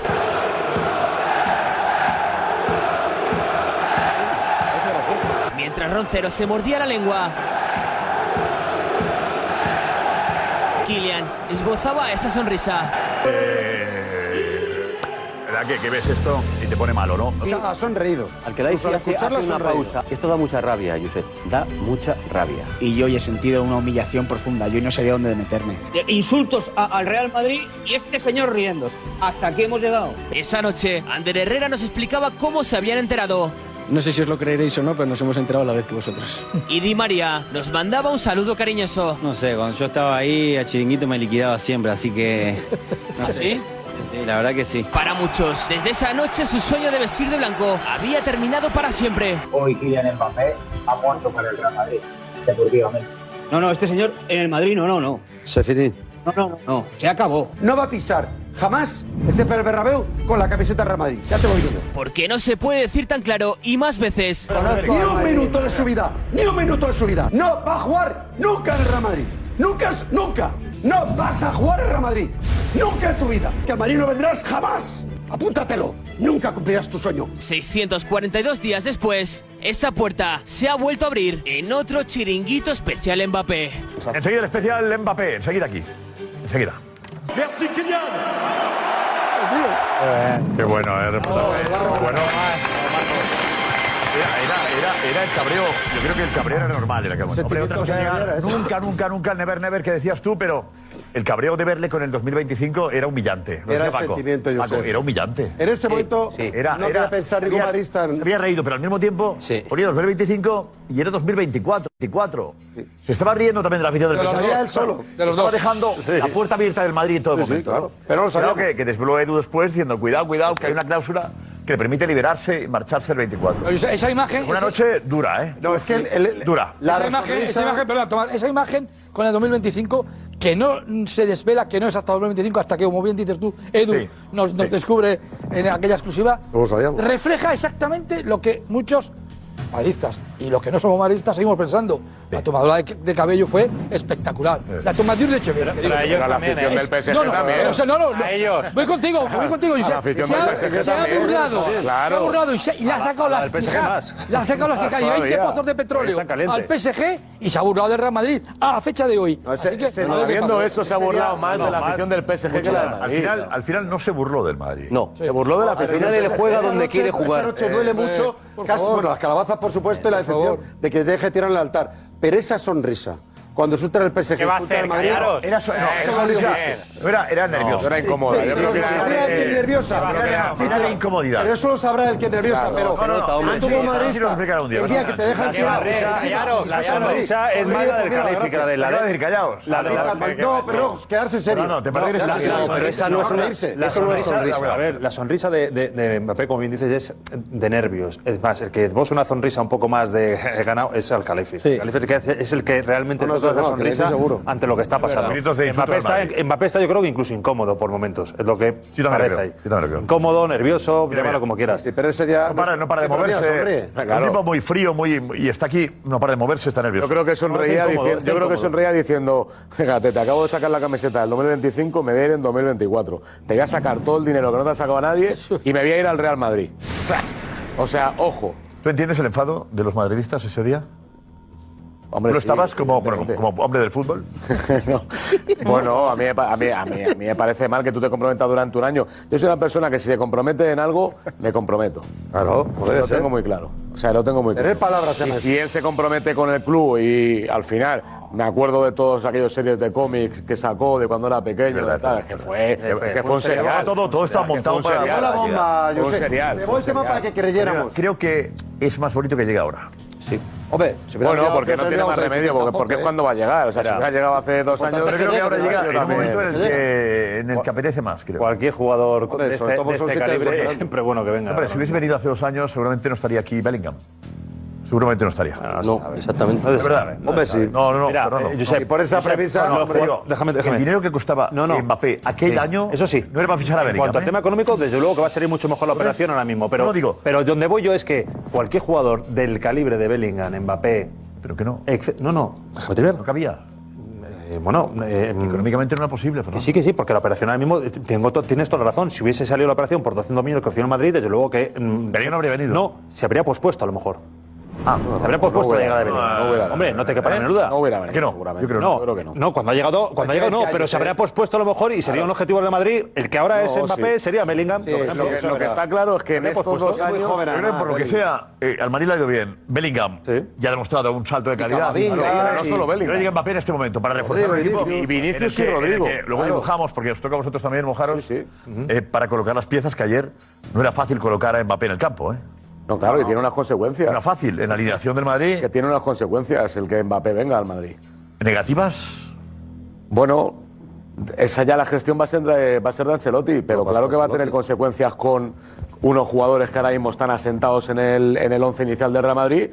Mientras Roncero se mordía la lengua. Kylian esbozaba esa sonrisa. Eh, ¿Verdad que, que ves esto y te pone malo, no? O sea, ha sonreído. Al que dais Incluso al hace, hace escucharlo ha una sonreído. pausa. Esto da mucha rabia, Josep. Da mucha rabia. Y yo hoy he sentido una humillación profunda, yo no sabía dónde meterme. De insultos a- al Real Madrid y este señor riéndose. Hasta aquí hemos llegado. Esa noche, Ander Herrera nos explicaba cómo se habían enterado. No sé si os lo creeréis o no, pero nos hemos enterado a la vez que vosotros. Y Di María nos mandaba un saludo cariñoso. No sé, cuando yo estaba ahí, a Chiringuito me liquidaba siempre, así que. No sé. ¿Así? Sí, la verdad que sí. Para muchos, desde esa noche su sueño de vestir de blanco había terminado para siempre. Hoy Kylian Mbappé ha muerto para el Real Madrid, deportivamente. No, no, este señor en el Madrid no, no, no. Se finí. No, no, no. Se acabó. No va a pisar jamás el césped del Bernabéu con la camiseta del Real Madrid. Ya te voy diciendo. Porque no se puede decir tan claro y más veces. Ni un minuto de su vida, ni un minuto de su vida. No va a jugar nunca en el Real Madrid. Nunca, es- nunca. No vas a jugar en el Real Madrid. Nunca en tu vida. Que al Madrid no vendrás jamás. Apúntatelo. Nunca cumplirás tu sueño. 642 días después, esa puerta se ha vuelto a abrir en otro chiringuito especial Mbappé. Enseguida el especial Mbappé, enseguida aquí. Enseguida. Merci Kylian. Qué bueno, eh, reportaje. bueno. ah, Era, era, era el cabreo. Yo creo que el cabreo era normal. Era que, bueno, hombre, otra cosa Sentimiento era, que era, nunca, nunca, nunca el Never Never que decías tú, pero el cabreo de verle con el 2025 era humillante. Lo Era decía Paco. sentimiento, Paco, Josep. era humillante. En ese momento Era, no era, quería pensar ningún había- madridista. en- Había reído, pero al mismo tiempo ponía 2025 y era 2024. 24. Se estaba riendo también de la afición del De lo PSG. reía él solo, de los estaba dos. dejando Sí. la puerta abierta del Madrid en todo Sí, sí, momento. claro. ¿no? Pero no lo Claro sabíamos. que, que desveló Edu después diciendo, cuidado, cuidado, que hay una cláusula que le permite liberarse y marcharse el 24. Esa- esa imagen- Una esa- noche dura, ¿eh? No, es que... dura. esa, imagen, esa imagen, perdón, Tomás, esa imagen con el 2025 que no mm, se desvela, que no es hasta 2025, hasta que, como bien dices tú, Edu Sí, nos, nos descubre en aquella exclusiva, No lo sabíamos. refleja exactamente lo que muchos madridistas y los que no somos madridistas seguimos pensando. La tomadura de, de cabello fue espectacular. Eh. La tomadura de Echeverría. que pero digo a yo. ellos Pero a la también, afición ¿eh? del PSG no, no, también. o sea, no, no, no. A ellos. Voy contigo, voy contigo. Y A se, la afición se del ha, PSG se ha también. burlado. Claro. Se ha burlado y, se- y le ha A la- sacado a la las del PSG pijas, más. Le ha sacado las quijas y 20 Todavía. pozos de petróleo Está caliente. al PSG y se ha burlado del Real Madrid a la fecha de hoy. Así que- ese- sabiendo eso, se ha burlado más de la afición del PSG que la del Al Madrid. final, al final no se burló del Madrid. No, se burló de Al final él juega donde quiere jugar. Eh, Esa noche duele mucho, casi, bueno, las calabazas, Eh, por supuesto, y la decepción de que deje tirar el altar. Pero esa sonrisa, cuando sutra el PSG, ¿Qué va a sutra hacer, el Madrid, callaros? Eh, era, so- no, No, era eso sonrisa. no es bien. No era- era nervioso. Sí, Era incómodo. sí, Yo sí, creo sí, que sí, era- sabrá el que eh, es nerviosa. era- era- era de incomodidad. Pero eso lo sabrá el que es nerviosa. Claro, Pero no, no, no, tú sí, como sí, sí, lo madridista, explicará un día, el día que perdona. te dejan La tirar sonrisa, callaros, la sonrisa es más la del Calif que la de la de- La de- la de- No, pero quedarse serio. No, no, te parece No, que es quedarse la- serio. pero esa no es una- reírse. La Eso no es sonrisa, sonrisa. A ver, la sonrisa de, de- de Mbappé, como bien dices, es de nervios. Es más, el que vos una sonrisa un poco más de he ganado es al Califi. El Khalifi es el que hace- es el que realmente Bueno, es lo gritos de no, que le sonrisa hice seguro. ante lo que está Es verdad. pasando. Gritos de insulto Mbappé, al está, Madrid. Mbappé está, yo creo que incluso incómodo por momentos. Es lo que también parece creo, ahí. yo también creo. Incómodo, Mira, nervioso, mira. llámalo como quieras. pero ese día No para, no para de Sí, pero mira, sonríe. moverse. Claro. Un tipo muy frío, muy y está aquí, no para de moverse, está nervioso. Yo creo que sonreía, No, está incómodo, diciendo, está yo creo que incómodo. sonreía diciendo, fíjate, te acabo de sacar la camiseta del 2025, me voy a ir en 2024. Te voy a sacar todo el dinero que no te ha sacado a nadie y me voy a ir al Real Madrid. o sea, ojo. ¿Tú entiendes el enfado de los madridistas ese día? Hombre, ¿No sí, estabas como, bueno, como como hombre del fútbol? Bueno, a mí, me pa- a, mí, a, mí, a mí me parece mal que tú te comprometas durante un año. Yo soy una persona que si se compromete en algo, me comprometo. Claro, Lo ser. tengo muy claro. O sea, lo Ah, tengo muy Tener claro. palabras, Y además. si él se compromete con el club y al final me acuerdo de todos aquellos series de cómics que sacó de cuando era pequeño, de tal, que fue, que fue un serial. serial. Todo, todo está Que fue un montado para serial. para- Fue un Josep. serial, fue un serial. Creo que es más bonito que llegue ahora. Sí. Hombre, Bueno, porque no tiene más remedio, porque, porque es cuando va a llegar. O sea, si Mira. hubiera llegado hace dos años. Pero creo que ahora llega Yo en un también. momento en el que, en el que apetece más, creo. Cualquier jugador Hombre, de este, sobre todo de son este siete calibre es temporadas. siempre bueno que venga. Hombre, si hubiese venido hace dos años, seguramente no estaría aquí Bellingham. Seguramente no estaría. No, exactamente. Es verdad. Hombre, sí. sí. Ah, No, no, no. Mira, Fernando. eh, Josep, No, por esa Josep, premisa- no, no, Hombre, digo, déjame- déjame. El dinero que costaba No, no. Mbappé aquel Sí. año. Eso sí. No era para fichar a En Bellingham. cuanto al ¿eh? tema económico, desde luego que va a salir mucho mejor la operación ahora mismo. Pero, No lo digo. pero donde voy yo es que cualquier jugador del calibre de Bellingham, Mbappé. Pero que no. No, no. Déjame terminar. No cabía. Eh, bueno, mm, económicamente no era posible. Fernando. Que sí, que sí, porque la operación ahora mismo eh, tengo to- tienes toda la razón. Si hubiese salido la operación por 200 millones que ofreció el Madrid, desde luego que. Pero no habría venido. No, se habría pospuesto a lo mejor. Ah, ¿Eh? se habría pospuesto la llegada de Bellingham. Hombre, no te quepa la menor duda. No hubiera venido, Que no. seguramente. Yo creo no. No, cuando ha llegado, cuando ha Porque llegado no, hay que pero años, se habría eh. pospuesto a lo mejor y sería un objetivo de Madrid. El que ahora No, es Mbappé sí. sería Bellingham. Sí, por sí, ejemplo. sí, eso es verdad. Habría pospuesto. Es muy joven, Yo creo que además, por lo que Bellingham. sea, eh, al Madrid le ha ido bien. Bellingham ya ha demostrado un salto de calidad. Camavinga, Claro, y- y- Yo le digo a Mbappé en este momento para reforzar Rodrigo, el equipo. Vinicius. Y Vinicius En el y que- en el Rodrigo, que Luego claro. dibujamos, porque os toca a vosotros también mojaros, eh, para colocar las piezas que ayer no era fácil colocar a Mbappé en el campo. ¿eh? No, claro, y tiene unas consecuencias. Era fácil, en la alineación del Madrid. Que tiene unas consecuencias el que Mbappé venga al Madrid. ¿Negativas? Bueno, esa ya la gestión va a ser de, va a ser de Ancelotti, pero claro que va a tener consecuencias con unos jugadores que ahora mismo están asentados en el, en el once inicial del Real Madrid.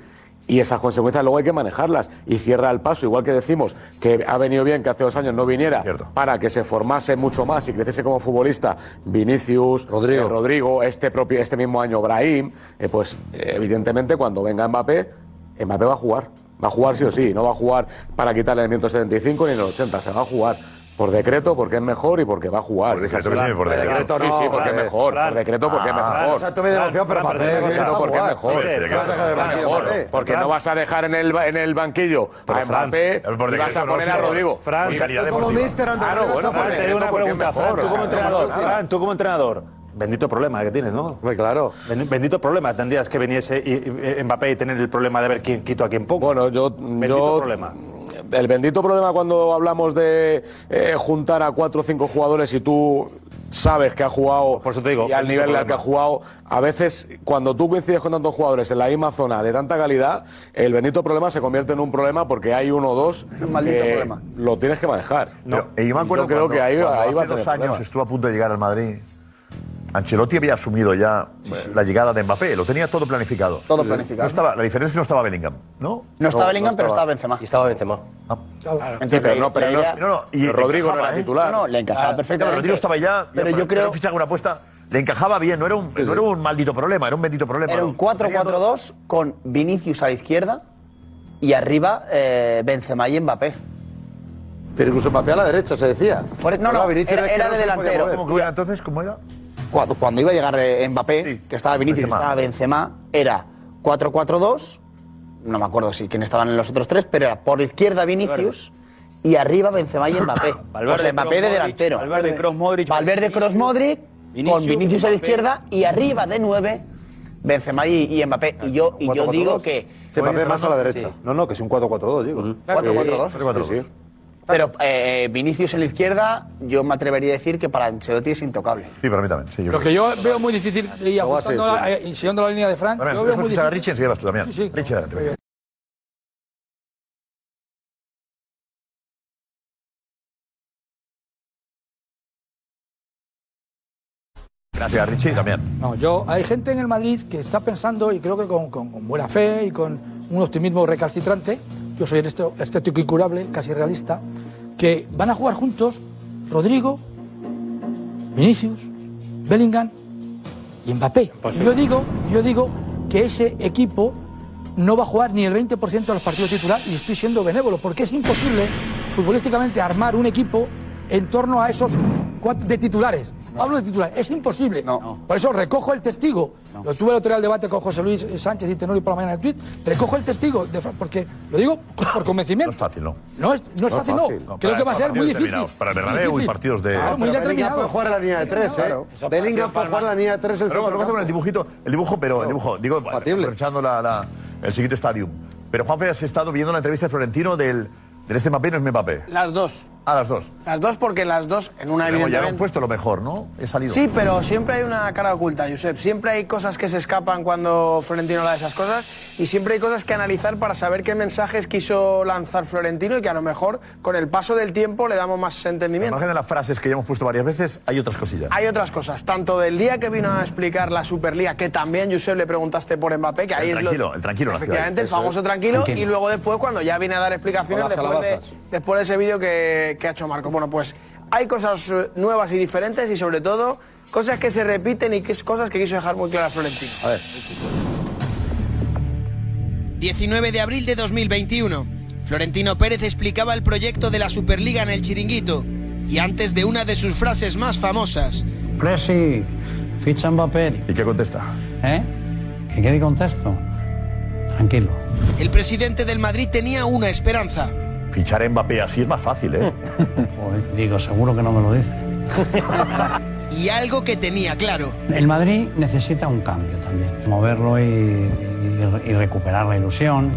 Y esas consecuencias luego hay que manejarlas y cierra el paso, igual que decimos que ha venido bien que hace dos años no viniera para que se formase mucho más y creciese como futbolista Vinicius, Rodrigo, Rodrigo este, propio, este mismo año Brahim, eh, pues eh, evidentemente cuando venga Mbappé, Mbappé va a jugar, va a jugar sí o sí, no va a jugar para quitarle el 175 ni en el 80, se va a jugar por decreto porque es mejor y porque va a jugar. Por decreto que sí, por decreto. Sí, sí, porque Fran, es mejor, por decreto porque es Ah. mejor. O sea, tú me democión, pero Mbappé, Por que decreto va a porque es jugar. mejor. Hombre, Porque te vas a dejar es el banquillo, mejor, Mbappé. Porque no vas a dejar en el, ba- en el banquillo a Pero, Fran, Mbappé por y vas a decreto no, poner a sino Rodrigo. Fran, Y- calidad Tú como deportiva. míster antes Ah, no, vas a bueno, Fran, poner te digo una decreto porque pregunta, es mejor, Fran, tú o sea, como no pasa entrenador, nada. Fran, tú como entrenador. Bendito problema que tienes, ¿no? Muy claro. Bendito problema. Tendrías que viniese y- y- y Mbappé y tener el problema de ver quién quito a quién poco. Bueno, yo. Bendito yo- problema. El bendito problema cuando hablamos de eh, juntar a cuatro o cinco jugadores y tú sabes que ha jugado y al bendito nivel al que problema. ha jugado, a veces cuando tú coincides con tantos jugadores en la misma zona de tanta calidad, el bendito problema se convierte en un problema porque hay uno o dos Un maldito que problema. lo tienes que manejar. No. y eh, yo me acuerdo creo cuando- que ahí, cuando ahí va a hace dos tener años problemas. estuvo a punto de llegar al Madrid. Ancelotti había asumido ya eh, la llegada de Mbappé, lo tenía todo planificado. Todo planificado. No estaba, la diferencia es que no estaba Bellingham, ¿no? No estaba Bellingham, pero estaba Benzema. Y estaba Benzema. Entonces, pero la- no, pero la no- idea- no, no, y Pero Rodrigo encajaba, no era ¿eh? titular. No, no, le encajaba Ah, perfectamente. no, Rodrigo estaba ya, Pero yo era creo un fichaje, una apuesta, le encajaba bien, no era un, no era un maldito problema, era un bendito problema. era ¿no? un 4-4-2 con Vinicius a la izquierda y arriba eh, Benzema y Mbappé. Pero incluso Mbappé a la derecha, se decía. Por- e- no, no, Vinicius era, de era izquierda de se podía delantero. mover. ¿Cómo que era entonces? ¿Cómo era? Cuando, cuando iba a llegar eh, Mbappé, que estaba Vinicius, Benzema. que estaba Benzema, era 4-4-2, no me acuerdo si quién estaban en los otros tres, pero era por izquierda Vinicius y arriba Benzema y Mbappé. Valverde, o sea, Kroos, Mbappé de Modric, delantero. Valverde, Kroos, Modric, Valverde, Vinicius, Kroos, Modric, con Vinicius, Vinicius a la Mbappé. izquierda y arriba de 9 Benzema y, y Mbappé. Y yo, y yo digo que... Se Mbappé más a la derecha. Sí. No, no, que es un 4-4-2, digo. 4-4-2. Sí, sí. Pero eh, Vinicius en la izquierda, yo me atrevería a decir que para Ancelotti es intocable. Sí, para mí también. Sí, yo Lo que yo veo muy difícil, y Lo va a ser, apuntando la- Ah, sí. eh, y siguiendo la línea de Frank, Ahora, yo veo muy después escuchar a difícil. Richie, enseguida vas tú también. Richie, adelante. venga. Gracias, Richie, también. No, yo, hay gente en el Madrid que está pensando, y creo que con, con- con buena fe y con un optimismo recalcitrante, yo soy el este- estético incurable, casi realista, que van a jugar juntos Rodrigo, Vinicius, Bellingham y Mbappé. Yo digo, yo digo que ese equipo no va a jugar ni el 20% de los partidos titular y estoy siendo benévolo porque es imposible futbolísticamente armar un equipo en torno a esos cuatro de titulares. Hablo de titulares, es imposible. Por eso recojo el testigo. Lo tuve el otro día el debate con José Luis eh, Sánchez y Tenorio por la mañana en el tweet. Recojo el testigo de fra- porque lo digo por convencimiento. No es fácil, no. No es, no es fácil, no. Creo para- que va a para ser muy partidos difícil. determinados, Para el Bernabéu y Difícil. partidos pues de... Claro, muy Pero Bellingham determinado. puede jugar a la línea de tres, ¿eh? Claro. Bellingham puede jugar a la línea de tres. El Luego, luego hacemos el dibujito, el dibujo, pero el dibujo, digo, aprovechando la, la- el chiquito stadium. Pero Juanfe, has estado viendo la entrevista de Florentino del, del este Mbappé, no es Mbappé. Las dos. A las dos. Las dos porque las dos en una Luego ya evidentemente... le han puesto lo mejor, ¿no? He salido. Sí, pero siempre hay una cara oculta, Josep. Siempre hay cosas que se escapan cuando Florentino habla de esas cosas y siempre hay cosas que analizar para saber qué mensajes quiso lanzar Florentino y que a lo mejor con el paso del tiempo le damos más Al entendimiento. margen de las frases que ya hemos puesto varias veces, hay otras cosillas. Hay otras cosas, tanto del día que vino a explicar la Superliga, que también, Josep, le preguntaste por Mbappé, que ahí El es tranquilo, lo... el tranquilo, la ciudad. Efectivamente, el Eso es. famoso tranquilo, Tranquilo. y luego después cuando ya viene a dar explicaciones Con las después de, calabazas. después de ese vídeo que, que ha hecho Marco. Bueno, pues hay cosas eh, nuevas y diferentes y sobre todo cosas que se repiten y que es cosas que quiso dejar muy claras Florentino. eh. Eh, A ver. 19 de abril de 2021. Florentino Pérez explicaba el proyecto de la Superliga en el chiringuito y antes de una de sus frases más famosas. Presi, ficha Mbappé. ¿Y qué contesta? ¿Eh? ¿Y qué contesto? Tranquilo. El presidente del Madrid tenía una esperanza. Fichar a Mbappé así es más fácil, ¿eh? Joder, digo, seguro que no me lo dice. Y algo que tenía claro. El Madrid necesita un cambio también. Moverlo y, y- y recuperar la ilusión.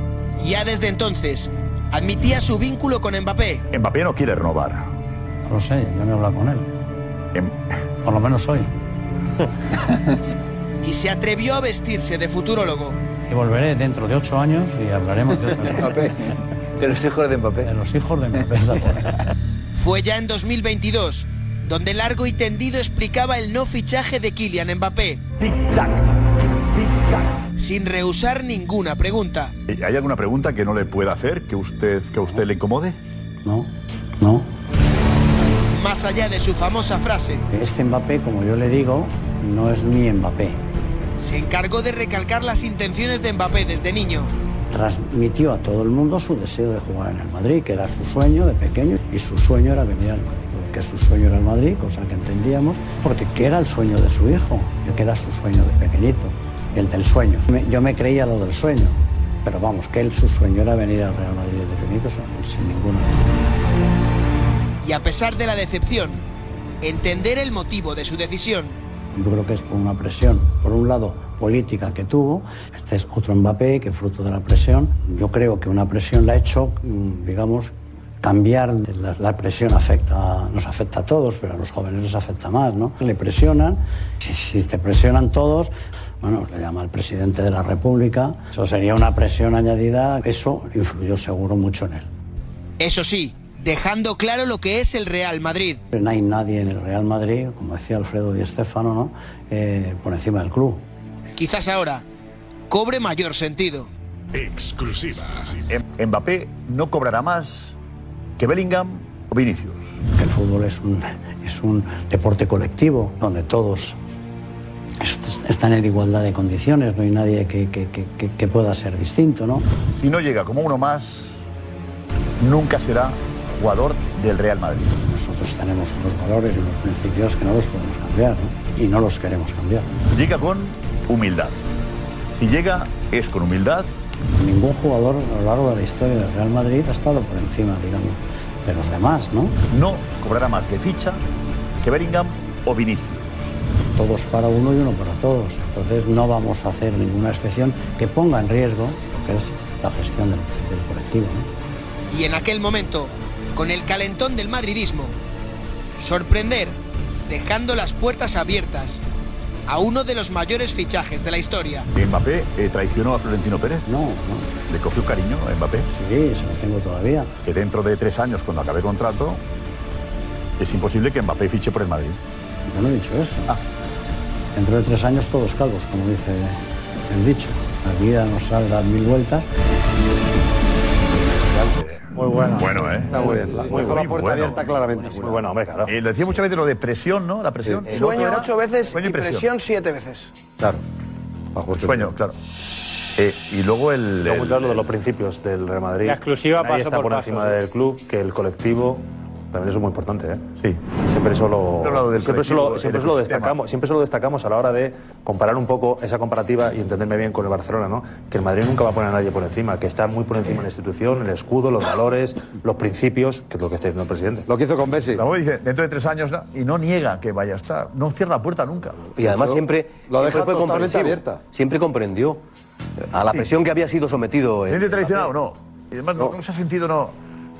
Ya desde entonces, admitía su vínculo con Mbappé. Mbappé no quiere renovar. No lo sé, yo no he hablado con Em. él. Por lo menos hoy. Y se atrevió a vestirse de futurólogo. Y volveré dentro de ocho años y hablaremos de otra cosa. De los hijos de Mbappé. De los hijos de Mbappé. exacto. Fue ya en 2022, donde largo y tendido explicaba el no fichaje de Kylian Mbappé. Sin rehusar ninguna pregunta. Eh, ¿Hay alguna pregunta que no le pueda hacer, que usted que a usted le incomode? No, no. Más allá de su famosa frase, Este Mbappé, como yo le digo, no es mi Mbappé. se encargó de recalcar las intenciones de Mbappé desde niño. transmitió a todo el mundo su deseo de jugar en el Madrid, que era su sueño de pequeño, y su sueño era venir al Madrid, que su sueño era el Madrid, cosa que entendíamos, porque que era el sueño de su hijo, el que era su sueño de pequeñito, el del sueño. Me- yo me creía lo del sueño, pero vamos, que él su sueño era venir al Real Madrid de pequeñito, eso, sin ninguna. Y a pesar de la decepción, entender el motivo de su decisión. Yo creo que es por una presión, por un lado política que tuvo, este es otro Mbappé que fruto de la presión, yo creo que una presión la ha hecho, mm, digamos, cambiar, la, la presión afecta, a- nos afecta a todos, pero a los jóvenes les afecta más, ¿no? Le presionan, si, si te presionan todos, bueno, le llama al presidente de la República, eso sería una presión añadida, eso influyó seguro mucho en él. Eso sí, dejando claro lo que es el Real Madrid. No hay nadie en el Real Madrid, como decía Alfredo Di Stéfano, ¿no? Eh, por encima del club. Quizás ahora cobre mayor sentido. Exclusiva. Em, Mbappé no cobrará más que Bellingham o Vinicius. que el fútbol es un, es un deporte colectivo donde todos est- están en igualdad de condiciones, no hay nadie que, que- que- que- que pueda ser distinto, ¿no? Si no llega como uno más, nunca será jugador del Real Madrid. Nosotros tenemos unos valores y unos principios que no los podemos cambiar ¿no? y no los queremos cambiar. Llega con humildad. Si llega, es con humildad. Ningún jugador a lo largo de la historia del Real Madrid ha estado por encima, digamos, de los demás, ¿no? No cobrará más de ficha que Bellingham o Vinicius. Todos para uno y uno para todos. Entonces no vamos a hacer ninguna excepción que ponga en riesgo lo que es la gestión del, del colectivo. ¿no? Y en aquel momento, con el calentón del madridismo, sorprender dejando las puertas abiertas a uno de los mayores fichajes de la historia. Mbappé eh, traicionó a Florentino Pérez. No, no. ¿Le cogió cariño a Mbappé? Sí, se lo tengo todavía. Que dentro de tres años, cuando acabe contrato, es imposible que Mbappé fiche por el Madrid. Yo no he dicho eso. Ah. Dentro de tres años todos calvos, como dice el dicho. La vida nos sale dar mil vueltas. Muy bueno. Bueno, ¿eh? Está muy bien. La- dejó la puerta abierta claramente. Muy bueno, hombre, claro. Y lo decía muchas veces lo de presión, ¿no? La presión. Sí. El Sueño otro era ocho veces sueño y presión siete veces. Claro. Sueño, claro. Eh, y luego el. Luego, el- claro, lo de los principios del Real Madrid. La exclusiva Nadie paso está por por, paso, encima sí. del club, que el colectivo. También eso es muy importante, ¿eh? Sí. Siempre eso lo, He hablado del siempre eso lo- colectivo, siempre del eso lo sistema. destacamos. Siempre eso lo destacamos a la hora de comparar un poco esa comparativa y entenderme bien con el Barcelona, ¿no? Que el Madrid nunca va a poner a nadie por encima, que está muy por encima en la institución, el escudo, los valores, los principios, que es lo que está diciendo el presidente. Lo que hizo con Messi. Ramón dice, dentro de tres años, na- y no niega que vaya a estar. No cierra la puerta nunca. Y además siempre, Lo siempre deja fue totalmente comprensivo. abierta. Siempre comprendió a la presión que había sido sometido. Pues, en- ¿Siente traicionado o no? Y además no, no se ha sentido, no.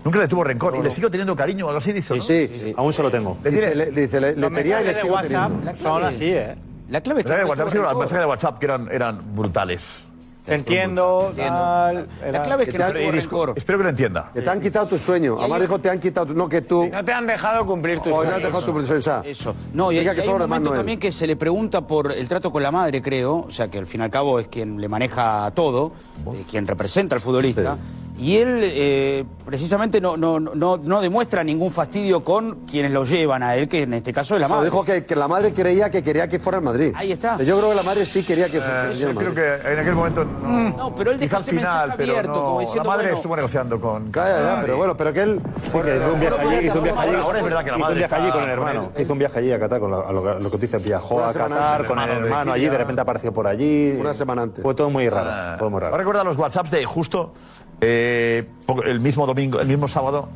Nunca le tuvo rencor. y le sigo teniendo cariño, algo así dice. ¿no? Sí, aún se lo tengo. Le tiene- Dice, le, dice, le, le Los tenía y le mensajes de sigo WhatsApp teniendo. la clave- Son así, ¿eh? La clave Los mensajes de WhatsApp, sí, los rencor. mensajes de WhatsApp que eran, eran brutales. Te entiendo, tal, La clave es que no tal- tuvo y dis- rencor. Espero que lo entienda. Que te han quitado tu sueño. Amar dijo, te han quitado, tu- no que tú. No te han dejado cumplir tus O no sueños. han dejado tu princesa. Eso. No, y, Diga hay- que hay sobra un más momento Noel. también que se le pregunta por el trato con la madre, creo, o sea, que al fin y al cabo es quien le maneja todo, eh, quien representa al futbolista. Y él eh, precisamente no, no, no, no demuestra ningún fastidio con quienes lo llevan a él, que en este caso es la No, madre. dijo que, que la madre creía que quería que fuera el Madrid. Ahí está. Yo creo que la madre sí quería que fuera Eh, el yo Madrid. creo que en aquel momento. No, Mm, pero él Quizá deja al ese mensaje final, pero abierto, no, como diciendo, La madre bueno, estuvo negociando con. Ya, ya, pero bueno, pero que él. hizo un viaje allí, hizo un viaje allí. Ahora es verdad que la Hizo madre un viaje allí está con el hermano. Hizo un viaje allí a Qatar, con la- a lo, que- lo que tú dices, viajó Una a semana Qatar antes. con el Hermano de hermano allí, gira. de repente apareció por allí. Una semana antes. Fue todo muy raro, todo muy Ahora raro. recuerda los WhatsApps de justo eh, poco- el mismo domingo, el mismo sábado,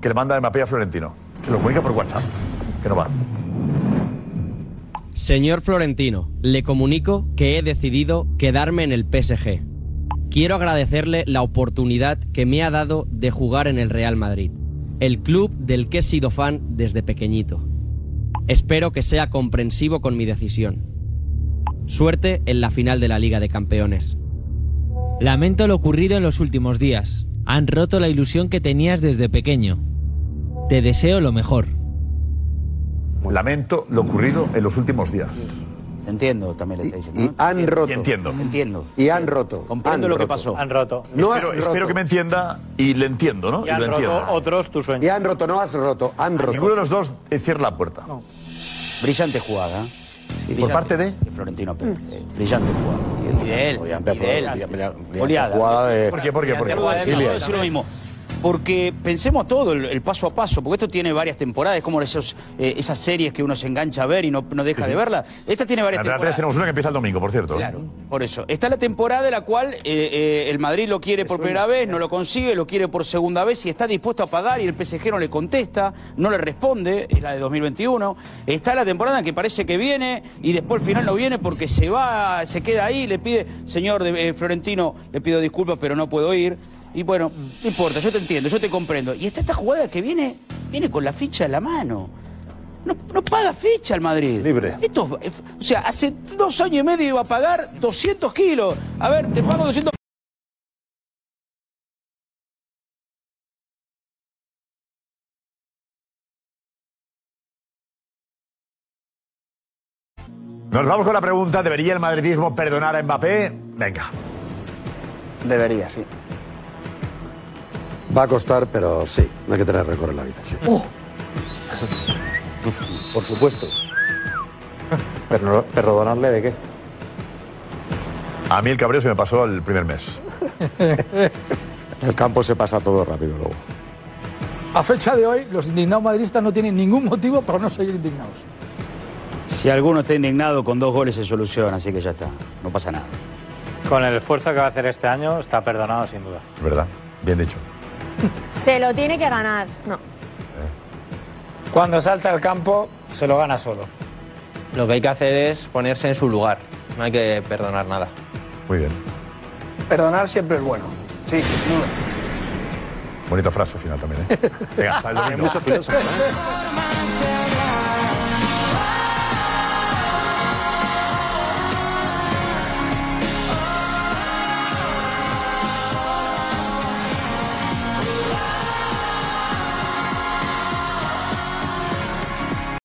que le manda el mapea a Florentino. Se lo comunica por WhatsApp, que no va. Señor Florentino, le comunico que he decidido quedarme en el PSG. Quiero agradecerle la oportunidad que me ha dado de jugar en el Real Madrid, el club del que he sido fan desde pequeñito. Espero que sea comprensivo con mi decisión. Suerte en la final de la Liga de Campeones. Lamento lo ocurrido en los últimos días. Han roto la ilusión que tenías desde pequeño. Te deseo lo mejor. Lamento lo ocurrido en los últimos días. Entiendo también le está diciendo. Y han roto. Entiendo. Entiendo. Y han roto. Comprendo Han lo que roto. pasó. Han roto. No espero, has espero roto. que me entienda y le entiendo, ¿no? Y, lo entiendo. otros tu sueño. Y han roto, no has roto, han roto. Ninguno de los dos eh, cierra la puerta. Brillante jugada. ¿Por parte de? Florentino Pérez. eh, Brillante jugada. Y él. Brillante y de él. jugada, brillante Goleada. jugada de- ¿Por qué, por qué, por qué? Brillante jugada de- Brasilia. no, decir lo mismo. Porque pensemos todo, el, el paso a paso, porque esto tiene varias temporadas, es como esos, eh, esas series que uno se engancha a ver y no, no deja de verla. Esta tiene En varias la temporadas. 3 tenemos una que empieza el domingo, por cierto. ¿eh? Claro. Por eso. Está la temporada en la cual eh, eh, el Madrid lo quiere por primera vez, no lo consigue, lo quiere por segunda vez y está dispuesto a pagar y el PSG no le contesta, no le responde, es la de 2021. Está la temporada en que parece que viene y después al final no viene porque se va, se queda ahí, le pide, señor de- eh, Florentino, le pido disculpas pero no puedo ir. Y bueno, no importa, yo te entiendo, yo te comprendo. Y está esta jugada que viene, viene con la ficha en la mano. No, no paga ficha el Madrid. Libre. Esto, eh, o sea, hace dos años y medio iba a pagar 200 kilos. A ver, te pago 200 Nos vamos con la pregunta, ¿debería el madridismo perdonar a Mbappé? Venga. Debería, sí. Va a costar, pero sí, no hay que tener récord en la vida. sí. Por supuesto. Pero, ¿Perdonarle de qué? A mí el cabreo se me pasó el primer mes. El campo se pasa todo rápido luego. A fecha de hoy, los indignados madridistas no tienen ningún motivo para no seguir indignados. Si alguno está indignado, con dos goles se soluciona, así que ya está. No pasa nada. Con el esfuerzo que va a hacer este año, está perdonado sin duda. ¿Verdad? Bien dicho. Se lo tiene que ganar. No. Cuando salta al campo, se lo gana solo. Lo que hay que hacer es ponerse en su lugar. No hay que perdonar nada. Muy bien. Perdonar siempre es bueno. Sí, sin duda. Bonita frase final también, ¿eh? Venga, hasta el domingo. Hay mucho filósofo,